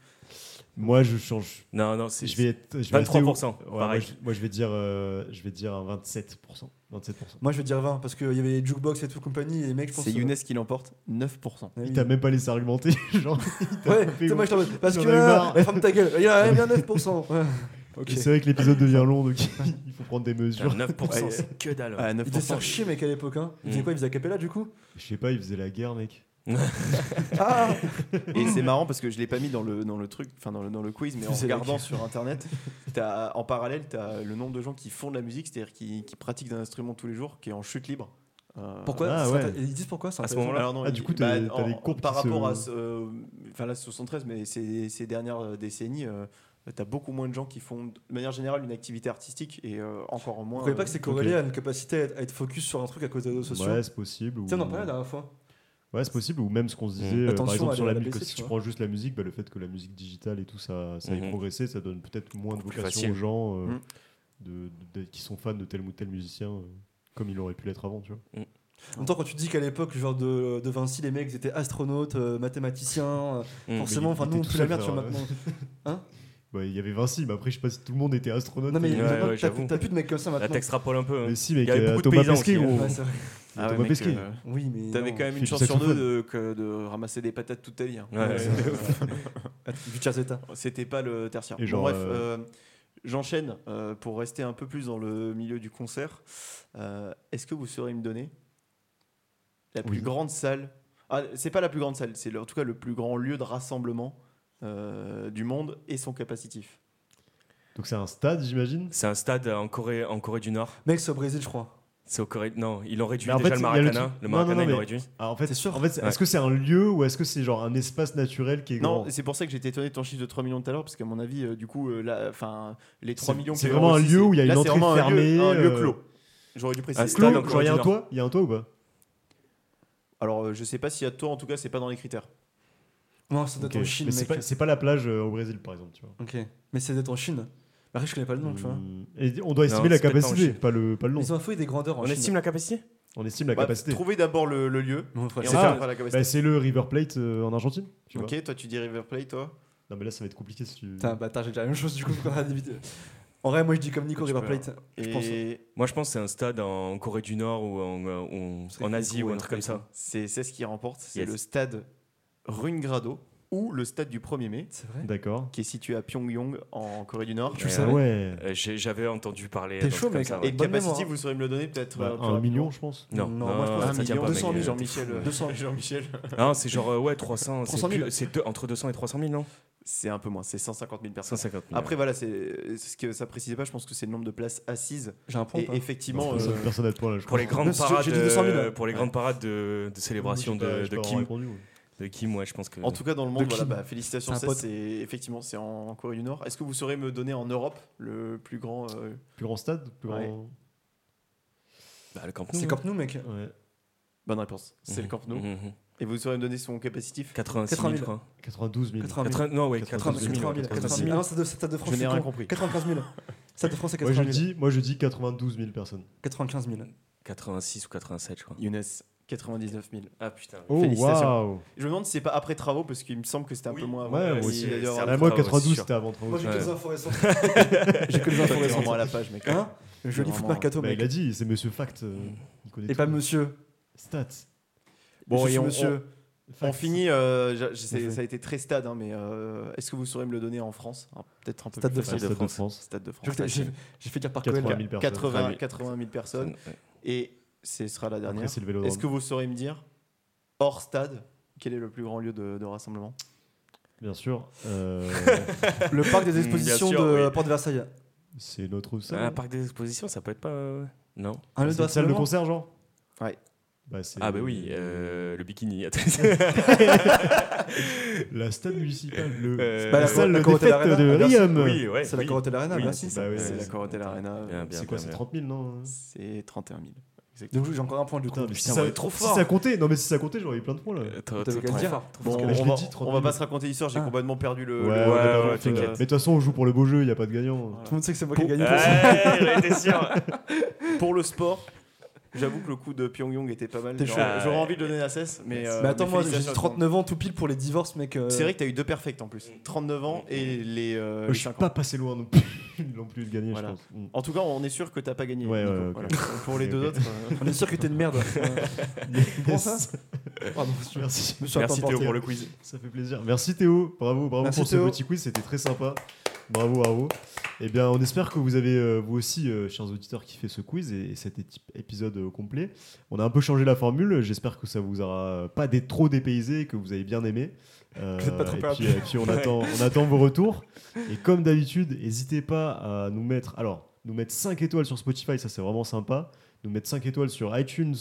A: Moi, je change.
C: Non, non, c'est
A: Je vais être. Je vais rester
C: 23%.
A: où- Ouais, moi,
C: pareil.
A: je, moi, je vais dire, euh, je vais dire un 27%. 27%.
B: Moi je vais dire 20 parce qu'il y avait les jukebox et tout compagnie et mec je pense
D: C'est
A: euh,
B: que-
D: Younes qui l'emporte, 9%.
B: Ouais,
A: Il t'a même pas laissé argumenter, genre. il t'a
B: Ouais,
A: coupé,
B: tu sais, moi je t'en mode, parce
A: J'en
B: que
A: ai eu
B: là,
A: marre.
B: ferme ta gueule, il y en a bien 9%. Ouais. Ok.
A: Et C'est vrai que l'épisode devient long, donc il faut prendre des
C: Putain,
A: mesures.
C: 9%,
D: Ouais.
C: c'est que dalle.
D: Ah,
B: Ils étaient sur
D: 9%.
B: chier mec à l'époque hein. Ils faisaient
C: Mm.
B: quoi Ils faisaient a cappella du coup
A: Je sais pas, il faisait la guerre, mec.
B: Ah
D: Et c'est marrant parce que je l'ai pas mis dans le, dans le truc, enfin dans le, dans le quiz, mais en
B: Plus
D: regardant sur internet, as, en parallèle, tu as le nombre de gens qui font de la musique, c'est-à-dire qui, qui pratiquent d'un instrument tous les jours, qui est en chute libre. Euh,
B: Pourquoi
A: Ah,
B: C'est
A: ouais.
B: intéressant. Ils disent pourquoi c'est
C: À ce
B: intéressant.
C: moment-là.
D: Alors non,
A: Ah,
D: il- bah,
A: du coup, t'as- t'as des courbes
D: par
A: qui se-
D: rapport à ce- euh, enfin là 73 mais ces, ces dernières euh, décennies euh, t'as beaucoup moins de gens qui font de manière générale une activité artistique et euh, encore
B: Vous
D: moins
B: croyez
D: euh,
B: pas que c'est corrélé à une capacité à être- à être focus sur un truc à cause des réseaux sociaux
A: Ouais, c'est possible. ou-
B: Tiens, on en parlait la dernière fois.
A: Ouais, c'est possible. Ou même ce qu'on se disait,
C: Mm.
A: euh, par
B: Attention
A: exemple,
B: à
A: sur la
B: la- à la
A: musique,
B: baisser,
A: si
B: tu
A: tu
B: vois.
A: prends juste la musique, bah, le fait que la musique digitale et tout, ça, ça ait
C: Mhm.
A: progressé, ça donne peut-être moins de
C: Plus
A: vocation
C: facile.
A: aux gens euh,
B: Mmh.
D: Mm.
A: de, de- qui sont fans de tel ou tel musicien, euh, comme il aurait pu l'être avant, tu vois.
B: En même temps, quand tu dis qu'à l'époque, genre de, de Vinci, les mecs ils étaient astronautes, euh, mathématiciens, euh,
C: Mm.
B: forcément,
A: Mais il-
B: enfin
A: il
B: nous on
A: était
B: touche
A: tout
B: la merde
A: seul,
B: sur
A: euh,
B: maintenant.
A: Bah, il y avait Vinci, mais après, je sais pas si tout le monde était astronaute.
B: Non mais
A: et-
C: Ouais,
B: maintenant,
C: ouais,
B: t'as
C: j'avoue.
B: t'as plus de mecs comme ça
C: Là,
B: maintenant.
C: t'extrapoles un peu. hein.
A: Mais si, mec,
C: Il y avait
A: euh,
C: beaucoup de
A: Thomas
C: paysans
A: Pesquet,
C: aussi, hein.
A: gros.
B: Ouais, c'est vrai.
D: Ah ouais,
A: Thomas
D: mec,
A: Pesquet.
D: euh,
B: Oui, mais.
D: T'avais
B: non.
D: quand même
A: Fais
D: une
A: du
D: chance sur deux
A: saxophone.
D: de, que- de ramasser des patates toute ta vie. hein.
C: Ouais, ouais,
D: Euh,
B: Du tiers état.
D: C'était pas le tertiaire.
A: Et
D: Bon,
A: genre,
D: bref,
A: euh,
D: euh, j'enchaîne euh, pour rester un peu plus dans le milieu du concert. Euh, Est-ce que vous saurez me donner la plus
A: Oui.
D: grande salle Ah, C'est pas la plus grande salle, c'est le- en tout cas le plus grand lieu de rassemblement euh, du monde et son capacitif.
A: Donc, c'est un stade, j'imagine.
C: C'est un stade en Corée, en Corée du Nord.
B: Mec, c'est au Brésil, je crois.
C: C'est au Corée. Non, ils l'ont réduit
A: Mais en
C: déjà
A: fait, il
C: le
A: y a le
C: Maracana.
A: truc-
C: Le
A: Non, non,
C: Maracana,
A: non,
C: ils l'ont
A: mais-
C: réduit.
A: Alors, Ah, en fait,
B: T'es sûr
A: en fait, c'est-
C: Ouais.
A: est-ce que c'est un lieu ou est-ce que c'est genre un espace naturel qui est
D: Non,
A: grand
D: c'est pour ça que j'étais étonné de ton chiffre de 3 millions tout à l'heure, parce qu'à mon avis, euh, du coup, euh, la- enfin, les 3
A: C'est-
D: millions.
A: c'est
D: que-
A: vraiment un
D: aussi,
A: lieu où il y a
D: là,
A: une
D: c'est
A: entrée
D: vraiment un lieu-
A: fermée,
D: Un lieu
A: euh,
D: clos. J'aurais dû préciser.
C: un
A: Clos,
C: stade en
A: genre, il y a un
C: Corée du
A: toit Il y a un toit ou pas
D: Alors, euh, je sais pas s'il y a toi, en tout cas, c'est pas dans les critères.
B: Non, c'est d'être
A: Ok.
B: en Chine,
A: Mais c'est
B: mec.
A: pas- c'est pas la plage euh, au Brésil, par exemple, tu vois.
B: Ok. Mais c'est d'être en Chine. Bah, après, je connais pas le nom, tu vois.
A: Hum, Et on doit estimer la
C: c'est peut-être pas en
A: capacité,
C: Chine.
A: pas le, pas le nom.
B: Ils ont infoué des
A: Oh,
B: grandeurs en
C: On
B: Chine.
C: estime la capacité
A: On estime la
D: Bah,
A: capacité.
D: Trouvez d'abord le, le lieu.
B: Bon, voilà.
D: Et
A: C'est
D: ensuite,
A: ça.
D: on fera la capacité.
A: Bah, c'est le River Plate euh, en Argentine. tu vois.
D: Ok, toi tu dis River Plate, toi
A: Non, mais là, ça va être compliqué si tu.
B: Putain, bâtard, j'ai dit la même chose du coup qu'on a d'habitude. En vrai, moi je dis comme Nico
C: Tu
B: River
C: peux,
B: Plate. Je pense.
D: Et
C: Moi, je pense que c'est un stade en Corée du Nord ou en, euh, ou
B: C'est
C: en Asie
B: cool,
C: ou un
B: ouais,
C: truc comme ça.
D: c'est c'est ce qui remporte, c'est
C: Yes.
D: le stade Rungrado ou le stade du 1er mai
B: C'est vrai.
A: D'accord. Ah
D: qui est situé à Pyongyang en Corée du Nord.
B: Tu le
C: Ouais,
B: savais
A: Eh ouais.
C: Euh, j'ai- J'avais entendu parler.
B: T'es
C: d'un truc
B: chaud,
C: comme
B: mec.
C: ça,
D: Et
C: ouais.
D: le
B: Bonne
D: capacity,
B: mémour.
D: vous saurez me le donner peut-être
A: Bah,
D: euh, plus
A: un
D: rapidement.
A: million, je pense.
C: Non,
B: Non, moi, je pense
D: Un
C: non, ça tient
D: million,
C: pas. mec.
D: 200 000,
C: Euh,
D: Jean-Michel. euh,
B: 200 000.
D: Jean-Michel.
C: Non, c'est genre euh, ouais, 300. c'est
B: 300 000.
C: plus- C'est deux- entre 200 et 300 000, non
D: C'est un peu moins, c'est 150 000 personnes.
C: 150 000.
D: Après voilà, c'est c'est ce que ça précisait pas, je pense que c'est le nombre de places assises.
B: J'ai un point.
D: Et effectivement,
A: Personne-
D: euh,
A: Personne à toi, là, je
C: Pour les
A: crois.
C: grandes
B: J'ai- j'ai
C: parades,
B: dit 200 000,
C: euh,
B: ouais.
C: pour les grandes parades de, de célébration
A: Je sais pas,
C: de,
A: je sais
C: de
A: pas avoir
C: Kim,
A: répondu, ouais.
C: de Kim, ouais, je pense que.
D: en tout cas dans le monde,
B: de
D: voilà,
B: Kim.
D: bah, félicitations,
B: C'est un
D: ça,
B: pote.
D: c'est effectivement c'est en, en Corée du Nord. Est-ce que vous saurez me donner en Europe le plus grand euh,
A: Plus grand stade plus
D: Ouais.
A: grand-
C: Bah, le Camp Nou,
B: C'est
C: hein.
B: comme nous, mec.
A: Ouais.
D: Bonne réponse, c'est le
C: Mhm,
D: Camp Nou.
C: mhm, mhm.
D: Et vous saurez me donner son capacitif
C: 86
B: 80 000.
C: 000, je crois.
A: 92 000.
B: 80 000.
C: 80 non, ouais,
A: 90
C: 90
A: 000,
C: 000.
B: 80 000.
A: 90 000.
B: 80 000. Ah non, c'est de, c'est de France.
D: Je n'ai
B: suis
D: rien
B: con.
D: compris.
B: 95 000. Stade de France, c'est
A: Moi, je
B: 95 000.
A: dis, moi, je dis 92 000 personnes.
B: 95 000.
C: 86 ou 87, je crois.
D: Younes, 99 000.
C: Ah putain.
A: Oh,
D: Félicitations.
A: waouh.
D: Je me demande si c'est pas après travaux parce qu'il me semble que c'était un
C: Oui.
D: peu moins avant.
A: Ouais,
D: Euh,
A: moi
D: si,
C: aussi.
D: d'ailleurs,
C: C'est
D: euh,
A: Ah, moi,
C: travaux
A: 92,
C: aussi,
A: c'était avant 30
B: Moi j'ai que
C: Ouais.
B: des infos récentes.
D: J'ai que les infos
B: Toi, t'es
D: récentes. à la page, mec.
B: Hein Joli foot
D: Vraiment.
B: mercato,
A: Bah,
B: mec.
A: il a dit, c'est Monsieur Fact. euh, il connaît
B: Mm. Et
A: tout.
B: pas monsieur.
A: Stats.
D: Bon,
B: Je
D: et
B: suis
D: on,
B: monsieur.
D: on- on
A: Facts.
D: finit. euh, j'a- je sais,
B: Bien joué.
D: ça a été très stade, hein, mais euh, est-ce que vous saurez me le donner en France Ah, Peut-être un peu
B: Stade
D: plus
B: de
A: Ouais,
D: facile.
A: Stade de France.
D: Stade de
B: Je-
D: France.
B: J'ai j'ai fait dire par Coel.
A: 80 000 personnes.
D: 80,
C: 000.
D: 80 000 personnes. Et ce sera la
A: Après,
D: dernière.
A: c'est le vélodrome.
D: Est-ce que vous saurez me dire, hors stade, quel est le plus grand lieu de, de rassemblement
A: Bien sûr. euh,
B: Le parc des
C: Bien
B: expositions
C: sûr,
B: de
C: oui.
B: Porte de Versailles.
A: c'est notre
C: Un
A: salle. Ah,
C: parc des expositions, ça peut être pas. euh, Non.
B: Un lieu
A: C'est
B: de
A: une salle de
B: rassemblement.
A: concert, genre
D: Ouais.
A: Bah, c'est-
C: Ah bah oui, euh, le bikini. attends.
A: euh, La stade municipale, le...
C: Euh,
A: la
B: Bah, la
A: salle
B: la
A: de
B: Corotel
A: défaite
B: Arena,
A: de
B: à Bercy.
A: Riom.
C: oui, ouais.
B: C'est
C: oui.
B: la Corotel Arena,
A: Oui,
B: merci.
A: bah oui,
D: C'est
A: ouais,
D: la Corotel Arena.
C: Bien, bien,
A: C'est quoi,
C: bien,
A: c'est
C: bien.
A: 30 000, non
D: C'est 31 000.
B: Donc j'ai encore un point du coup.
A: Putain, mais
C: Putain,
A: si, ça,
C: on est trop
A: si
C: fort.
A: ça comptait, non mais si ça comptait, j'aurais eu plein de points là.
C: Euh, trop-
B: T'avais qu'à
C: trop-
B: le
C: trop
B: dire.
C: fort.
A: Parce
D: Bon,
A: que là, je
D: on,
A: l'ai
D: va,
A: dit, 30
D: on va pas
A: minutes.
D: se raconter l'histoire, j'ai
B: Ah.
D: complètement perdu le.
A: Ouais,
D: le-
A: ouais,
D: le-
A: ouais,
D: le-
C: ouais,
A: euh, Mais
C: t'inquiète.
A: de toute façon, on joue pour le beau jeu, il y a pas de gagnant.
B: Tout le monde sait que c'est moi qui ai gagné. de toute façon.
C: Ouais, j'en étais sûr.
D: Pour le sport, j'avoue que le coup de Pyongyang était pas mal.
B: T'es
D: Genre,
C: chaud. Ah,
D: J'aurais
C: ouais.
D: envie de donner la cesse, mais. euh,
B: Mais attends,
D: mais
B: moi j'ai
D: félicitations à tout le monde.
B: 39 ans tout pile pour les divorces, mec. euh,
D: C'est vrai que t'as eu deux perfects en plus. 39 ans et les, euh,
A: Euh, je
D: les
A: suis
D: 5 ans.
A: pas passé loin non plus, non plus de gagner,
D: Voilà.
A: je pense. Mm.
D: En tout cas, on est sûr que t'as pas gagné.
A: Ouais,
D: Nico.
A: ouais, ouais,
D: Voilà.
A: ok.
D: Pour les
A: Ok,
D: deux
A: ok.
D: autres. euh,
B: On est sûr que t'es une merde. Tu comprends ça Pardon, je
A: Merci.
B: me suis
C: Merci Théo
B: emporté.
C: pour le quiz.
A: Ça fait plaisir. Merci Théo, bravo, bravo
B: Merci
A: pour
B: Théo.
A: ce petit quiz, c'était très sympa. Bravo, bravo. Eh bien, on espère que vous avez, euh, vous aussi, euh, chers auditeurs, kiffé ce quiz et, et cet éti- épisode au complet. On a un peu changé la formule, j'espère que ça vous aura pas dé- trop dépaysé, et que vous avez bien aimé. Euh,
B: Vous êtes pas trop
A: et,
B: perdu.
A: puis, et puis on, attend, on attend vos retours. Et comme d'habitude, n'hésitez pas à nous mettre, alors, nous mettre 5 étoiles sur Spotify, ça c'est vraiment sympa. Nous mettre 5 étoiles sur iTunes,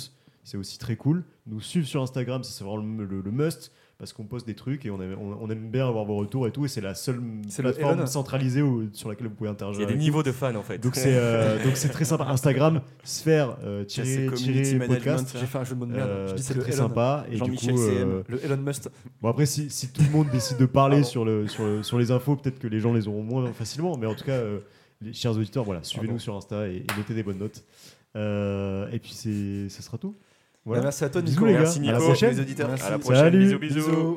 A: c'est aussi très cool. Nous suivre sur Instagram, ça, c'est vraiment le, le- le must parce qu'on poste des trucs et on aime, on- on aime bien avoir vos retours et tout. Et c'est la seule
B: C'est le
A: plateforme
B: Elon.
A: centralisée où- sur laquelle vous pouvez
C: Il
A: interagir.
C: y a des
A: avec
C: niveaux de fans en fait.
A: nous. donc c'est euh, donc c'est très sympa. Instagram, sphère euh,
D: c'est
A: tirer-
D: community
A: tirer
D: management,
A: podcast.
D: ça.
B: J'ai fait un jeu de mots de merde.
A: Euh,
B: je dis c'est
A: c'est
B: le
A: très
B: Elon.
A: sympa et du
D: Jean-Michel
A: coup
D: CM.
A: euh,
B: Le Elon Musk.
A: bon après si, si tout le monde décide de parler
D: Pardon.
A: sur le, sur le- sur les infos peut-être que les gens les auront moins facilement mais en tout cas euh, les chers auditeurs voilà suivez-nous
D: Pardon.
A: sur Insta et, et notez des bonnes notes Euh, et puis c'est ça sera tout
B: Bah, Merci à toi,
A: Bisous,
B: Nico.
A: les gars.
C: Merci
A: À la
C: Nico.
A: prochaine.
D: les auditeurs.
B: Merci.
C: À la prochaine.
A: Salut.
C: bisous. bisous.
B: Bisous.